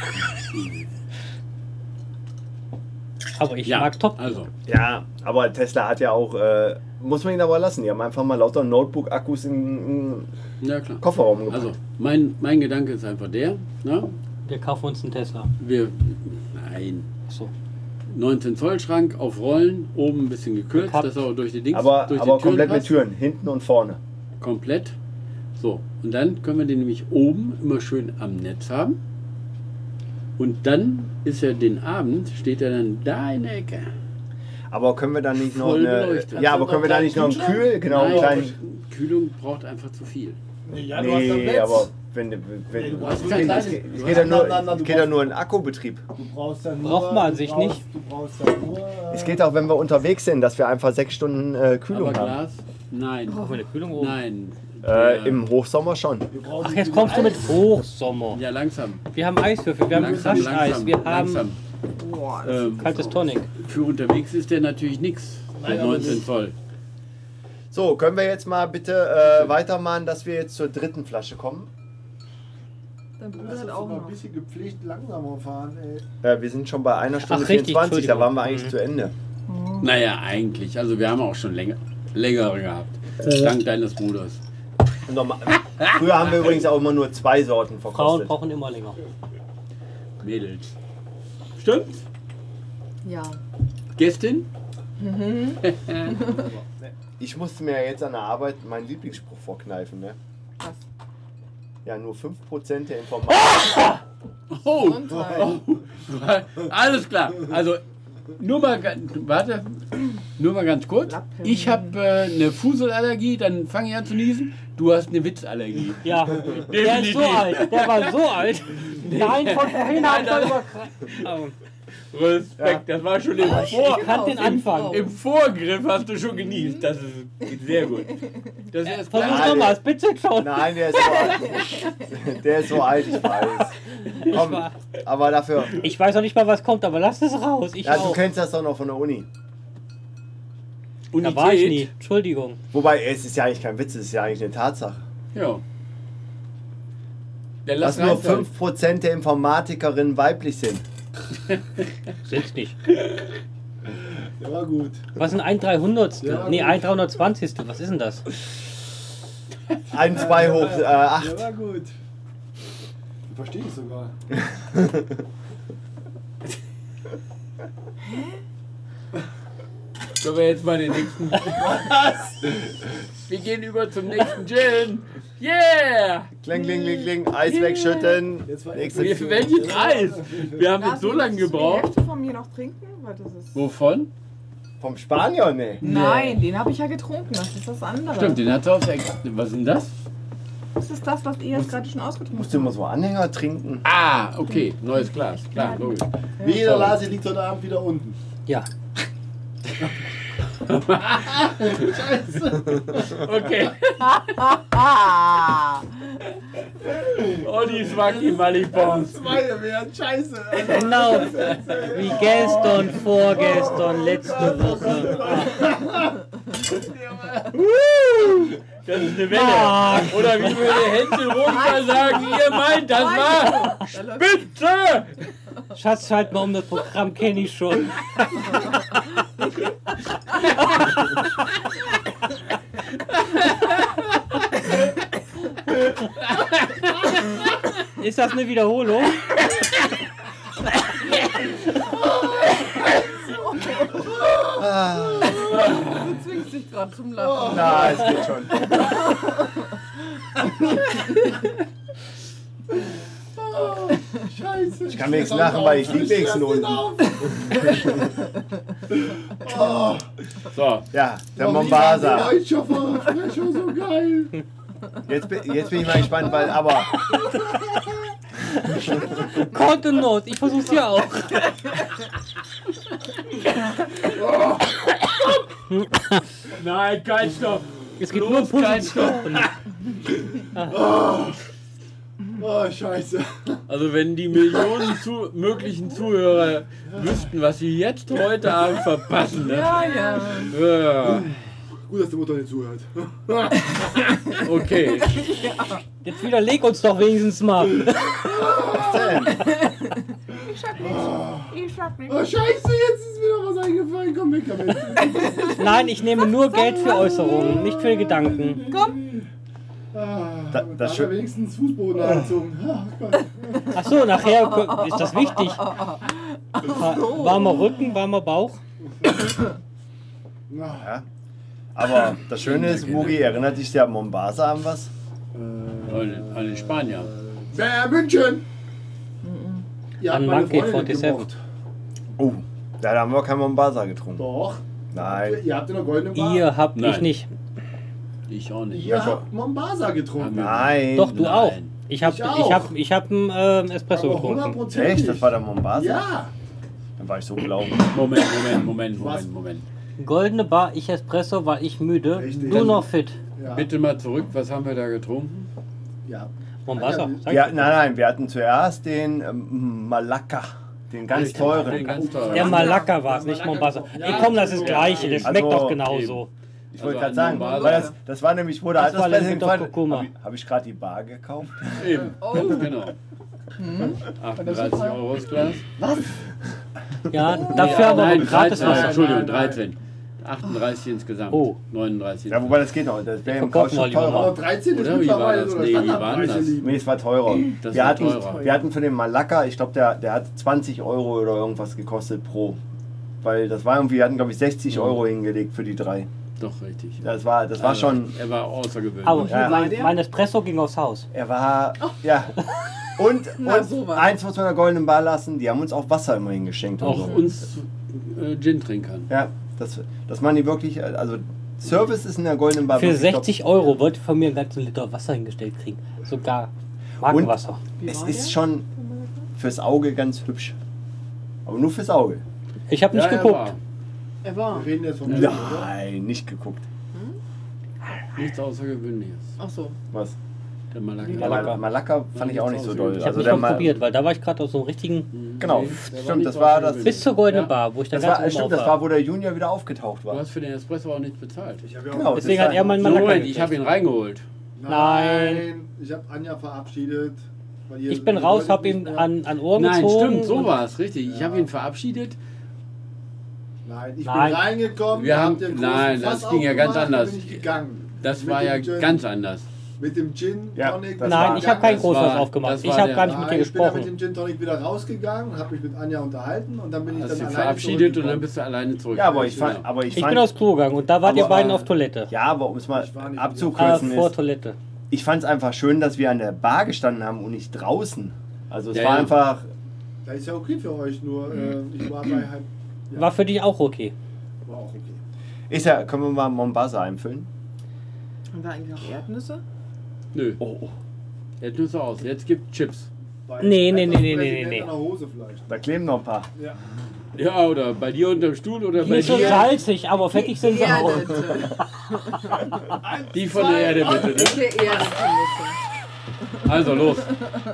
Aber ich Ja, mag Top Gear. also. Ja, aber Tesla hat ja auch, äh, muss man ihn aber lassen, die haben einfach mal lauter Notebook-Akkus in, in den Ja, klar. Kofferraum gepackt. Also, mein, mein Gedanke ist einfach der, ne? Wir kaufen uns einen Tesla. wir, nein, So. 19 Zoll Schrank auf Rollen, oben ein bisschen gekürzt, Gekappt. dass er auch durch die Dings, aber durch die aber komplett mit passt. Türen, hinten und vorne. Komplett. So, und dann können wir den nämlich oben immer schön am Netz haben. Und dann ist er den Abend, steht er dann da in der Ecke. Aber können wir dann nicht noch Voll eine, beleuchtet. ja, aber können wir da nicht noch einen Kühl, genau, einen Nein, kleinen, Kühlung braucht einfach zu viel. Nee, ja, du hast am nee, Netz. aber Wenn, Ey, wenn, du es brauchst geht, wirklich- es geht, es du geht hast- ja nur, na, na, na, es du geht ja brauchst- nur in Akkubetrieb. Du brauchst dann nur. Braucht man du sich brauchst, nicht. Du brauchst dann nur. äh, Es geht auch, wenn wir unterwegs sind, dass wir einfach sechs Stunden äh, Aber Kühlung haben. Glas? Nein. Brauchen wir eine Kühlung oben? Nein. Der- Äh, Im Hochsommer schon. wir brauchen Ach, nicht jetzt viel kommst du mit Eis. Hochsommer. Ja, langsam. Wir haben Eiswürfel, wir haben langsam, Rascheis, langsam. wir haben langsam. Ähm, kaltes Tonic. für unterwegs ist der natürlich nichts. Nein, Der aber 19 nicht. Zoll. So, können wir jetzt mal bitte äh, weitermachen, dass wir jetzt zur dritten Flasche kommen? Dein Bruder Lass hat uns auch auch mal ein noch. bisschen gepflegt langsamer fahren, ey. Äh, wir sind schon bei einer Stunde Ach, richtig, 24, da Entschuldigung. Mhm. waren wir eigentlich zu Ende. Naja, eigentlich. Also wir haben auch schon länger, längere gehabt. Dank deines Bruders. Normal. äh, Früher haben wir übrigens auch immer nur zwei Sorten Frauen verkostet. brauchen immer länger. Mädels. Stimmt? Ja. Gästin? Ich musste mir jetzt an der Arbeit meinen Lieblingsspruch vorkneifen, ne? Was? Ja, nur 5% der Informationen. Oh! Gesundheit. Alles klar. Also nur mal, ga- warte, nur mal ganz kurz. Lappen. Ich habe äh, eine Fuselallergie, dann fange ich an zu niesen. Du hast eine Witzallergie. Ja, der ist so alt, der war so alt. Nein, von vorhin habe ich doch über... Respekt, das war schon im, Vor Ich kannte Oh, den Anfang. im Vorgriff hast du schon genießt. Das ist sehr gut. Das ist erst Versuch klar. doch mal, bitte schon. Nein, der ist so alt. Der ist so alt, ich weiß. Komm, war- aber dafür. Ich weiß noch nicht mal, was kommt, aber lass es raus. Ich Ja, du auch. kennst das doch noch von der Uni. Da war ich nie. Entschuldigung. Wobei, es ist ja eigentlich kein Witz, es ist ja eigentlich eine Tatsache. Ja. Der Dass lass nur nur fünf. 5% der Informatikerinnen weiblich sind. Sind's nicht. Der war gut. Was ist ein 1/300? Ja, nee, gut. ein 320. Was ist denn das? Ein, zwei hoch äh, acht. Der war gut. Den Verstehe ich sogar. Können wir jetzt mal den nächsten. Was? Wir gehen über zum nächsten Gin. Yeah! Kling, kling, kling, kling. Eis wegschütten. Jetzt war- Nächste. Wir für welches Eis? Wir haben jetzt so lange Darf ich gebraucht. die Hälfte von mir noch trinken? Weil das ist Wovon? Vom Spanier, ne? Nein, den habe ich ja getrunken. Das ist das andere. Stimmt, den hat er aufs Ex. Was ist denn das? Das ist das, was ihr jetzt gerade schon ausgetrunken Musst du immer so Anhänger trinken? Ah, okay, neues Glas. Klar, logisch. Wie jeder Lasi liegt heute Abend wieder unten. Ja. Scheiße. Okay. Ah! Olli Swaki Malibons. Meine wären scheiße. Genau. Wie gestern, vorgestern, letzte Woche. Das ist eine Welle. Oder wie würde Hänsel Runter sagen, ihr meint, das war Spitze! Schatz, schalt mal um das Programm, kenne ich schon. Ist das eine Wiederholung? Du zwingst dich gerade zum Lachen. Na, es geht schon. Scheiße. Ich kann nichts lachen, weil ich lieg nichts unten. So, Ja, Oh, der Der Mombasa. Deutschschaffer, Frecher, so geil. Jetzt, bin- jetzt bin ich mal gespannt, weil aber Kontenot, ich versuch's hier auch. nein, kein Stopp. Es gibt nur um Positionen. Oh, scheiße. Also wenn die Millionen zu möglichen Zuhörer wüssten, was sie jetzt heute Abend verpassen. Ne? Ja, ja. Ja. Gut, dass die Mutter nicht zuhört. Oh, Okay. Jetzt widerleg uns doch wenigstens mal. Ich sag nichts. Ich sag nichts. Oh, scheiße, jetzt ist mir noch was eingefallen. Komm weg damit. Nein, ich nehme nur Geld für Äußerungen, nicht für Gedanken. Komm. Ah, Da- da, das hat schön- er wenigstens Fußbodenheizung. Ah, Gott. Ach so, nachher ko- ist das wichtig. Wa- Warmer Rücken, warmer Bauch. Na, Ja. Aber das Schöne ist, Mugi, erinnert dich der Mombasa an was? An den- an den Spanier. Wer München? Ihr habt An meine Monkey Freundin 47. gemocht. Oh, ja, da haben wir kein Mombasa getrunken. Doch. Nein. Ihr habt in der goldenen Bar. Ihr habt Nein. ich nicht. Ich auch nicht. Ihr habt Mombasa getrunken. Ja, Nein. Doch, du Nein. auch. Ich habe Ich ich auch. hab, ich hab einen äh, Espresso Aber getrunken. hundertprozentig. Echt? Das war der Mombasa? Ja. Dann war ich so gelaufen. Moment, Moment, Moment, Was? Moment, Moment. Goldene Bar, ich Espresso, war ich müde. Richtig. Du noch fit. ja. Bitte mal zurück, was haben wir da getrunken? Ja. Mombasa. Sag Ja, ich nein, doch. nein, wir hatten zuerst den ähm, Malakka, den ganz Richtig, den teuren. ganz teuren. Der Also Malakka war es, Der nicht Malakka Mombasa. getrunken. Nee, Ja, komm, das ist ja, gleich. eben. Der schmeckt Also, doch genauso. Ich wollte an gerade sagen, Mombasa. weil das, das war nämlich, wurde Das das, war das Lemon Dog Kurkuma. Habe hab ich gerade die Bar gekauft? Eben, Oh. genau. Hm? 38 Euro das Glas. Ja, dafür aber nein, ein gratis 13, nein, Wasser. Entschuldigung, Nein, nein. 13. 38 insgesamt. Oh. 39. Ja, wobei das geht noch. Das wäre im Verkaufen Couch noch wir lieber teurer. Aber 13 ist Oder wie war mittlerweile das? so Nee, wie der war denn Standardpreis. das? ihr Lieben. Nee, es war teurer. Das wir, war hatten, teurer. wir hatten für den Malakka, ich glaube, der, der hat 20 Euro oder irgendwas gekostet pro. Weil das war irgendwie, wir hatten, glaube ich, 60 Mhm. Euro hingelegt für die drei. Doch, richtig. Das war, das war Also, schon. Er war außergewöhnlich. Aber Ja. mein, mein Espresso ging aufs Haus. Er war. Ja. Und, Oh. Na, und sowas. eins muss man der goldenen Bar lassen, die haben uns auch Wasser immerhin geschenkt. und auch so. uns äh, Gin trinkern. Ja, das, das machen die wirklich, also Service ist in der goldenen Bar. Für wirklich top. 60 Euro wollte ich von mir einen ganzen Liter Wasser hingestellt kriegen. Sogar Markenwasser. Wie Es war ist der? schon fürs Auge ganz hübsch. Aber nur fürs Auge. Ich habe nicht Ja, er geguckt. war. Er war. Wir reden jetzt vom Essen, oder? Nein, nicht geguckt. Nichts Außergewöhnliches. Ach so. Was? Der Malakka. Der Malakka, Malakka fand ich auch nicht so doll. Ich habe Also nicht der mal Mal- probiert, weil da war ich gerade auf so einem richtigen. Genau, Nee, der war stimmt, nicht das war das. außergewöhnlich. Bis zur goldenen Ja. Bar, wo ich dann Das ganz war, oben stimmt, auf das war, war. wo der Junior wieder aufgetaucht Du war. hast für den Espresso auch nichts bezahlt. Ich habe ja Genau, auch. Deswegen hat er meinen Malakka Malakka Moment, ich gekriegt. habe ihn reingeholt. Nein. Ich habe Anja verabschiedet. weil ihr- Ich bin ihr raus, wolltet habe nicht ihn mehr. an, an Ohren Nein, gezogen. stimmt, so und- war es, richtig. Ich Ja. habe ihn verabschiedet. Nein, ich Nein. bin reingekommen. Wir hab haben- den großen nein, das Fass ging ja ganz aufgemacht, dann anders. Bin ich gegangen. Das Mit war dem ja Gin- ganz anders. Mit dem Gin Ja, Tonic. das Nein, war- ich habe kein das Großhaus war- aufgemacht. das Ich war habe der- gar nicht mit dir Nein, ich bin dann mit gesprochen. dem Gin Tonic wieder rausgegangen, habe mich mit Anja unterhalten und dann bin ich Hast dann ihn alleine verabschiedet und dann zurückgekommen. bist du alleine zurück. Ja, aber ich fand. Genau. Aber ich Ich bin fand aufs Klo gegangen und da wart ihr Aber- äh, beiden auf Toilette. ja, aber um es mal Ich war nicht Äh, abzukürzen, vor ist, Toilette. ich fand es einfach schön, dass wir an der Bar gestanden haben und nicht draußen. Also es Ja, war ja. einfach, Da ist ja okay für euch, nur äh, ich war bei halt. Ja, Mhm. War für dich auch okay. war auch okay. ist ja, können wir mal Mombasa einfüllen? Haben wir eigentlich noch Erdnüsse? Nö, Oh, oh, jetzt müssen wir aus. Jetzt gibt Chips. Bei Nee, nee, nee, etwas nee, nee, Präsident nee, nee. an der Hose vielleicht. da kleben noch ein paar. Ja. Ja, oder bei dir unterm Stuhl oder Die bei ist so dir. salzig, aber fettig sind sie auch. Geerdete. Die von der Erde bitte. Ne? Geerdete Nüsse. Also los.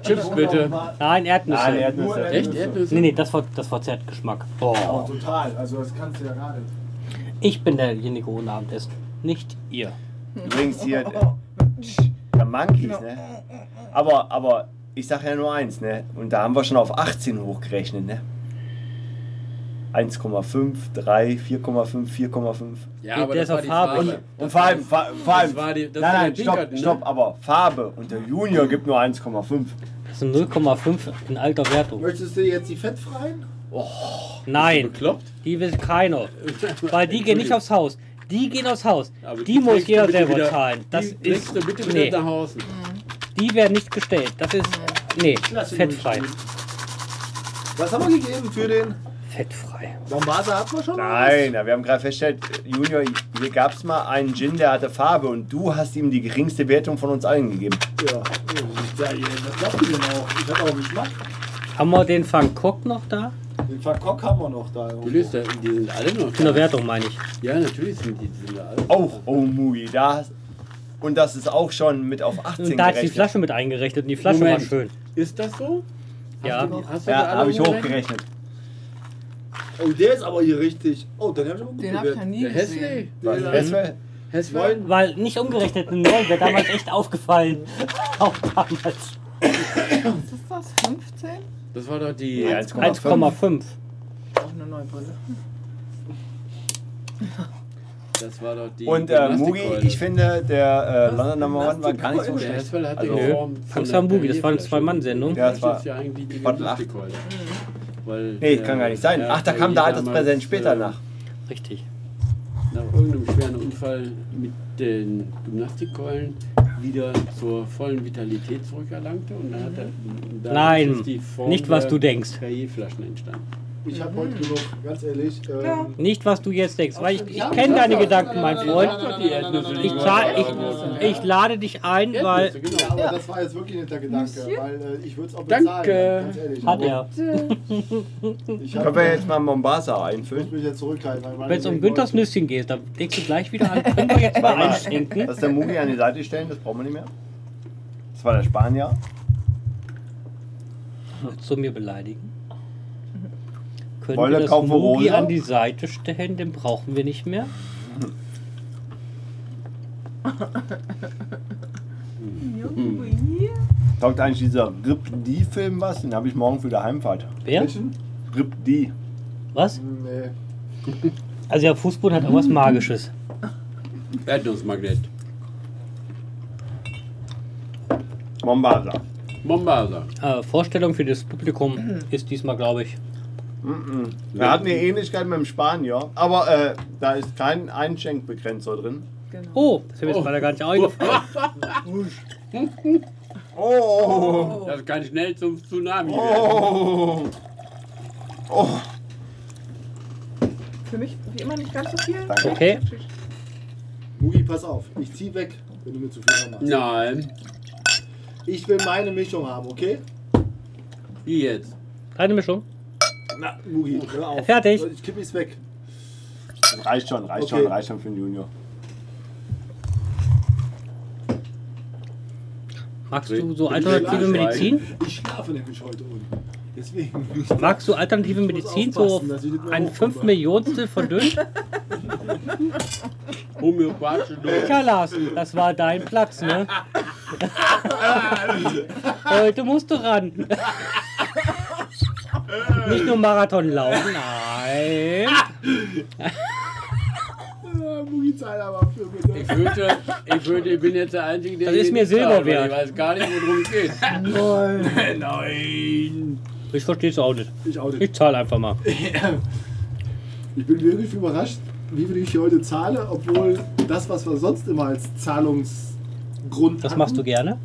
Chips bitte. Nein, Erdnüsse. Nein, Nur Erdnüsse. Echt? Erdnüsse. Erdnüsse? Nee, nee, das war, das war Zertgeschmack. Oh, total, also das kannst du ja gar nicht. Ich bin derjenige ohne Abendessen, nicht ihr. Übrigens hier, der genau. Monkeys, ne? Aber, aber ich sag ja nur eins, ne? Und da haben wir schon auf 18 hochgerechnet, ne? 1,5, 3, 4,5, 4,5. Ja, Geht aber das der ist war auf die Farbe. Farbe. Und vor allem, vor, vor allem, Das war die- das nein, war nein, die stopp, Pinkerton, ne? stopp, aber Farbe und der Junior gibt nur 1,5. Das sind 0,5 in alter Wertung. Möchtest du jetzt die fettfreien? Nein, Bekloppt? die will keiner. Weil die gehen nicht aufs Haus. Die gehen aufs Haus. Aber Die muss kriegst du jeder bitte selber wieder- zahlen. Das die kriegst ist. du bitte wieder Nee, nach Hause. die werden nicht gestellt. Das ist. Nee, fettfrei. Was haben wir gegeben für den Fettfrei. Bombasa? Hatten wir schon? Nein, ja, wir haben gerade festgestellt, Junior, hier gab es mal einen Gin, der hatte Farbe und du hast ihm die geringste Wertung von uns allen gegeben. Ja, ja das glaubt ihr denn auch. Ich hab auch Geschmack. Haben wir den Van Gogh noch da? Den Verkock haben wir noch da. irgendwo. Du löst, das- die sind alle noch. In der da. Wertung meine ich. Ja, natürlich sind die, die sind alle. Auch, oh Mugi, da hast, Und das ist auch schon mit auf 18 Und da hat die gerechnet. Flasche mit eingerechnet und die Flasche Moment. war schön. Ist das so? Ja. Hast du, hast du die Ja, alle habe ich umgerechnet? hochgerechnet. Oh, der ist aber hier richtig. Oh, den hab ich aber gut Den hab ich noch bewertet. nie Der Hessway. gesehen. Was? Ja. Das wär- Hessway? Neun. Weil nicht umgerechnet ein Neun wäre damals echt aufgefallen. Auch damals. Was ist das? 15? Das war doch die. Nee, 1,5. Auch eine neue Brille. Das war doch die. Und äh, Mugi, Gymnastikkeule. Oh, ich finde, der äh, London Number One war gar nicht so Der schlecht. Hessway hat Also- die Form. von Angst der am Bugi, das war eine Pernierflasche. Zwei-Mann-Sendung. Ja, Ja, das das war- ist ja eigentlich die Bottle acht. Gymnastikkeule. Weil, Nee, kann gar nicht sein. ja, Ach, da weil kam der die damals, Alterspräsident später äh, nach. Richtig. Nach irgendeinem schweren Unfall mit den Gymnastikkeulen wieder zur vollen Vitalität zurückerlangte und dann hat er. dann Nein, ist die Form nicht was der du denkst. Perrierflaschen entstanden. Ich habe heute genug, ganz ehrlich. Ähm, Mhm. Ja. Nicht, was du jetzt denkst, weil ich, ich kenne deine Gedanken, mein Freund. Die Erdnüsse, die Ich, zahl, ich, ich lade dich ein, weil. Genau, aber das war jetzt wirklich ein netter Gedanke, weil äh, ich würde es auch Danke. bezahlen. Ganz ehrlich. Hat er. Ich Können hab, wir jetzt ich mal Mombasa muss einfüllen? mich jetzt zurückhalten. weil meine Wenn es um Leute- Günthers Nüsschen geht, dann denkst du gleich wieder an, können wir jetzt mal Äh, einschenken. Dass der Mugi an die Seite stellen, das brauchen wir nicht mehr. Das war der Spanier. Zu mir beleidigen. Können Wollt wir ihr das kaufen Mugi Rosa? an die Seite stellen, den brauchen wir nicht mehr. Hm. Taugt eigentlich dieser Rip-D-Film was? Den habe ich morgen für die Heimfahrt. Wer? Welchen? Rip-D. Was? Nee. Also ja, Fußboden hat auch was Magisches. Erdnussmagnet. Mombasa. Mombasa. Äh, Vorstellung für das Publikum ist diesmal, glaube ich. Er hat eine Ähnlichkeit mit dem Spanier, aber äh, da ist kein Einschenkbegrenzer drin. Genau. Oh, das ist mir jetzt leider gar nicht eingefallen. Oh! Das kann schnell zum Tsunami werden. Oh! Oh! Für mich wie immer nicht ganz so viel. Danke. Okay. Mugi, pass auf. Ich zieh weg, wenn du mir zu viel machst. Nein, Ich will meine Mischung haben, okay? wie jetzt? Keine Mischung. Na, Mugi, hör auf. Fertig. Ich kipp es weg. Reicht schon, reicht Okay. schon, reicht schon für den Junior. Magst du so Ich alternative schlafe. Medizin? Ich schlafe nämlich heute unten. Deswegen. Ich Magst du alternative muss Medizin so aufpassen, dass ich nicht mehr ein hochkomme. 5 Millionstel verdünnt? Homöopathische Dosis. Tja, Lars, das war dein Platz, ne? Heute musst du ran. Nicht nur Marathon laufen, nein. Ja, Ah, Mugi, zahl aber für bitte. Ich fürchte, ich fürchte, ich bin jetzt der Einzige, der. Das ist hier mir nicht Silber zahlt, weil wert. Ich weiß gar nicht, worum es geht. Nein. Nein. Ich versteh's auch nicht. Ich auch nicht. Ich zahle einfach mal. Ich bin wirklich überrascht, wie viel ich hier heute zahle, obwohl das, was wir sonst immer als Zahlungsgrund Das hatten, machst du gerne.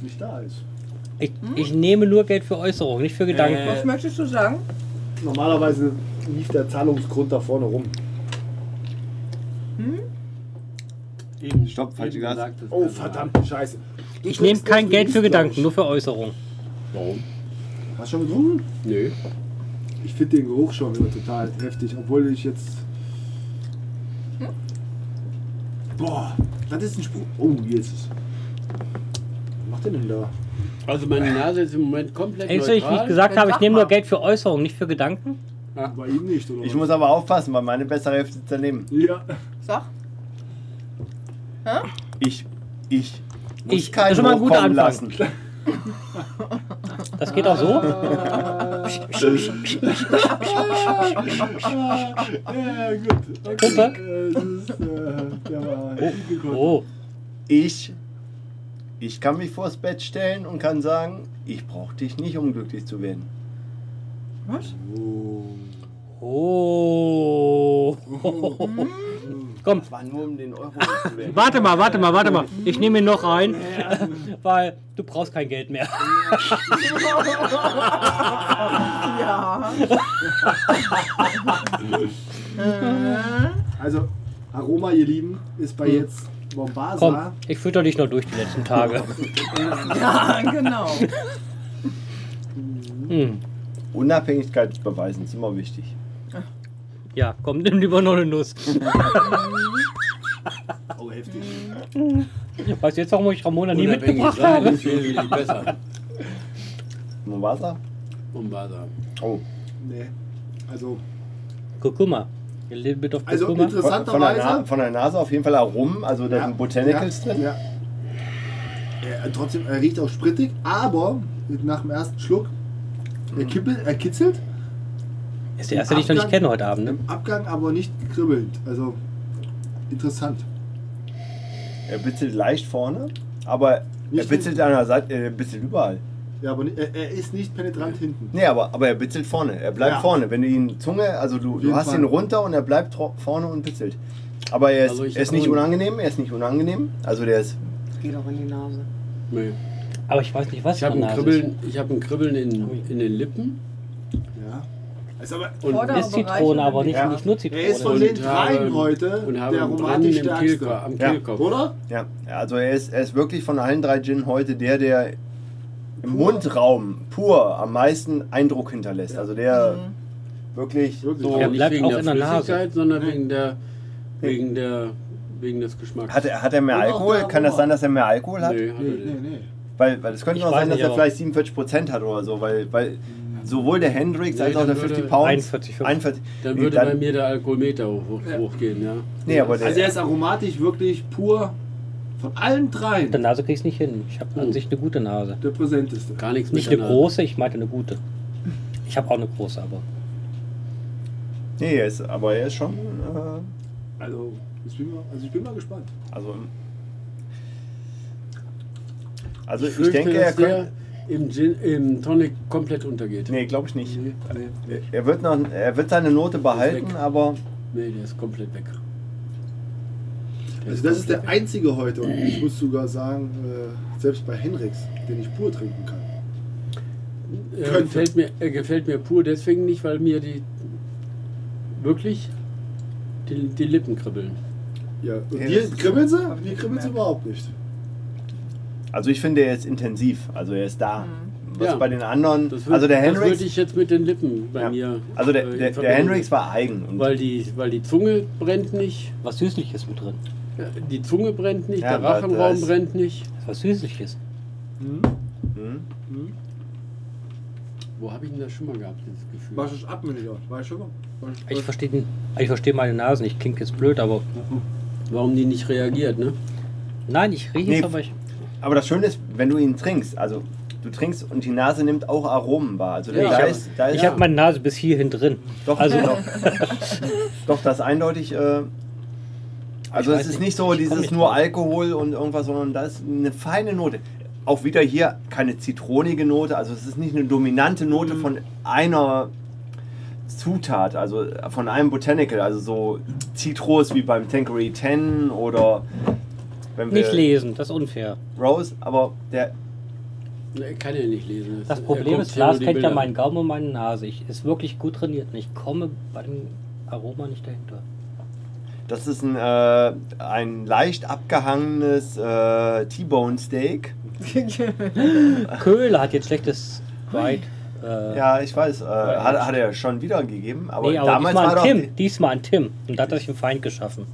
nicht da ist. Ich, ich nehme nur Geld für Äußerungen, nicht für Gedanken. Was möchtest du sagen? Normalerweise lief der Zahlungsgrund da vorne rum. Eben, Stopp, falsche eben Gas. sagt es Oh, das verdammte Scheiße. Du ich trinkst nehme kein das Geld für Ding, Gedanken, nur glaub für Äußerungen. mal. Warum? ich. Hast du schon getrunken? Nö. Ich finde den Geruch schon wieder total heftig, obwohl ich jetzt. Boah, das ist ein Spruch. Oh, hier ist es. Was macht der denn da? Also meine Nase ist im Moment komplett Ey, soll ich, wie neutral. ich gesagt habe, ich Sag nehme nur mal. Geld für Äußerungen, nicht für Gedanken. Bei ihm nicht, oder? Ich was? muss aber aufpassen, weil meine bessere Hälfte sitzt daneben. Ja. Sag. Ich, ich, muss Ich- das keinen ist schon mal ein guter hochkommen Anfang. lassen. Das geht auch so. Ja, gut. Okay. Guck Äh, Das ist, äh, der war hingekommen. Oh, Ich, ich kann mich vors Bett stellen und kann sagen, ich brauche dich nicht, um glücklich zu werden. Was? oh. Komm, Das war nur um den Euro zu werden. Warte mal, warte mal, warte mal. Ich nehme ihn noch ein, weil du brauchst kein Geld mehr. Ja. Also, Aroma, ihr Lieben, ist Hm. bei jetzt Mombasa. Komm, ich fütter dich noch durch die letzten Tage. Ja, genau. Hm. Unabhängigkeitsbeweisen ist immer wichtig. Ja, komm, nimm lieber noch eine Nuss. Oh, heftig. Weißt du jetzt, warum ich Ramona nie Unabhängig mitgebracht sein habe? ist wesentlich besser. Mombasa? Mombasa. Oh, Nee. Also, Kurkuma. A little bit of also Kurkuma. von, von, der Na, interessanterweise. von der Nase auf jeden Fall herum, also da Ja, sind Botanicals ja, drin. Ja. Er, er trotzdem, er riecht auch sprittig, aber nach dem ersten Schluck, er kippelt, er kitzelt, Ist der erste, den ich noch nicht kenne heute Abend. Ne? im Abgang aber nicht kribbelnd. Also, interessant. Er bitzelt leicht vorne, aber er Nicht bitzelt an der Seite, er bitzelt überall. Ja, aber ni- er, er ist nicht penetrant hinten. Nee, aber, aber er bitzelt vorne. Er bleibt Ja. vorne. Wenn du ihn Zunge, also du, du jeden hast Fall. ihn runter und er bleibt tro- vorne und bitzelt. Aber er ist, Also ich er ist sag nicht nur- unangenehm, er ist nicht unangenehm. Also der ist. Geh doch in die Nase. Nee. Aber ich weiß nicht, was Ich habe dran ein Nase Kribbeln, ich hab ein Kribbeln in, in den Lippen. Ja. Ist aber, Und Vorder- Ist Zitrone, aber nicht, Ja. nicht nur er ist von Zitrone. den Und dreien haben- heute und haben der einen aromatisch Brand im Kehlko- stärkste. am Ja. Kehlkopf. Oder? Ja, also er ist, er ist wirklich von allen drei Gin heute der, der im Mundraum pur am meisten Eindruck hinterlässt. Also der wirklich, Wirklich. so Der Also nicht bleibt wegen auch der in der Nase. Flüssigkeit, sondern wegen der, wegen der, wegen des Geschmacks. hat er, hat er mehr Und auch Alkohol? der Kann das Aroma. sein, dass er mehr Alkohol hat? Nee, hat er Nee, nicht. nee, nee. Weil, weil es könnte Ich auch weiß sein, dass nicht, er aber- vielleicht 47% hat oder so, weil, weil sowohl der Hendrix Nee, als auch dann der 50 würde- Pounds 41, 41 Dann nee, würde dann- bei mir der Alkoholmeter hoch, hoch, Ja. hochgehen, ja. Nee, aber der, Also er ist aromatisch wirklich pur von allen Mit der dreien Nase krieg ich's nicht hin. Ich habe an Oh. sich eine gute Nase. der präsenteste. Gar nichts Nicht mit eine der große, ich meinte eine gute. Ich habe auch eine große, aber. nee, er ist, aber er ist schon. Äh, Also ich bin mal, also ich bin mal gespannt. also, also ich, Nase. fürchte, denke, er dass der könnte. im, Gin, im Tonic komplett untergeht. Nee, glaube ich nicht. Nee, nee, nee. Er wird, noch, er wird seine Note behalten, weg. aber Nee, der ist komplett weg. Der Also das ist der komplett weg. einzige heute und ich muss sogar sagen, äh, selbst bei Henrix, den ich pur trinken kann. Er könnte. gefällt, mir, er gefällt mir pur deswegen nicht, weil mir die wirklich die, die Lippen kribbeln. Ja, und Ja, hier das ist- kribbeln sie? hab ich Hier nicht kribbeln sie gemerkt. überhaupt nicht. also ich finde, er ist intensiv. Also er ist da. Was Ja. bei den anderen. Das würd- also der das würde Hendrix. ich jetzt mit den Lippen bei ja. mir. Also der, äh, in der, der Verbindung Hendrix setzen. war eigen. Und Weil die, weil die Zunge brennt nicht, Was Süßliches mit drin. die Zunge brennt nicht, Ja, der aber da Rachenraum ist- brennt nicht. Was Süßliches. hm? Mhm. Wo habe ich denn das schon mal gehabt, dieses Gefühl? War schon abmündiger. War schon mal. War schon- Ich verstehe ich versteh meine Nase nicht. Klingt jetzt blöd, aber. Warum die nicht reagiert, ne? Nein, ich rieche es, Nee. aber ich. Aber das Schöne ist, wenn du ihn trinkst, also du trinkst und die Nase nimmt auch Aromen wahr. Also Ja, da ich hab- ist, da ist Ich habe meine Nase bis hierhin drin. doch, also- doch, doch das eindeutig. Äh, also es Ich weiß ist nicht, nicht so ich komm dieses nicht nur drauf. Alkohol und irgendwas, sondern da ist eine feine Note. Auch wieder hier keine zitronige Note, also es ist nicht eine dominante Mhm. Note von einer Zutat, also von einem Botanical, also so Zitrus wie beim Tanqueray 10 oder wenn wir Nicht lesen, das ist unfair. Rose, aber der Ne, Er kann ja nicht lesen. Das er Problem guckt ist, sich nur Lars die kennt ja Bilder meinen Gaumen und meine Nase. Ich ist wirklich gut trainiert und ich komme bei dem Aroma nicht dahinter. Das ist ein, äh, ein leicht abgehangenes äh, T-Bone Steak. Köhler hat jetzt schlechtes White. Äh, Ja, ich weiß, äh, hat, hat er schon wieder gegeben, aber, nee, aber damals diesmal war an doch, Tim. Diesmal an Tim. Und da hat er sich einen Feind geschaffen.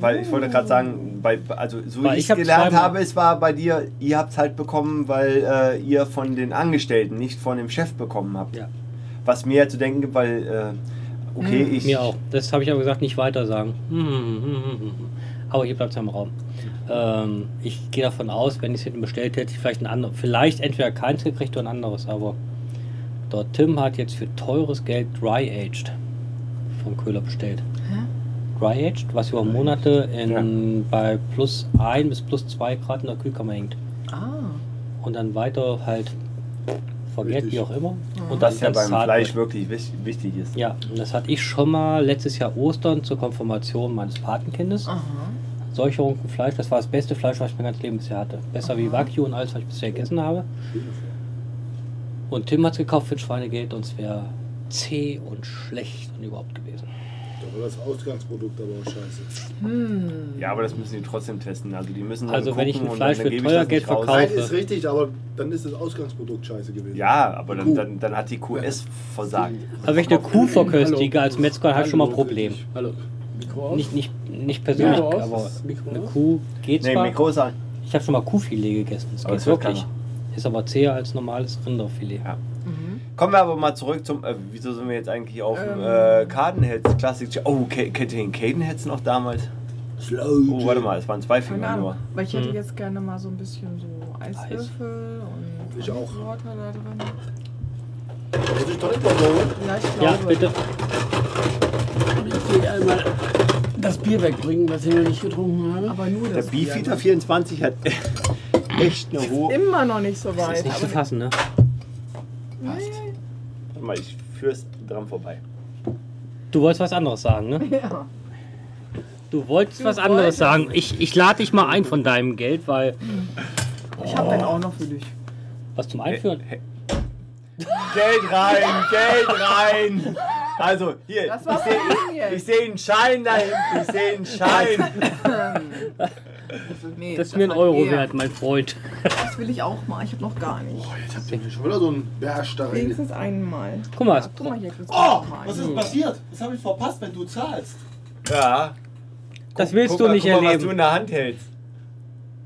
weil ich wollte gerade sagen, bei, also so Weil wie ich ich hab gelernt zweimal- habe, es war bei dir, ihr habt es halt bekommen, weil äh, ihr von den Angestellten, nicht von dem Chef bekommen habt. Ja. Was mir ja zu denken gibt, weil, äh, okay, ich, Hm, Mir auch. Das habe ich aber gesagt, nicht weiter sagen. Hm, hm, hm, hm, hm. Aber hier bleibt es im Raum. Ähm, ich gehe davon aus, wenn ich es hinten bestellt hätte, ich vielleicht ein anderes, vielleicht entweder keins gekriegt oder ein anderes, aber dort Tim hat jetzt für teures Geld Dry Aged von Köhler bestellt. Dry Aged, was über Monate in, bei plus 1 bis plus 2 Grad in der Kühlkammer hängt. Ah, Und dann weiter halt vergärt, Richtig. wie auch immer. Und dann was ja ganz beim zart Fleisch wird. wirklich wich- wichtig ist. Ja, und das hatte ich schon mal letztes Jahr Ostern zur Konfirmation meines Patenkindes. Ah. aha. Solche Runken Fleisch, das war das beste Fleisch, was ich mein ganzes Leben bisher hatte. Besser Ah. wie Wagyu und alles, was ich bisher gegessen habe. Und Tim hat es gekauft für ein Schweinegeld und es wäre zäh und schlecht und überhaupt gewesen. Doch, das Ausgangsprodukt aber auch scheiße. Ja, aber das müssen die trotzdem testen. Also, die müssen dann Also, wenn ich gucken ein und Fleisch dann für gebe ich teuer das nicht Geld raus. verkaufe, Nein, ist richtig, aber dann ist das Ausgangsprodukt scheiße gewesen. Ja, aber dann, Kuh. dann, dann hat die QS versagt. Aber Also wenn ich eine Kuh verköstige Hallo. als Metzger, habe ich schon mal ein Hallo. Problem. Hallo. Mikro aus? Nicht, nicht, nicht persönlich, Mikro aus? aber Mikro eine aus? Kuh geht Nee, zwar. Mikro ist an. Ich habe schon mal Kuhfilet gegessen, das Aber geht das hört wirklich. Ist aber zäher als normales Rinderfilet. Ja. Kommen wir aber mal zurück zum. Äh, wieso sind wir jetzt eigentlich auf Ähm. dem äh, Cadenheads Classic? Oh, Ca- kennt ihr den Cadenheads noch damals? Slow Oh, warte mal, es waren zwei Keine Finger Ahnung, nur. weil ich Hm. hätte jetzt gerne mal so ein bisschen so Eiswürfel und Ich auch. Water da drin. Muss ich doch nicht mal holen? Ja, ich glaube. Ja, bitte. Ich will einmal das Bier wegbringen, was ich noch nicht getrunken habe. Aber nur Der das. Bier, Beefeater 24 hat echt eine hohe. Immer noch nicht so Das ist weit. nicht zu Aber fassen, ne? Warte mal, ich führ's dran vorbei. Du wolltest was anderes sagen, ne? ja. Du wolltest Du was anderes wolltest- sagen. Ich, ich lade dich mal ein von deinem Geld, weil Ich habe dann auch noch für dich. was zum Einführen. Geld rein, Geld rein! Also, hier, Das war ich sehe- von ihm jetzt. ich sehe einen Schein da hinten, ich sehe einen Schein. Nee, Das ist mir ein war Euro er. wert, mein Freund. Das will ich auch mal. Ich habe noch gar nicht. Boah, jetzt habt ihr mir schon wieder so einen Bärsch da rein. Wenigstens einmal. Guck mal, Ja, guck mal hier kriegst Oh, du noch mal was einen. ist denn passiert? Das habe ich verpasst, wenn du zahlst. Ja. das willst Guck du mal, nicht guck mal, was du erleben. in der Hand hältst.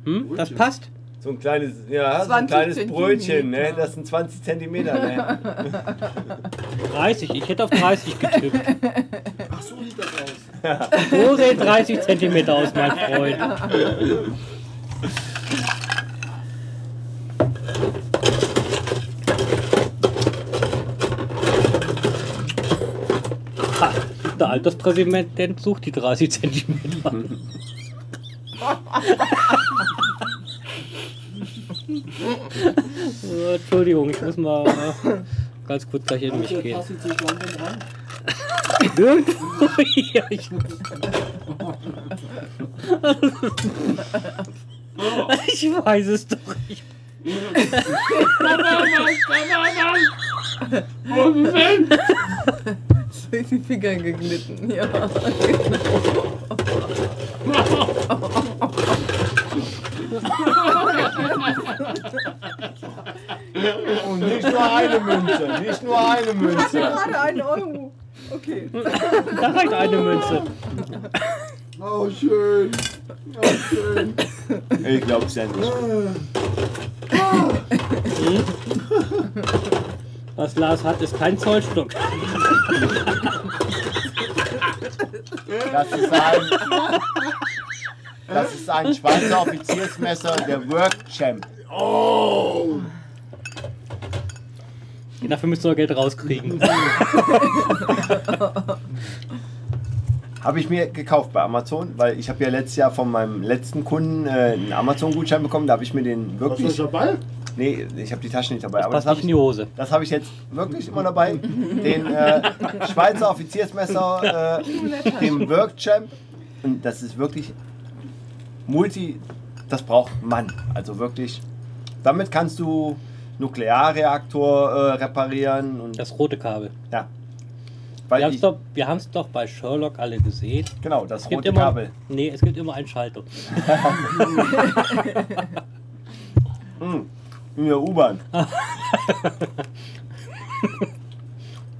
Hm? Das passt? So ein kleines, ja, so ein 20 kleines Zentimeter. Brötchen, ne? Das sind 20 Zentimeter, ne? 30, ich hätte auf 30 getippt. Ach, so sieht das aus. So sehen 30 Zentimeter aus, mein Freund. Ha, Der Alterspräsident sucht die 30 Zentimeter. So, Entschuldigung, ich muss mal äh, ganz kurz gleich in mich Hier gehen. passen sich London ran. Nirgendwo hier. Ich Ich weiß es doch nicht. Durch die Finger geglitten. Ja. Und Oh, nicht nur eine Münze, nicht nur eine Münze. Gerade ein Euro. Okay. Hm. Da reicht eine Münze. Oh, schön. Oh, schön. Ich glaub's ja nicht. Was Lars hat, ist kein Zollstock. Das ist ein, das ist ein Schweizer Offiziersmesser, der Work Champ. Dafür müssen wir Geld rauskriegen. Habe ich mir gekauft bei Amazon, weil ich habe ja letztes Jahr von meinem letzten Kunden äh, einen Amazon-Gutschein bekommen. Da habe ich mir den Was wirklich... ist dabei? Nee, ich habe die Tasche nicht dabei. aber Passt das habe nicht in ich, die Hose. das habe ich jetzt wirklich immer dabei. Den äh, Schweizer Offiziersmesser, äh, den Work Champ. Und das ist wirklich multi... Das braucht man. Also wirklich... Damit kannst du Nuklearreaktor äh, reparieren und Das rote Kabel. Ja. Wir Weil haben ich, es doch, wir haben's doch bei Sherlock alle gesehen. genau, das Es gibt rote immer, Kabel. Nee, es gibt immer einen Schalter. In der U-Bahn.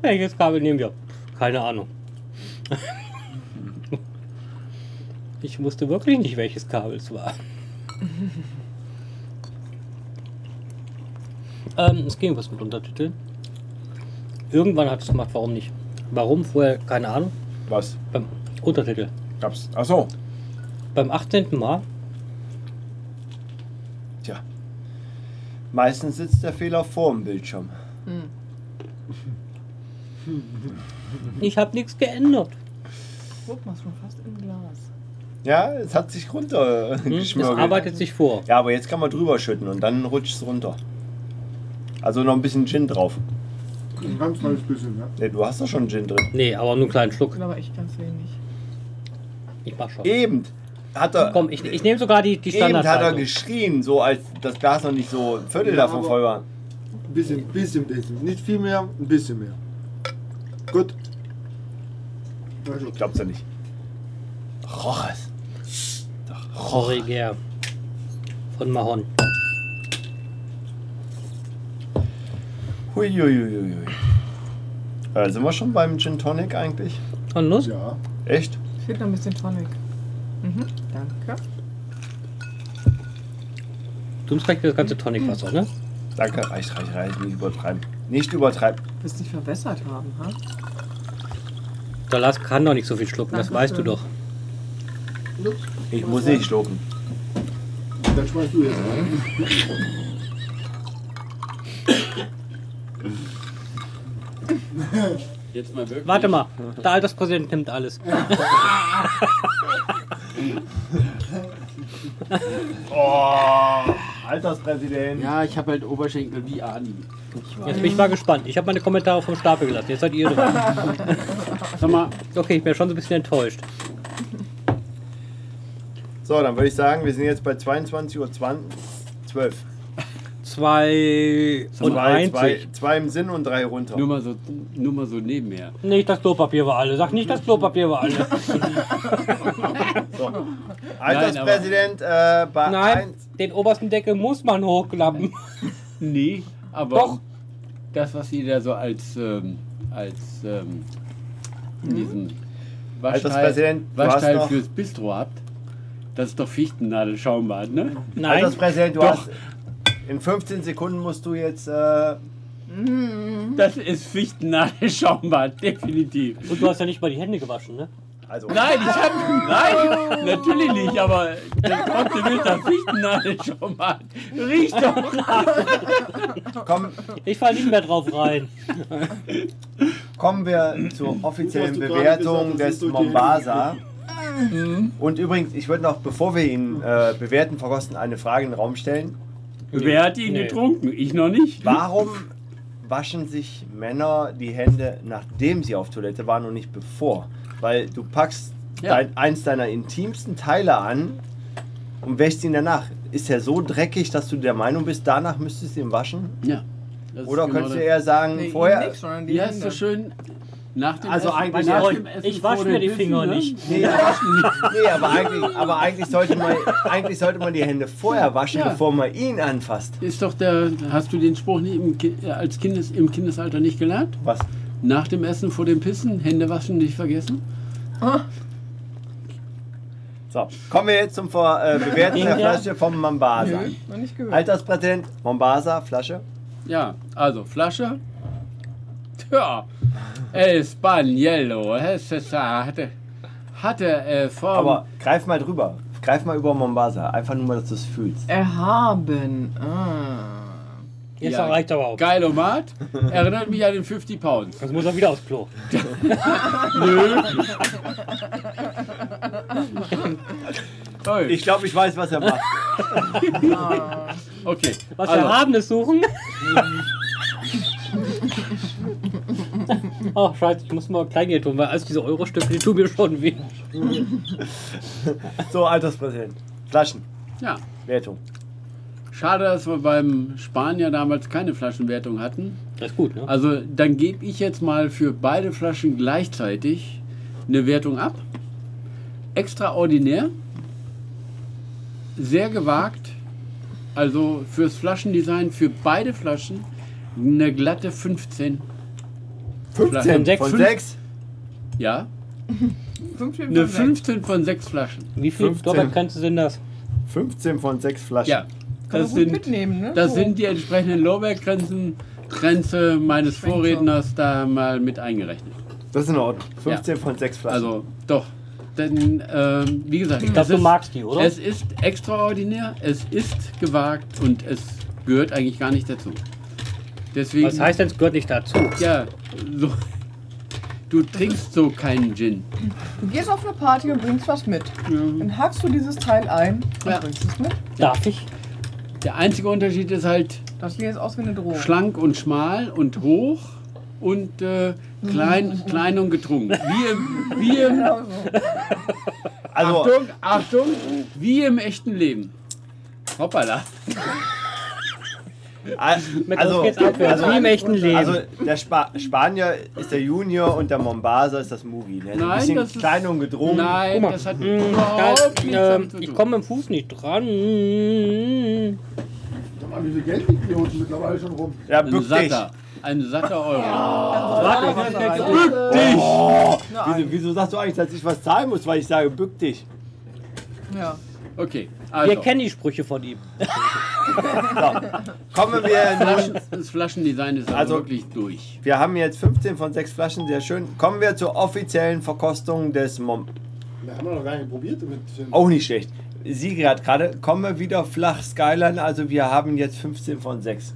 Welches Kabel nehmen wir? Keine Ahnung. Ich wusste wirklich nicht, welches Kabel es war. ähm, es ging was mit Untertiteln. Irgendwann hat es gemacht, warum nicht? Warum vorher, keine Ahnung. Was? Beim Untertitel. Gab's. Achso. Beim 18. Mal, Mhm. Tja. Meistens sitzt der Fehler vor dem Bildschirm. ich habe nichts geändert. Guck mal, ist schon fast im Glas. Ja, es hat sich Hm? Es runtergeschmürgelt. arbeitet sich vor. ja, aber jetzt kann man drüber schütten und dann rutscht es runter. Also noch ein bisschen Gin drauf. Ein ganz kleines bisschen, ja. Ne, du hast doch schon Gin drin. Nee, aber nur einen kleinen Schluck. Und aber echt ganz wenig. Ich mach schon. Eben hat er, Komm, ich, ich nehme sogar die, die eben hat er Standardhaltung. geschrien, so als das Glas noch nicht so ein Viertel Ja, davon aber- voll war. Ein bisschen, bisschen, bisschen. Nicht viel mehr, ein bisschen mehr. Gut. Also, Glaubst du nicht? Roch es. Doch, roch es. Corriger von Mahon. Huiuiuiui. Äh, sind wir schon beim Gin Tonic eigentlich? Und los? ja. Echt? Fehlt noch ein bisschen Tonic. Mhm, danke. Du nimmst gleich das ganze Tonicwasser, ne? Danke, reicht, reicht, reicht. Nicht übertreiben. Nicht übertreiben. Du wirst dich verbessert haben, ha? Der Lars kann doch nicht so viel schlucken, das weißt du doch. Ich muss nicht schlucken. Dann schmeißt du jetzt rein. Jetzt mal wirklich. Warte mal, der Alterspräsident nimmt alles. Oh, Alterspräsident. Ja, ich habe halt Oberschenkel wie Ani. Ich weiß. Jetzt bin ich mal gespannt. Ich habe meine Kommentare vom Stapel gelassen, jetzt seid ihr dran. Sag mal, Okay, ich bin schon so ein bisschen enttäuscht. So, dann würde ich sagen, wir sind jetzt bei 22.12 Uhr. 12. zwei und zwei, einzig. zwei, zwei im Sinn und drei runter. Nur mal so, nur mal so nebenher. Nicht das Klopapier war alle. Sag nicht, das Klopapier war alle. Alterspräsident äh, bei Nein, eins- den obersten Deckel muss man hochklappen. Nee, aber Doch. das, was sie da so als, ähm, als ähm, Mhm. in diesem Waschteil, Alterspräsident, du hast Waschteil noch- fürs Bistro habt, das ist doch Fichtennadelschaumbad, ne? Nein, Alterspräsident, du Doch. hast. In 15 Sekunden musst du jetzt. Äh, Das ist Fichtennadelschaumbad, definitiv. und du hast ja nicht mal die Hände gewaschen, ne? also. Nein, ich hab. Nein, natürlich nicht, aber das trotzdem ist das Fichtennadelschaumbad. Riecht doch. Komm, Ich fall nicht mehr drauf rein. kommen wir zur offiziellen Hast du gerade Bewertung gesagt, das des ist durch die Mombasa. Mhm. Und übrigens, ich würde noch, bevor wir ihn äh, bewerten, verkosten, eine Frage in den Raum stellen. Wer hat ihn Nee. getrunken? Ich noch nicht. Warum waschen sich Männer die Hände, nachdem sie auf Toilette waren und nicht bevor? Weil du packst Ja. dein, eins deiner intimsten Teile an und wäschst ihn danach. Ist er so dreckig, dass du der Meinung bist, danach müsstest du ihn waschen? Ja. das ist Oder genau könntest das. du eher sagen, Nee, vorher. nicht, sondern die Wie heißt so Hände. schön? Nach dem Also Essen, eigentlich nach auch- dem Essen ich wasch vor mir dem die Pissen, Finger ne? nicht. Nee, nee aber, eigentlich, aber eigentlich, sollte man, eigentlich sollte man die Hände vorher waschen, Ja. bevor man ihn anfasst. Ist doch der, hast du den Spruch nicht im, Ki- äh, als Kindes, im Kindesalter nicht gelernt? Was? Nach dem Essen vor dem Pissen, Hände waschen nicht vergessen? So, kommen wir jetzt zum Ver äh, Bewerten der Ja. Flasche vom Mombasa. Nö, noch nicht gehört. Alterspräsident, Mombasa, Flasche. Ja, also Flasche. Tja, Espaniello, hatte, hatte äh, Form. Aber greif mal drüber. Greif mal über Mombasa. Einfach nur mal, dass du es fühlst. Erhaben. Ah. Jetzt Ja. reicht aber auch. Geilomat erinnert mich an den 50 Pounds. Sonst muss er wieder aufs Klo. Ui, Ich glaube, ich weiß, was er macht. okay. Was also, wir haben, ist suchen. Ach, Oh, scheiße, ich muss mal Kleingeld tun, weil also diese Euro-Stücke, die tun mir schon weh. So, Alterspräsident. Flaschen. ja. Wertung. Schade, dass wir beim Spanier damals keine Flaschenwertung hatten. Das ist gut, ne? Also dann gebe ich jetzt mal für beide Flaschen gleichzeitig eine Wertung ab. Extraordinär, sehr gewagt, also fürs Flaschendesign für beide Flaschen eine glatte 15. Flaschen. sechs. Von Fünf. sechs? Ja, Fünf Stunden eine weg. 15 von sechs Flaschen. Wie viel 15. Doppelgrenze sind das? 15 von sechs Flaschen. Ja, das Kann man gut sind, mitnehmen, ne? das So. sind die entsprechenden Lorbeergrenzen, Grenze meines Schwenkt so. Vorredners da mal mit eingerechnet. Das ist in Ordnung. 15 von sechs Flaschen. Also doch, denn ähm, wie gesagt, Ich glaube, es du ist- magst die, oder? Es ist extraordinär, es ist gewagt und es gehört eigentlich gar nicht dazu. Deswegen, Was heißt denn, es gehört nicht dazu? ja, so, du trinkst so keinen Gin. Du gehst auf eine Party und bringst was mit. Dann hackst du dieses Teil ein und Ja. bringst es mit. Darf ich? Der einzige Unterschied ist halt Das sieht jetzt aus wie eine Drohung. schlank und schmal und hoch und äh, klein, klein und getrunken. Wie im, wie im, Genau so. Also, Achtung, Achtung, wie im echten Leben. Hoppala. al- Mit also, uns geht's abwärts, also, wie im echten Leben. also der Spa Spanier ist der Junior und der Mombasa ist das Mugi. Ne? So Nein, ein bisschen das ist- klein und gedrungen. Nein, mal. das hat Da, überhaupt nichts ähm, damit zu ich tun. komme mit dem Fuß nicht dran. Sag mal, wie viel Geld liegt hier unten mittlerweile schon rum? Ja, Ein bück dich. Also, satter, ein satter Euro. Ah, Wieso, wieso sagst du eigentlich, dass ich was zahlen muss, weil ich sage, bück dich? Ja. Okay, Wir also kennen die Sprüche von ihm. Kommen wir nun. Flaschen, das Flaschendesign ist also Also- wirklich durch. Wir haben jetzt 15 von 6 Flaschen, sehr schön. Kommen wir zur offiziellen Verkostung des Mom. Wir haben wir noch gar nicht probiert mit den Auch nicht schlecht. Siegel hat gerade, kommen wir wieder flach Skyline, also wir haben jetzt 15 von 6.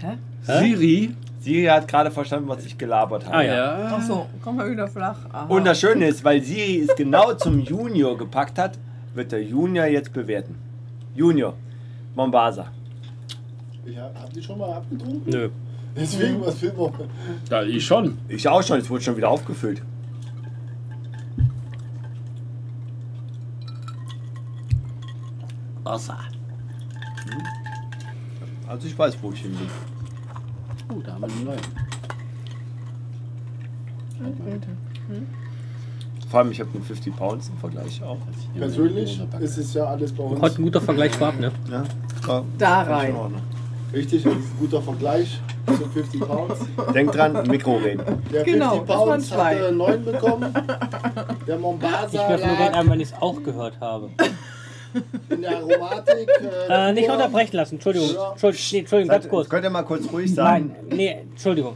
Hä? Hä? Siri, Siri hat gerade verstanden, was ich gelabert habe. Ah, ja. Ach ja, so, komm mal wieder flach. Aha. Und das Schöne ist, weil Siri es genau zum Junior gepackt hat, wird der Junior jetzt bewerten. Junior, Mombasa. Ich hab, hab die schon mal abgetrunken. Nö. Deswegen, was will man? da ich schon. Ich auch schon, es wurde schon wieder aufgefüllt. Wasser. Also ich weiß, wo ich hin will. Oh, da haben wir einen neuen. Vor allem, ich habe den 50 Pounds im Vergleich auch. Persönlich ist es ja alles bei Heute uns ein guter Vergleich vorab, ne? Ja, war- Da war schon rein. in Ordnung. richtig das ist ein guter Vergleich zu 50 Pounds. Denk dran, Mikro reden. Der Genau, 50 das waren Pounds zwei. hat 9 bekommen. Der Ich Mombasa werfe nur Geld lag ein, wenn ich es auch gehört habe. in der Aromatik. Äh, nicht nur- unterbrechen lassen, Entschuldigung. Ja. Entschuldigung, nee, Entschuldigung ganz Seid- kurz. Könnt ihr mal kurz ruhig sein? Nein, nee, Entschuldigung.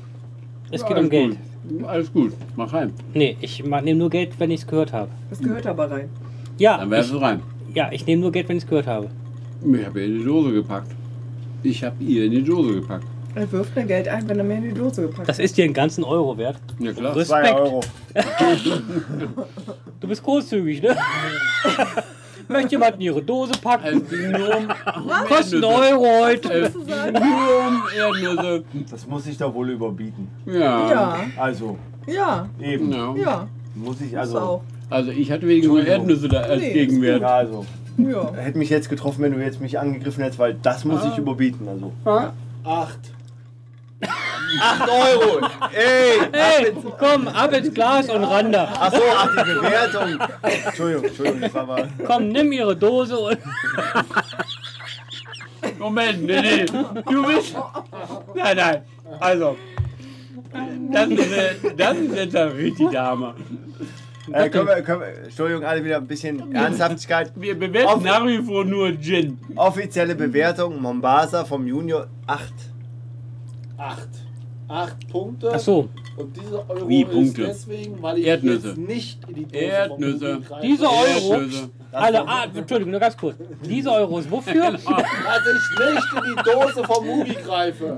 Es Ja, geht alles um Geld. Gut. Alles gut, mach rein. Nee, ich nehme nur Geld, wenn ich es gehört habe. Das gehört aber rein. Ja, Dann ich, werfst du rein. ja, ich nehme nur Geld, wenn ich es gehört habe. Ich habe ihr in die Dose gepackt. Ich habe ihr in die Dose gepackt. Er wirft mir Geld ein, wenn er mir in die Dose gepackt Das ist dir einen ganzen Euro wert. Ja klar. Respekt. Zwei Euro. Du bist großzügig, ne? Möchte jemand in ihre Dose packen? Es ging nur um Kostet einen Euro heute. Es ging nur um Erdnüsse. Das muss ich da wohl überbieten. Ja. Ja, Also, ja, eben. Ja. ja. Muss ich Also, also. auch. Also ich hatte weniger Entschuldigung. Erdnüsse da als Nee, ist Ja, Gegenwert. also. Ja. Hätte mich jetzt getroffen, wenn du jetzt mich angegriffen hättest, weil das muss ich überbieten. Also. Ja. 8. 8 Euro! Ey! Hey, komm, ab ins Glas und ran da. Achso, ach, die Bewertung. Entschuldigung, Entschuldigung, das war mal. Komm, nimm ihre Dose und. Moment, nee, nee. Du bist. Nein, nein. Also. Das ist, das ist jetzt ein richtig Hammer. Äh, können wir, können wir, Entschuldigung, alle wieder ein bisschen Ernsthaftigkeit. Wir bewerten Auf- nach wie vor nur Gin. Offizielle Bewertung: Mombasa vom Junior 8. 8. 8 Punkte. Ach so, Und diese Euro Wie, ist Punkte? deswegen, weil ich Erdnüsse. jetzt nicht in die Dose Erdnüsse. vom Mobil greife. diese Euro. Erdnüsse. Alle, ah, Entschuldigung, nur ganz kurz. Diese Euro ist wofür? Dass ich nicht in die Dose vom Mubi greife.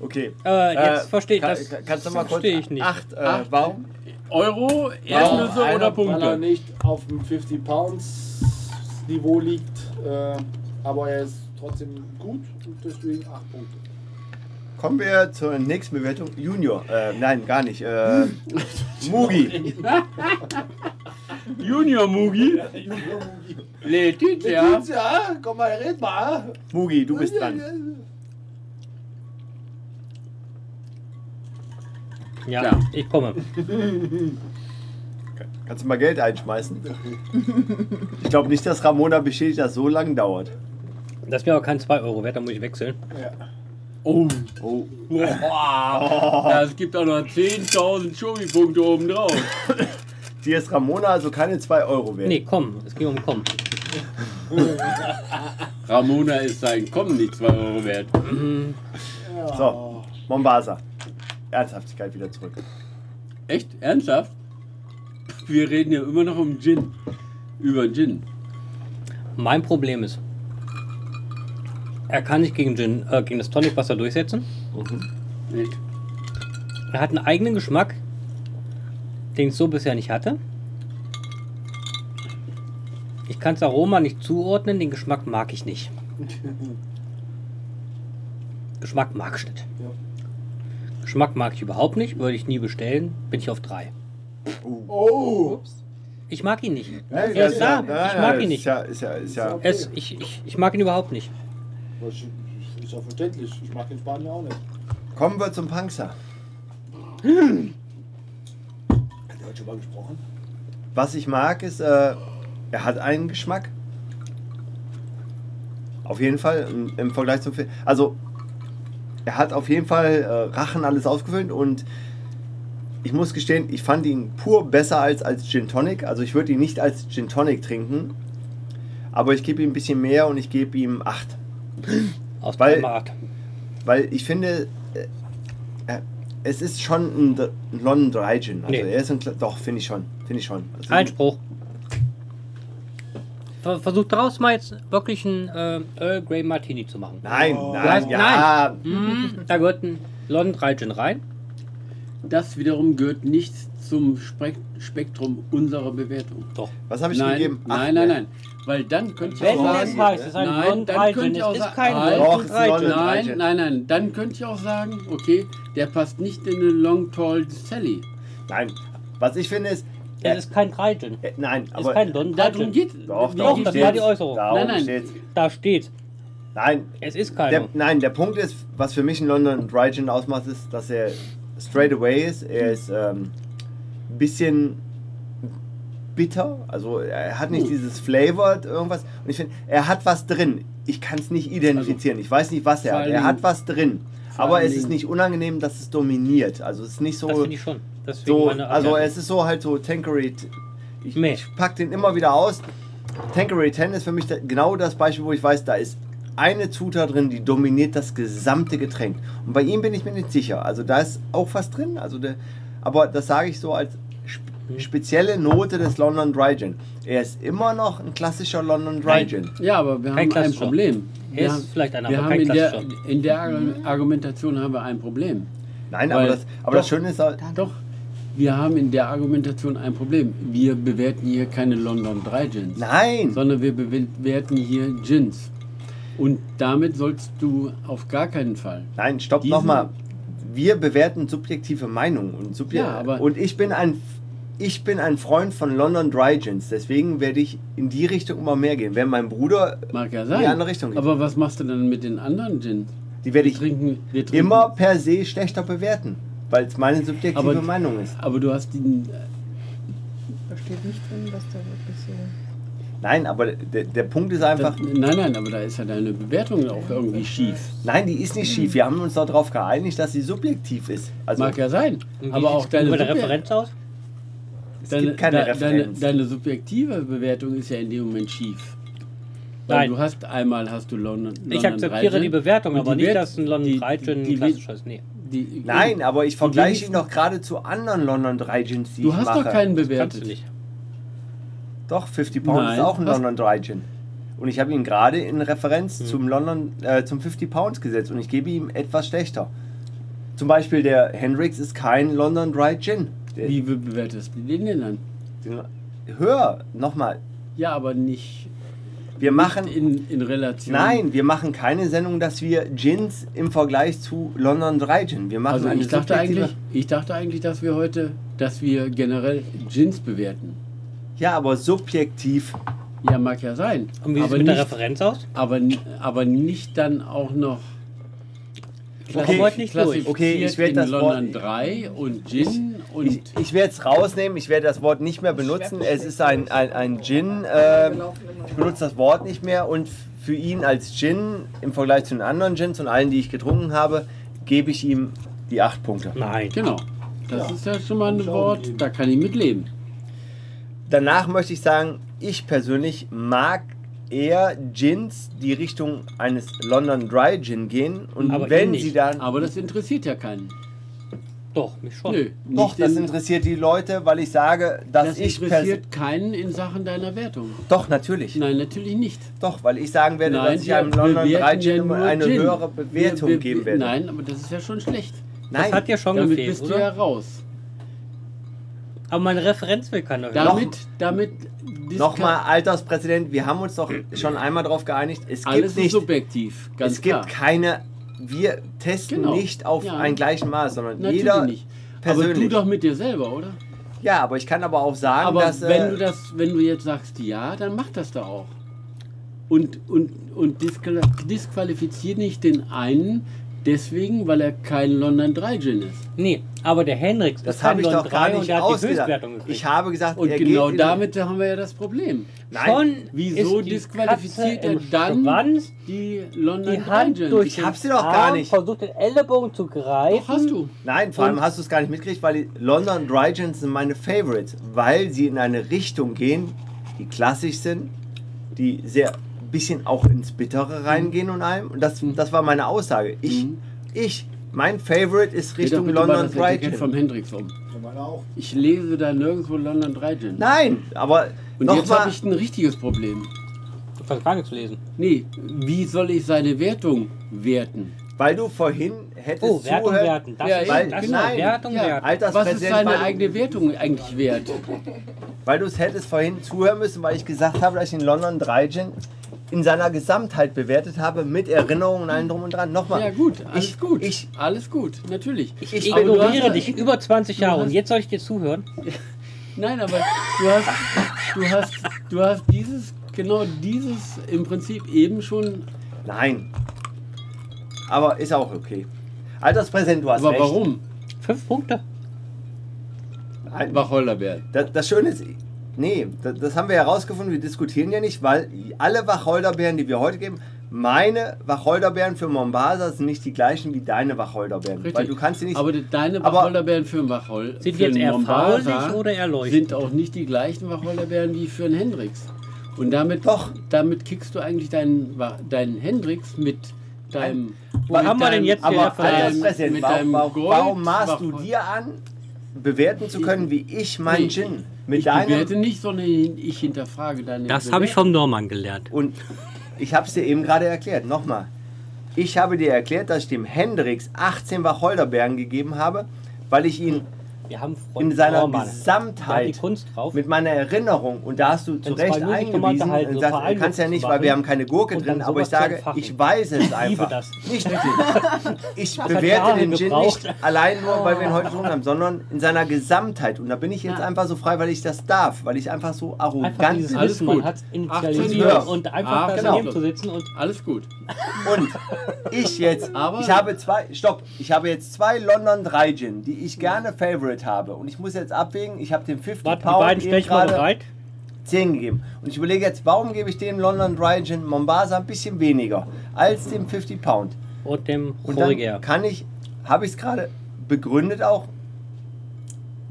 Okay. Äh, jetzt Äh, verstehe ich kann- das. kann- Kannst du mal kurz. verstehe ich nicht. 8, äh, Acht. warum? Euro, Warum Erdnüsse einer, oder Weil er Punkte? nicht auf dem 50 Pounds Niveau liegt, äh, aber er ist trotzdem gut und deswegen 8 Punkte. Kommen wir zur nächsten Bewertung. Junior. Äh, nein, gar nicht. Äh, Mugi. Junior Mugi. Letizia. Ja, komm mal, red mal. Mugi, du bist dran. Ja, Klar. ich komme. Kannst du mal Geld einschmeißen? Ich glaube nicht, dass Ramona bestätigt, dass so lange dauert. Das ist mir aber kein 2 Euro wert, dann muss ich wechseln. Oh. Oh. Boah. Es gibt auch noch 10.000 Schobi-Punkte oben drauf. Dir ist Ramona also keine 2 Euro wert. Nee, komm, es ging um komm. Ramona ist sein Kommen nicht 2 Euro wert. So, Mombasa. Ernsthaftigkeit wieder zurück. Echt? Ernsthaft? Wir reden ja immer noch um Gin. Über Gin. Mein Problem ist, er kann nicht gegen, Gin, äh, gegen das Tonicwasser durchsetzen. Nicht? Er hat einen eigenen Geschmack, den ich so bisher nicht hatte. Ich kann das Aroma nicht zuordnen, den Geschmack mag ich nicht. Geschmack mag ich nicht. Geschmack mag ich überhaupt nicht, würde ich nie bestellen, bin ich auf drei. Oh, Ups. Ich mag ihn nicht. Ja, Er ist da, ich mag ihn Ist nicht. ja, ist ja, ist ja. Okay. Es, ich, ich, ich mag ihn überhaupt nicht. was- ist ja verständlich. Ich mag den Spanier auch nicht. Kommen wir zum Panzer. Hat der heute schon mal gesprochen? Was ich mag, ist, äh, er hat einen Geschmack. Auf jeden Fall im, im Vergleich zum Film. Also, er hat auf jeden Fall äh, Rachen alles ausgefüllt und ich muss gestehen, ich fand ihn pur besser als als Gin Tonic. Also, ich würde ihn nicht als Gin Tonic trinken, aber ich gebe ihm ein bisschen mehr und ich gebe ihm 8. Aus Weil- der Art. Weil ich finde, äh, äh, es ist schon ein, D- ein London Dry Gin. Also, Nee. er ist ein. Kle- Doch, finde ich schon. Finde ich schon. Also, Einspruch. Ver- Versucht daraus mal jetzt wirklich einen äh, Earl Grey Martini zu machen. Nein, Mhm. nein, weißt- ja. Mm, da gehört ein London Dry Gin rein. Das wiederum gehört nicht zum Spek- Spektrum unserer Bewertung. Doch. Was habe ich Nein, gegeben? Acht, nein, nein, ne? nein. Weil dann könnte ich Wenn auch es sagen, heißt, es ist ein Nein, London dann Dry könnt Gin, ihr auch es ist sagen- kein Nein. Doch, London es ist Dry Gin. London. Nein, Gin. nein, nein. Dann könnte ich auch sagen, okay, der passt nicht in eine Long Tall Sally. Nein, was ich finde ist. Äh, Es ist kein Dry Gin. äh, nein, Es aber. ist kein London Dry Darum Gin. geht es. doch, Doch, doch, das steht's. war die Äußerung. Darum Nein, nein. steht's. Da steht. Nein, Es der, ist keiner. nein, der Punkt ist, was für mich in London Dry Gin ausmacht, ist, dass er straight away ist. Er ist ähm, ein bisschen bitter, also er hat Hm. nicht dieses Flavored irgendwas. Und ich finde, er hat was drin. Ich kann es nicht identifizieren. ich weiß nicht, was er Also vor hat. allen Er hat Dingen- was drin. vor Aber allen es ist Dingen- nicht unangenehm, dass es dominiert. Also es ist nicht so. Das finde ich schon. Deswegen So, meine also Abwertung. es ist so halt so Tankery. Ich, Meh. ich pack den immer wieder aus. Tankery 10 ist für mich da, genau das Beispiel, wo ich weiß, da ist eine Zutat drin, die dominiert das gesamte Getränk. Und bei ihm bin ich mir nicht sicher. Also da ist auch was drin. Also der, aber das sage ich so als sp Mhm. spezielle Note des London Dry Gin. Er ist immer noch ein klassischer London Dry Nein. Gin. Ja, aber wir haben Kein ein klassischer. Problem. Er Wir ist haben- vielleicht einer, wir aber haben kein in der, klassischer. in der Ar- Argumentation haben wir ein Problem. Nein, Weil- aber das, aber das doch, Schöne ist, halt- Doch, wir haben in der Argumentation ein Problem. Wir bewerten hier keine London 3 Gins, nein, sondern wir bewerten hier Gins. Und damit sollst du auf gar keinen Fall. nein, stopp diesen- nochmal. Wir bewerten subjektive Meinungen und subje Ja, aber- und ich bin ein ich bin ein Freund von London Dry Gins, deswegen werde ich in die Richtung immer mehr gehen. Wenn mein Bruder, Mag ja sein. Die andere Richtung geht. Aber was machst du dann mit den anderen Gins? die werde Wir ich trinken, wir trinken immer per se schlechter bewerten, weil es meine subjektive Aber- Meinung ist. Aber du hast äh, den. Da steht nicht drin, dass der wirklich so. Nein, aber der, der Punkt ist einfach, nein, nein, aber da ist ja deine Bewertung auch irgendwie schief. nein, die ist nicht schief. Wir haben uns darauf geeinigt, dass sie subjektiv ist. Also Mag Hm. ja sein. Und wie Aber auch sieht's deine, über der Subje- Referenz aus? es deine, gibt keine de- deine, Referenz. deine subjektive Bewertung ist ja in dem Moment schief. Weil Nein. du hast einmal hast du London. London Ich akzeptiere 13, die Bewertung, und aber die nicht, wird- dass ein London die- 13 die- die- klassischer ist. Nee. die- nein, aber ich vergleiche ihn wenigsten- doch gerade zu anderen London Dry Gins, die Du ich hast mache. doch keinen Kannst du bewertet. nicht. Doch, 50 Pound Nein. ist auch ein Was? Hm. London Dry Gin. Und ich habe ihn gerade in Referenz zum London, äh, zum 50 Pounds gesetzt und ich gebe ihm etwas schlechter. Zum Beispiel der Hendrix ist kein London Dry Gin. Der Wie be- bewertest du den denn dann? den, hör, nochmal, Ja, aber nicht wir machen, in, in Relation. nein, wir machen keine Sendung, dass wir Gins im Vergleich zu London Dry Gin. Wir machen Also eine ich dachte, subjektive- eigentlich, ich dachte eigentlich, dass wir heute, dass wir generell Gins bewerten. Ja, aber subjektiv. Ja, mag ja sein. Und wie sieht es aber, mit der nicht, Referenz aus? aber, aber nicht dann auch noch Warum heute nicht durch? Okay, ich werd in das Wort- London 3 und Gin und Ich, ich werde es rausnehmen, ich werde das Wort nicht mehr benutzen. Es ist ein, ein, ein Gin. ähm, Ich benutze das Wort nicht mehr und für ihn als Gin im Vergleich zu den anderen Gins und allen, die ich getrunken habe, gebe ich ihm die 8 Punkte. Nein. genau. Das Ja. ist ja schon mal ein Schauen Wort, eben. da kann ich mit leben. Danach möchte ich sagen, ich persönlich mag eher Gins, die Richtung eines London Dry Gin gehen und Aber ihn wenn nicht. sie dann... Aber das interessiert ja keinen. Doch, mich schon. Nö, Doch, nicht das in- interessiert die Leute, weil ich sage, dass das ich... interessiert keinen in Sachen deiner Wertung. perso- Doch, natürlich. Nein, natürlich nicht. Doch, weil ich sagen werde, Nein, dass ich wir einem London bewerten Dry Gin ja immer nur eine Gin. höhere Wir Bewertung be- geben werde. Nein, aber das ist ja schon schlecht. Das hat dir schon Damit gefehlt, bist oder? du ja raus. Aber meine Referenz will keiner hören. Damit, damit diska- Nochmal Alterspräsident, wir haben uns doch schon einmal darauf geeinigt, es alles gibt nicht, ist subjektiv, ganz es gibt klar. keine, wir testen Genau. nicht auf Ja. ein gleichen Maß, sondern Natürlich jeder nicht. Aber du persönlich. doch mit dir selber, oder? Ja, aber ich kann aber auch sagen, Aber dass wenn äh, du das, wenn du jetzt sagst ja, dann mach das da auch. Und, und, und disqual- disqualifizier nicht den einen deswegen, weil er kein London 3 Gin ist. Nee, aber der Henrix das ist kein habe ich doch London gar 3 und nicht der hat die ausgedacht. Höchstwertung gekriegt. Ich habe gesagt, Und er genau geht in- damit haben wir ja das Problem. Nein, Schon Wieso ist die disqualifiziert Katze er im dann Schwanz, die London die 3 Hand Gin? durch Ich den hab sie doch gar Arm, nicht. versucht den Ellenbogen zu greifen. Doch hast du. nein, vor allem hast du es gar nicht mitgekriegt, weil die London Dry Gins sind meine Favorites, weil sie in eine Richtung gehen, die klassisch sind, die sehr bisschen auch ins Bittere reingehen und allem. Und das, das war meine Aussage. Ich, Mhm. ich, mein Favorite ist Geh doch Richtung bitte mal London das Dry Etikett Gin. vom Hendrix um. Und meiner auch. Ich lese da nirgendwo London 3 Gin. Nein, aber und jetzt habe nochmal. ich ein richtiges Problem. Du kannst gar nichts lesen. Nee, wie soll ich seine Wertung werten? Weil du vorhin hättest Oh, Wertung zuhören- werten. Das Ja, ist, weil- das ist nein. Wertung Ja. werten. Was ist Alterspräsident, seine weil- eigene Wertung eigentlich wert? Weil du es hättest vorhin zuhören müssen, weil ich gesagt habe, dass ich den London 3 Gin in seiner Gesamtheit bewertet habe, mit Erinnerungen und allem drum und dran. Nochmal. Ja gut, alles ich, gut. Ich, alles gut, natürlich. Ich Aber du hast ignoriere ja- dich über 20 Jahre hast- und jetzt soll ich dir zuhören? Nein, aber du hast, du hast, du hast dieses, genau dieses im Prinzip eben schon Nein. Aber ist auch okay. Alterspräsent, du hast Aber recht. warum? Fünf Punkte. Nein, Wacholderbeeren. das, das Schöne ist, nee, das, das haben wir herausgefunden, wir diskutieren ja nicht, weil alle Wacholderbeeren, die wir heute geben, meine Wacholderbeeren für Mombasa sind nicht die gleichen wie deine Wacholderbeeren. Weil du kannst sie nicht. Aber de- deine Aber- Wacholderbeeren für einen Wachol. Sind für jetzt einen eher Mombasa faulig oder eher leuchtend? Sind auch nicht die gleichen Wacholderbeeren wie für einen Hendrix. Und damit, Doch. damit kickst du eigentlich deinen, Wa- deinen Hendrix mit deinem. Wo haben wir denn jetzt aber wieder aber Vergleich. Alterspräsent, mit warum, deinem warum, Gold, warum maßt du Wachol- dir an, bewerten zu können, wie ich meinen Nee, Gin? ich Mit bewerte deinem. nicht, sondern ich hinterfrage deine. Das habe ich Bewertung. vom Norman gelernt. Und ich habe es dir eben gerade erklärt. Nochmal. Ich habe dir erklärt, dass ich dem Hendrix 18 Wacholderbeeren gegeben habe, weil ich ihn Wir haben in Freund seiner Norman. Der hat die Gesamtheit Kunst drauf. mit meiner Erinnerung und da hast du zu Wenn Recht zwei nur sich Tomate eingewiesen halten, und so sagst, du vereinfacht kannst ja nicht, zu weil wir machen haben keine Gurke und drin, dann aber ich sowas zu sage, entfachen. ich weiß es einfach. das. Nicht, ich hat Jahre bewerte den Gin gebraucht. nicht allein nur, weil wir ihn heute getrunken haben, sondern in seiner Gesamtheit und da bin ich jetzt Ja. einfach so frei, weil ich das darf, weil ich einfach so Einfach arrogant dieses bin. alles Wissen, man gut. hat es 18 initialisiert Jahre. und Ah, einfach da genau. daneben zu sitzen und Alles gut. Und ich jetzt, Aber- ich habe zwei, stopp, ich habe jetzt zwei London 3 Gin, die ich gerne Favorite habe. Und ich muss jetzt abwägen, ich habe dem 50 warte, die Pound beiden eben stelle ich mal gerade bereit. 10 gegeben. Und ich überlege jetzt, warum gebe ich dem London Dry Gin Mombasa ein bisschen weniger als dem 50 Pound? Und dem Und dann Choriger. kann ich, habe ich es gerade begründet auch,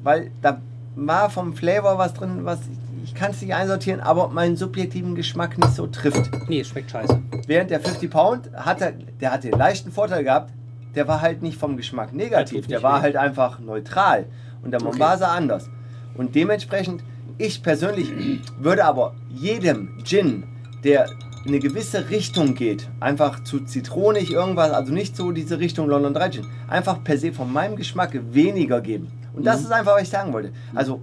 weil da war vom Flavor was drin, was ich, ich kann es nicht einsortieren, aber meinen subjektiven Geschmack nicht so trifft. Nee, schmeckt scheiße. Während der 50 Pound hatte, der hatte den leichten Vorteil gehabt, der war halt nicht vom Geschmack negativ, nicht der war weh. halt einfach neutral und der Mombasa anders. Und dementsprechend, ich persönlich würde aber jedem Gin, der in eine gewisse Richtung geht, einfach zu zitronig irgendwas, also nicht so diese Richtung London 3 Gin, einfach per se von meinem Geschmack weniger geben. Und das ist einfach, was ich sagen wollte. Also,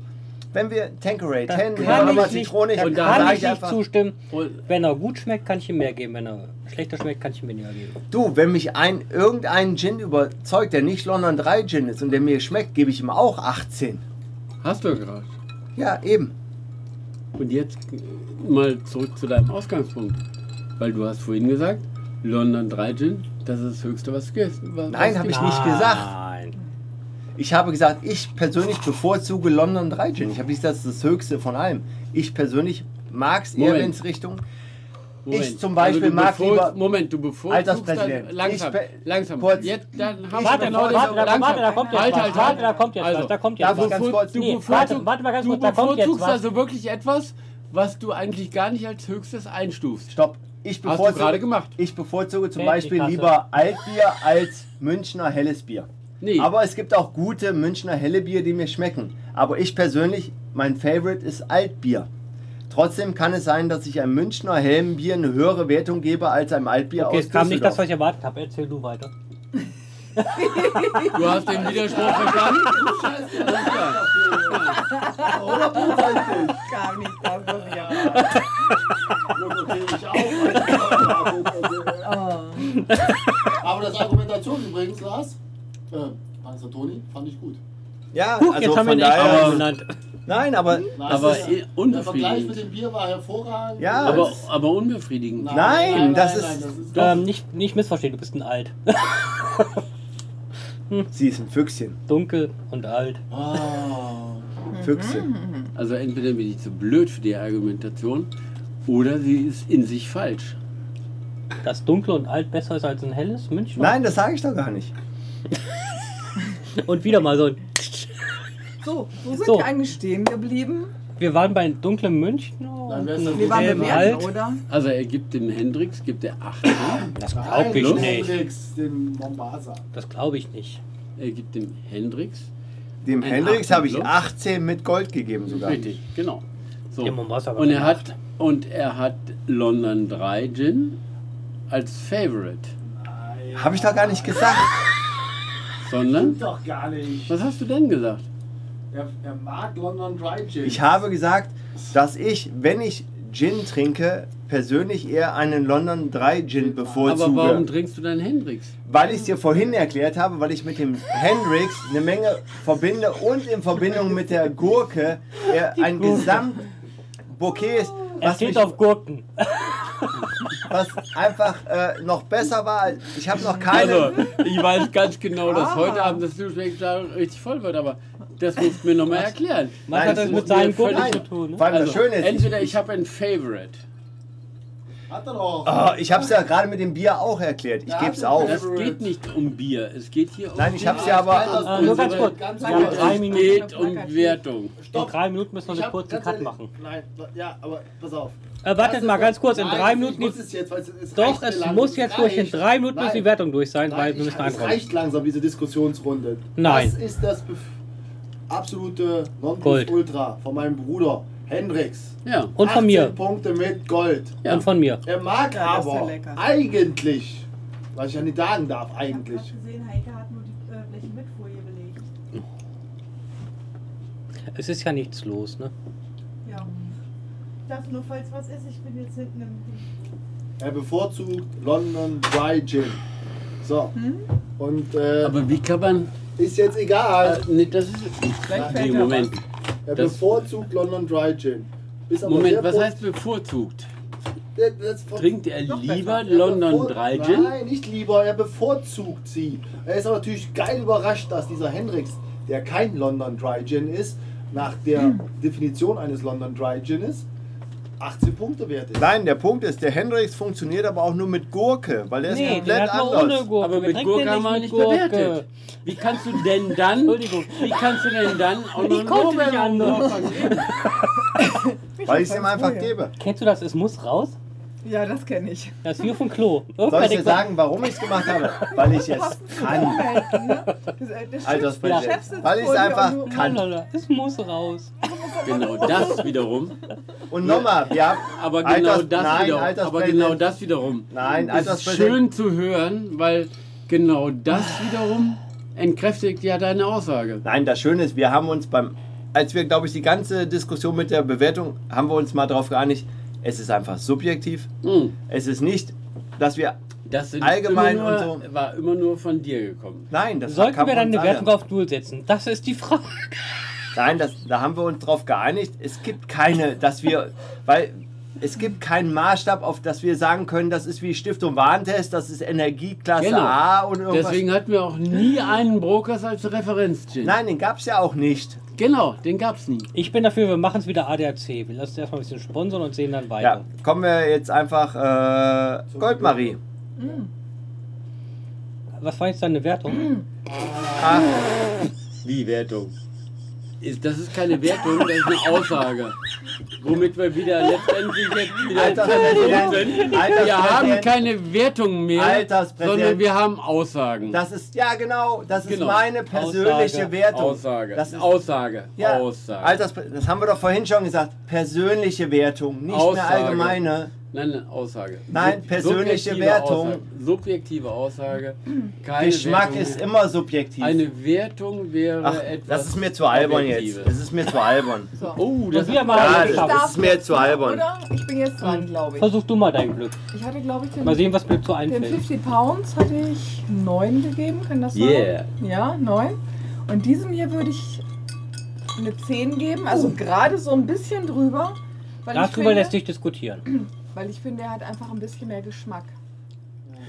wenn wir Tanqueray 10 nehmen, kann aber ich nicht, zitronig, da und da kann sag ich nicht zustimmen. Und- Wenn er gut schmeckt, kann ich ihm mehr geben. Wenn er schlechter schmeckt, kann ich ihm weniger geben. Du, wenn mich ein, irgendein Gin überzeugt, der nicht London 3 Gin ist und der mir schmeckt, gebe ich ihm auch 18. Hast du ja gerade. Ja, eben. Und jetzt mal zurück zu deinem Ausgangspunkt. Weil du hast vorhin gesagt, London 3 Gin, das ist das Höchste, was du gegessen was- Nein, was hab gibt. ich Ah. nicht gesagt. Nein. Ich habe gesagt, ich persönlich bevorzuge London 3 Gin. Ich habe nicht gesagt, das ist das Höchste von allem. Ich persönlich mag es eher, Moment. wenn es Richtung. Moment. Ich zum Beispiel du mag bevor- lieber- Moment, du bevorzugst Alterspräsident. dann, langsam, Ich be- langsam. kurz. Jetzt, dann haben Warte, wir genau warte, das- warte, da- langsam. warte, da kommt jetzt Halt, was. halt, Warte, halt. da kommt jetzt also, was, da kommt jetzt du darf ich was. ganz bevor- kurz- Du Nee, bevorzugst, warte, warte mal ganz du kurz, da kommt jetzt bevorzugst was. also wirklich etwas, was du eigentlich gar nicht als Höchstes einstufst. Stopp. Ich du bevorzuge, gerade gemacht. Ich bevorzuge zum Fällt in die Beispiel Kasse. lieber Altbier als Münchner helles Bier. Nee. Aber es gibt auch gute Münchner helle Bier, die mir schmecken. Aber ich persönlich, mein Favorite ist Altbier. Trotzdem kann es sein, dass ich einem Münchner hellen Bier eine höhere Wertung gebe als einem Altbier Okay, aus es kam nicht das, Düsseldorf. was ich erwartet habe. Erzähl du weiter. Du hast den Widerspruch verstanden? Alles klar. Gar nicht das, was ich erwartet habe. Aber das Argumentation übrigens, Lars, äh, Panzer Toni, fand ich gut. ja, Huch, also jetzt haben wir von ihn echt daher. aber genannt. nein, aber Nein, Aber das eh ist- unbefriedigend. Der Vergleich mit dem Bier war hervorragend. Ja, Aber, aber unbefriedigend. Nein, das ist- Ähm, nicht, nicht missverstehen, du bist ein alt. sie ist ein Füchschen. Dunkel und alt. Ah. Mhm. Füchschen. Also entweder bin ich zu blöd für die Argumentation oder sie ist in sich falsch. Dass dunkel und alt besser ist als ein helles München. Nein, das sage ich doch gar nicht. Und wieder mal so ein. So, wo sind So. wir eigentlich stehen geblieben? Wir waren bei dunklem München und Dann wär's das einem Wir Wir waren hellen bewerten, alt. oder? Also er gibt dem Hendrix, gibt er 18. Das Nein, glaube ich Lust? nicht. Netflix, den Mombasa. Das glaube ich nicht. Er gibt dem Hendrix. Dem Ein Hendrix habe ich Achtel, 18 mit Gold gegeben sogar. Richtig, genau. So. Dem Mombasa war Und er kein hat und er hat London 3 Gin als Favorite, Ne? Habe ich doch gar nicht gesagt. sondern Doch gar nicht. was hast du denn gesagt? Er, er mag London Dry Gin. Ich habe gesagt, dass ich, wenn ich Gin trinke, persönlich eher einen London 3 Gin bevorzuge. Aber warum trinkst du deinen Hendrix? Weil ich es dir vorhin erklärt habe, weil ich mit dem Hendrix eine Menge verbinde und in Verbindung mit der Gurke äh, ein Gesamtbouquet ist. Er Was steht mich, auf Gurken. was einfach äh, noch besser war. als- Ich habe noch keine. Also, ich weiß ganz genau, dass heute Abend das Duschbecken richtig voll wird, aber das musst du mir nochmal erklären. Was Nein, hat das das ist mit mir seinen Kunden völlig- zu tun? Vor Ne? allem das Schöne ist, ich, Also, entweder ich habe ein Favorite. Hat er doch. oh, ich habe es ja gerade mit dem Bier auch erklärt. Ich Ja, gebe es das auf. Es geht nicht um Bier, es geht hier um Nein, ich Bier. hab's ja aber. Äh, nur ganz unsere- kurz. Ganz Wir haben kurz. drei es Minuten. geht um Wertung. In Stopp. drei Minuten müssen wir Ich einen hab- kurzen ganz Cut ehrlich- machen. Nein, ja, aber pass auf. Äh, wartet mal ganz kurz, in Nein, drei ich Minuten. muss es jetzt, weil es- es Doch, reicht mir es langsam. muss jetzt durch. In Reicht. drei Minuten muss Nein. die Wertung durch sein, weil Nein, wir ich, müssen es ankommen. reicht langsam, diese Diskussionsrunde. Nein. Das ist das bef- absolute Gold. Nonplusultra von meinem Bruder Hendrix. Ja. Und von 18 mir. Punkte mit Gold. Ja. Und von mir. Er mag Ja, das ist ja aber lecker. eigentlich, was ich ja nicht sagen darf, Ich habe eigentlich. gerade gesehen, Heike hat nur die äh, Flächen mit Folie belegt. Es ist ja nichts los, ne? Ja. Ich dachte nur, falls was ist, ich bin jetzt hinten im Er bevorzugt London Dry Gin. So. Hm? Und äh, Aber wie kann man. ist jetzt egal. Äh, nee, das ist. Vielleicht Nee, fällt ja Moment. was. Er das- bevorzugt London Dry Gin. Ist aber Moment, sehr was pro- heißt bevorzugt? Das- das von- Trinkt er Noch lieber besser. Er London bevor- 3 Gin? Nein, nicht lieber, er bevorzugt sie. Er ist aber natürlich geil überrascht, dass dieser Hendrix, der kein London Dry Gin ist, nach der Hm. Definition eines London Dry Gin ist, 18 Punkte wert ist. Nein, der Punkt ist, der Hendrix funktioniert aber auch nur mit Gurke, weil der ist Nee, den komplett hat man ohne anders. Gurke. Aber Wir mit trinken Gurke den haben wir mit nicht Gurke. bewertet. Wie kannst du denn dann. Entschuldigung. Wie kannst du denn dann auch noch Ich konnte einen nicht anders. Lorbeeren geben? Weil ich es ihm einfach Früher. gebe. Kennst du das? Es muss raus? Ja, das kenne ich. Das ist wie vom Klo. Soll Irgendwer ich dir denkt, sagen, warum ich es gemacht habe? Weil ich es kann. Anmelden, ne? Das, äh, der Chef- Alterspräsident. der Chef sitzt Weil ich's vor dir einfach und du- kann. "Lalala, Es muss raus. Genau das wiederum. Und nochmal, wir haben. Aber genau, Alters- das nein, wiederum, aber Alterspräsident. genau das wiederum Nein, also ist Alterspräsident. schön zu hören, weil genau das Ah. wiederum entkräftigt ja deine Aussage. Nein, das Schöne ist, wir haben uns beim, als wir, glaube ich, die ganze Diskussion mit der Bewertung, haben wir uns mal darauf geeinigt, es ist einfach subjektiv. Hm, Es ist nicht, dass wir. Das sind Allgemein immer nur, und war immer nur von dir gekommen. Nein, das Sollten kann wir dann man eine sagen. Wertung auf Dual setzen? Das ist die Frage. Nein, das, da haben wir uns drauf geeinigt. Es gibt keine, dass wir, weil es gibt keinen Maßstab, auf das wir sagen können, das ist wie Stiftung Warentest, das ist Energieklasse Genau. A und irgendwas. Deswegen hatten wir auch nie einen Brokers als Referenz-Gin. Nein, den gab es ja auch nicht. Genau, den gab's nie. Ich bin dafür, wir machen es wieder ADAC. Wir lassen es erstmal ein bisschen sponsern und sehen dann Ja, weiter. kommen wir jetzt einfach äh, Goldmarie. Was war jetzt deine Wertung? Wie Wertung? Ist, das ist keine Wertung, das ist eine Aussage. Womit wir wieder letztendlich jetzt wieder Alterspräsident, Wir haben Alterspräsident. keine Wertung mehr, Alterspräsident. sondern wir haben Aussagen. Das ist, ja genau, das ist Genau. meine persönliche Aussage, Wertung. Aussage. Das ist, Aussage. ja, Aussage. Alters, das haben wir doch vorhin schon gesagt. Persönliche Wertung, nicht Aussage. eine allgemeine. nein, nein, Aussage. Nein, Sub- persönliche subjektive Wertung. Aussage. Subjektive Aussage. Keine Geschmack Wertung. ist immer subjektiv. Eine Wertung wäre Ach, etwas. das ist mir zu albern Objektives. jetzt. Das ist mir zu albern. Oh, das Und wir hat- machen- Ja, ich das darf ist mir zu albern. Oder? Ich bin jetzt dran, glaube ich. Versuch du mal dein Glück. Ich hatte, glaube ich, den, Mal sehen, was mir so den einfällt. 50 Pounds hatte ich 9 gegeben, kann das sein? Yeah. Ja, 9. Und diesem hier würde ich eine 10 geben, also gerade so ein bisschen drüber. Weil ich, Darüber finde, lässt sich diskutieren. weil ich finde, er hat einfach ein bisschen mehr Geschmack.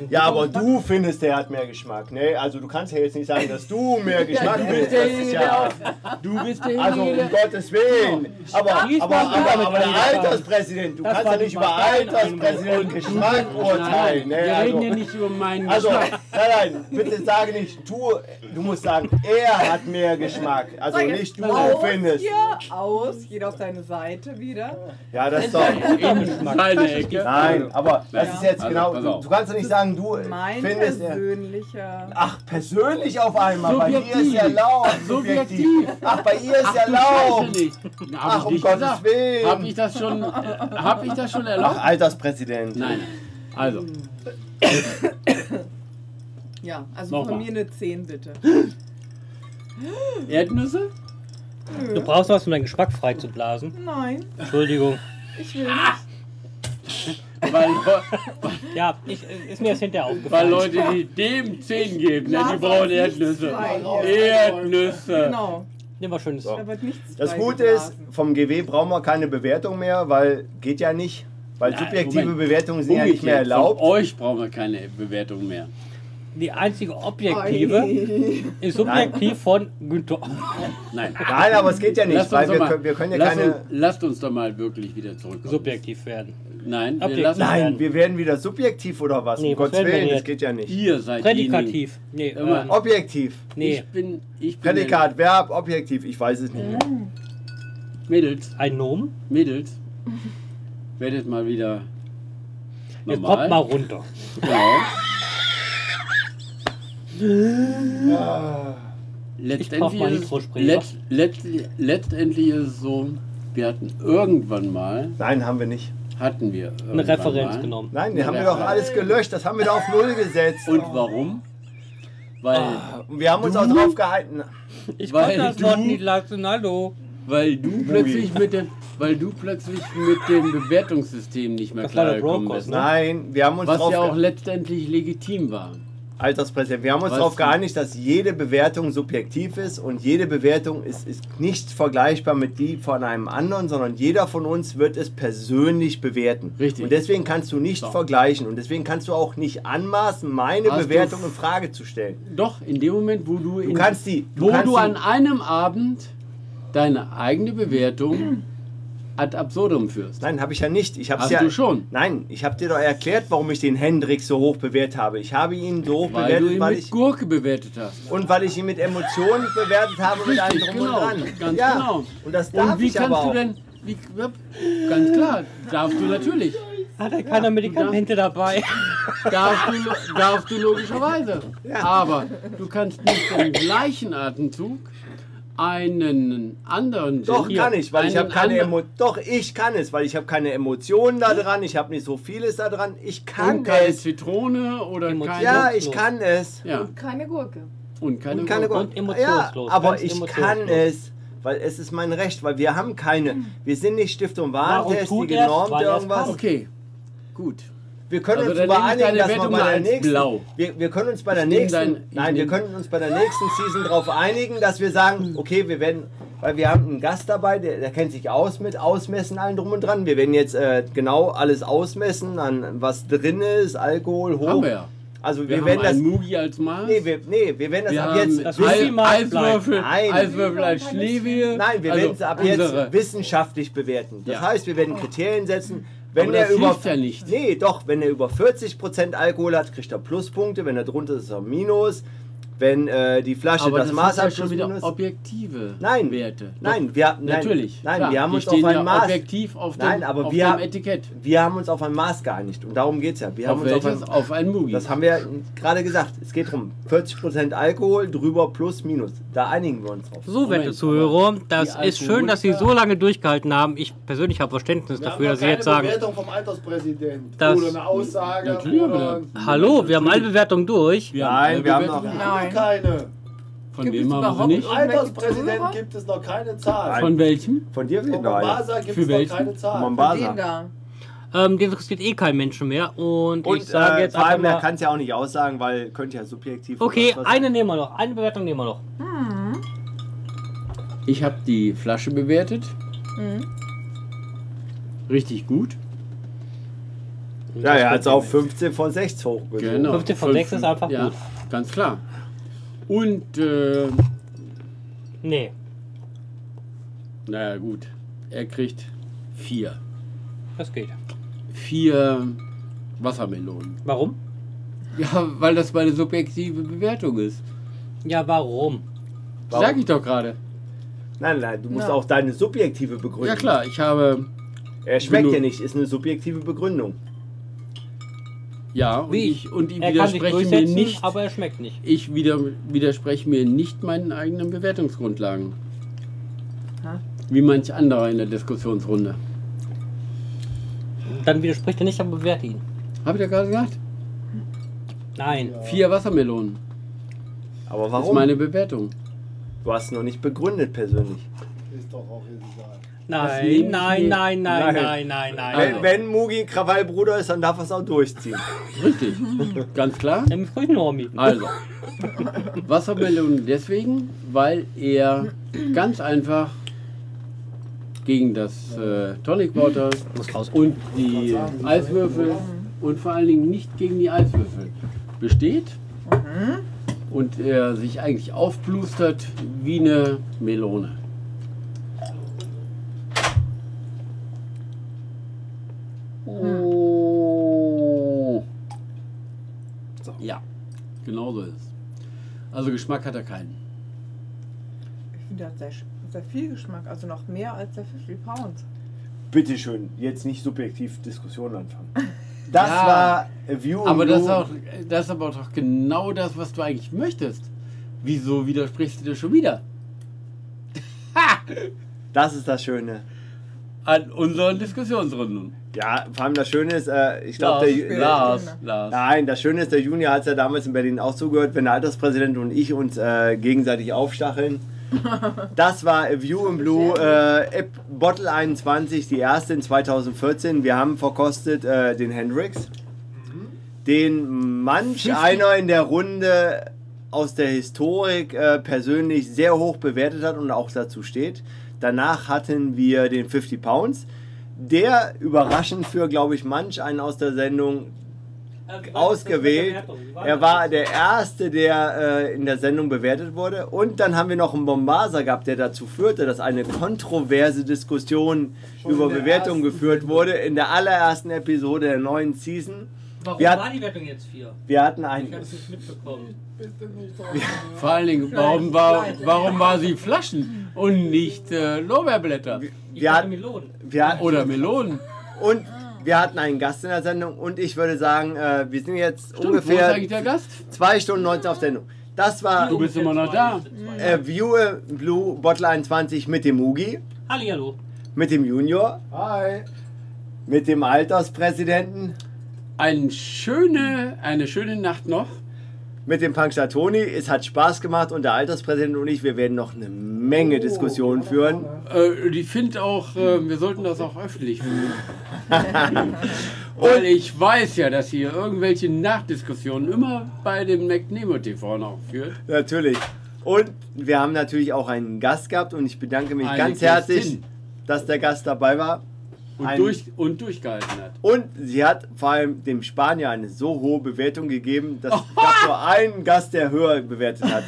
Ja, aber du findest, der hat mehr Geschmack. Nee, also du kannst ja jetzt nicht sagen, dass du mehr Geschmack du bist willst. Das derjenige, ist der ja, auf. Du bist also derjenige, um der. Gottes Willen. Aber, Schließ aber, mal aber, wieder mit aber der deiner Frage. Alterspräsident, du Das kannst war ja die nicht über Wahl. Alterspräsident Geschmack urteilen. Nein, Nee, wir also- reden ja nicht über meinen Also, Geschmack. nein, nein, bitte sage nicht du, du musst sagen, er hat mehr Geschmack. Also So, jetzt nicht du aus findest. Hier, aus, jeder auf deine Seite wieder. Ja, das ist doch. In seine Ecke. Nein, aber das ist jetzt Also, genau. pass Du, auf. du kannst doch nicht sagen, du Mein findest er. persönlicher. Ach, persönlich auf einmal. Bei dir ist Subjektiv. ja laut. Subjektiv. Ach, bei ihr ist Ach, ja du Scheiße laut. nicht. Hab Ach, ich um nicht Gottes gesagt. Willen. Hab ich das schon, äh, hab ich das schon Ach, erlaubt? Alterspräsident. Nein. Also, Ja, also Nochmal. von mir eine 10 bitte. Erdnüsse? Du brauchst was, um deinen Geschmack frei zu blasen. Nein, Entschuldigung. ich will Ah. nicht. Weil, Le- Ja, ich, äh, ist mir das hinterher weil aufgefallen. Leute, die dem 10 geben, ne, die lass brauchen uns nicht Erdnüsse. sein. Erdnüsse. Genau, Nimm mal schönes. da wird nichts Das frei Gute ist, geblasen. vom GW brauchen wir keine Bewertung mehr, weil geht ja nicht. Weil Nein, subjektive Moment. Bewertungen sind ja nicht mehr Umgekehrt, erlaubt. Von euch brauchen wir keine Bewertung mehr. Die einzige objektive ist subjektiv von Günther. Nein. Nein, aber es geht ja nicht, Lasst weil uns, wir doch können, mal, wir können ja lasst, keine. uns, lasst uns doch mal wirklich wieder zurückkommen. Subjektiv werden. Nein, wir Objektiv. lassen Nein, werden. wir werden wieder subjektiv oder was? Nee, um was Gottes werden wir Willen, das jetzt? geht ja nicht. Ihr seid Prädikativ. Nee, Immer. ähm, Objektiv. Nee. nee. Ich bin, ich bin Prädikat, Verb, Objektiv, ich weiß es nicht mehr. Mädels, Ein Nomen. Mädels, werdet mal wieder Jetzt normal. kommt mal runter. Genau. Ah. Letztendlich, brauch mal ist, es- Nitrosprayer. letzt, letzt, letztendlich ist es so, wir hatten irgendwann mal, Nein, haben wir nicht. hatten wir Eine irgendwann Referenz mal. genommen. Nein, wir haben wir Ja. doch alles gelöscht, das haben wir doch auf Null gesetzt. Und warum? Weil, Und wir haben uns auch drauf gehalten. Ich Weil kann das du- Wort nicht lassen, hallo. weil du plötzlich mit dem, weil du plötzlich mit dem Bewertungssystem nicht mehr Das war der klargekommen Broadcast, bist. ne? Nein, wir haben uns Was drauf ja auch ge letztendlich legitim war. Alterspräsident, wir haben uns Weißt darauf du- geeinigt, dass jede Bewertung subjektiv ist und jede Bewertung ist, ist nicht vergleichbar mit die von einem anderen, sondern jeder von uns wird es persönlich bewerten. Richtig. Und deswegen kannst du nicht So. vergleichen und deswegen kannst du auch nicht anmaßen, meine Hast du- Bewertung in Frage zu stellen. Doch, in dem Moment, wo du, in, kannst die- du wo kannst du die- an einem Abend deine eigene Bewertung ad absurdum führst. Nein, habe ich ja nicht. Ich hab's Hast ja, du schon. Nein, ich habe dir doch erklärt, warum ich den Hendrik so hoch bewährt habe. Ich habe ihn so hoch Weil du bewertet, ihn weil mit ich, Gurke bewertet hast. und weil ich ihn mit Emotionen bewertet habe mit allem Richtig, drum genau, und dran. ganz ja. genau. Und das darf Und wie ich aber kannst du auch. denn. Wie, ja, ganz klar, darfst du natürlich. Hat er keine Medikamente dabei? Darfst du, darfst du logischerweise. Aber du kannst nicht im gleichen Atemzug einen anderen. Doch, Gin- kann ich, weil ich einen habe keine anderen- Emo Doch, ich kann es, weil ich habe keine Emotionen Hm? da dran, ich habe nicht so vieles da dran. Ich kann Und keine es. Zitrone oder Emotion. keine. Ja, ich Emotionslos. kann es. ja. Keine Gurke. Und keine, Und keine Gurke. Und ja, emotionslos, aber ganz ich kann emotionslos. Hm. es, weil es ist mein Recht, weil wir haben keine. Wir sind nicht Stiftung Warum Warentest, die tut er's, genormt weil er's irgendwas. kann? Okay, gut. Wir können Also uns dann über nehme ich einigen, deine dass wir Wertung bei mal der als nächsten. blau. Wir, wir können uns bei der Ich nehme nächsten. dein- ich nein, wir nehme- können uns bei der nächsten Season darauf einigen, dass wir sagen, okay, wir werden, weil wir haben einen Gast dabei, der, der kennt sich aus mit Ausmessen allen drum und dran. Wir werden jetzt äh, genau alles ausmessen, an was drin ist, Alkohol, hoch. Haben wir ja. Also wir, Wir, werden haben das. einen Mugi als Maß. Nee, wir, nee, wir werden das wir ab haben jetzt. das Ei- Mugi mal Eiswürfel, bleiben. Nein. Eiswürfel als Schlewie. Nein, wir also werden es ab jetzt unsere- wissenschaftlich bewerten. Das Ja. heißt, wir werden Kriterien setzen. Wenn Aber er das über, hilft ja nicht. Nee, doch, wenn er über 40% Alkohol hat, kriegt er Pluspunkte. Wenn er drunter ist, ist er Minus. Wenn äh, die Flasche Aber das, das, Maß sind hat, ja schon plus wieder Minus. objektive Nein, Werte. nein, wir, nein, Natürlich. Nein, klar. wir haben Die uns auf stehen ein ja Maß. objektiv auf dem, Nein, aber auf wir dem haben- Etikett. Wir haben uns auf ein Maß geeinigt und darum geht es ja. Wir haben Auf uns auf welches? ein, Auf ein Mugi. das haben wir ja gerade gesagt. Es geht darum, 40% Alkohol, drüber plus minus. Da einigen wir uns drauf. So, Moment, werte Zuhörer, das die ist schön, dass Sie so lange durchgehalten haben. Ich persönlich habe Verständnis Wir dafür, haben dass Sie keine jetzt sagen, Bewertung vom Alterspräsident. Das- oder eine Aussage. Natürlich haben wir oder da- hallo, wir haben alle Bewertungen durch. Wir Nein, alle wir haben Bewertungen. noch- Nein. keine. Von Gibt wem haben wir sie es überhaupt nicht? irgendwelche Alterspräsident Zuhörer? gibt es noch keine Zahl. Von welchem? Von dir Von wird noch einer. Mombasa gibt Für es noch welchen? keine Zahl. Von Mombasa. denen da. Ähm, den interessiert eh kein Menschen mehr. Und, Und ich sage äh, jetzt vor einfach allem, er mal, kann es ja auch nicht aussagen, weil könnte ja subjektiv. Okay, oder was- eine nehmen wir noch. Eine Bewertung nehmen wir noch. Ich habe die Flasche bewertet. Mhm. Richtig gut. Ja, er hat es auf 15 von 6 hochgezogen. Genau. 15 von 6 ist einfach ja, gut. Ganz klar. Und, äh, Nee. naja, gut. Er kriegt vier. Das geht. Vier Wassermelonen. Warum? Ja, weil das meine subjektive Bewertung ist. Ja, warum? Warum? Sag ich doch gerade. Nein, nein, du musst Ja. auch deine subjektive Begründung. Ja, klar, ich habe. Er schmeckt Benu- ja nicht, ist eine subjektive Begründung. Ja, und Wie? ich, und ich Er kann sich widerspreche mir durchsetzen, nicht. aber er schmeckt nicht. Ich wider, widerspreche mir nicht meinen eigenen Bewertungsgrundlagen. Hä? Wie manch anderer in der Diskussionsrunde. Dann widerspricht er nicht, aber bewährt ihn. Hab ich ja gerade gesagt? Nein. Vier Wassermelonen. Aber Das ist warum? meine Bewertung. du hast noch nicht begründet persönlich. Ist doch auch egal. Das nehmen Nein, Sie- nein, nein, nein, Nein. nein, nein, Äh, nein. Wenn, wenn Mugi ein Krawallbruder ist, dann darf er es auch durchziehen. Richtig. Ganz klar. Dann früh Normi. Also, Wassermelonen deswegen, weil er ganz einfach gegen das äh, Tonic Water Muss raus. und die Eiswürfel und vor allen Dingen nicht gegen die Eiswürfel besteht und er sich eigentlich aufblustert wie eine Melone. Oh. So. Ja, genau so ist es. Also Geschmack hat er keinen. Ich finde, das sehr, sehr viel Geschmack, also noch mehr als der 50 Pound. Bitte schön, jetzt nicht subjektiv Diskussionen anfangen. Das Ja. war A View. Aber on das ist, You. auch, das ist aber doch genau das, was du eigentlich möchtest. Wieso widersprichst du dir schon wieder? das ist das Schöne. An unseren Diskussionsrunden. Ja, vor allem das Schöne ist, äh, ich glaube, der, Ju- Lars, Stunde. Lars. Nein, das Schöne ist, der Junior hat es ja damals in Berlin auch zugehört, wenn der Alterspräsident und ich uns äh, gegenseitig aufstacheln. Das war A View in Blue, äh, Ep- Bottle 21, die erste in 2014. Wir haben verkostet äh, den Hendrix, den manch einer in der Runde aus der Historik äh, persönlich sehr hoch bewertet hat und auch dazu steht. Danach hatten wir den 50 Pounds, der überraschend für, glaube ich, manch einen aus der Sendung ausgewählt. Er war der Erste, der äh, in der Sendung bewertet wurde. Und dann haben wir noch einen Bombaser gehabt, der dazu führte, dass eine kontroverse Diskussion Schon über in der Bewertungen ersten geführt Sendung. wurde in der allerersten Episode der neuen Season. Warum Wir hat- war die Wertung jetzt 4? Wir hatten Ich einen. hab's nicht mitbekommen. Bitte nicht Vor allen Dingen, warum war, warum war sie Flaschen und nicht äh, Lorbeerblätter Ich Wir hatte hatten, Melonen. wir hatten, oder Melonen? und wir hatten einen Gast in der Sendung. Und ich würde sagen, äh, wir sind jetzt Stimmt, wo ist ungefähr eigentlich der Gast? zwei Stunden 19 auf Sendung. Das war Du bist immer noch da. äh, View in Blue Bottle 21 mit dem Mugi, Äh, Hallihallo. mit dem Junior, Hi. mit dem Alterspräsidenten. Eine schöne, eine schöne Nacht noch. mit dem Punk Toni. Es hat Spaß gemacht und der Alterspräsident und ich, wir werden noch eine Oh. Menge Diskussionen führen. Äh, ich finde auch, äh, wir sollten das auch öffentlich führen. Weil ich weiß ja, dass ihr irgendwelche Nachdiskussionen immer bei dem McNemo TV noch führt. Natürlich. Und wir haben natürlich auch einen Gast gehabt und ich bedanke mich Eine ganz herzlich, Gästin. dass der Gast dabei war. Und, Ein- durch, und durchgehalten hat. Und sie hat vor allem dem Spanier eine so hohe Bewertung gegeben, dass Oh. es gab nur einen Gast, der höher bewertet hat.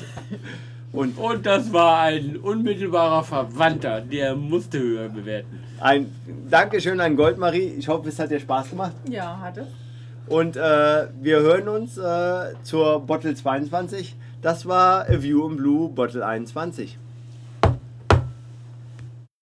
Und Und das war ein unmittelbarer Verwandter, der musste höher bewerten. ein Dankeschön an Goldmarie. Ich hoffe, es hat dir Spaß gemacht. Ja, hatte. Und äh, wir hören uns äh, zur Bottle 22. Das war A View in Blue Bottle 21.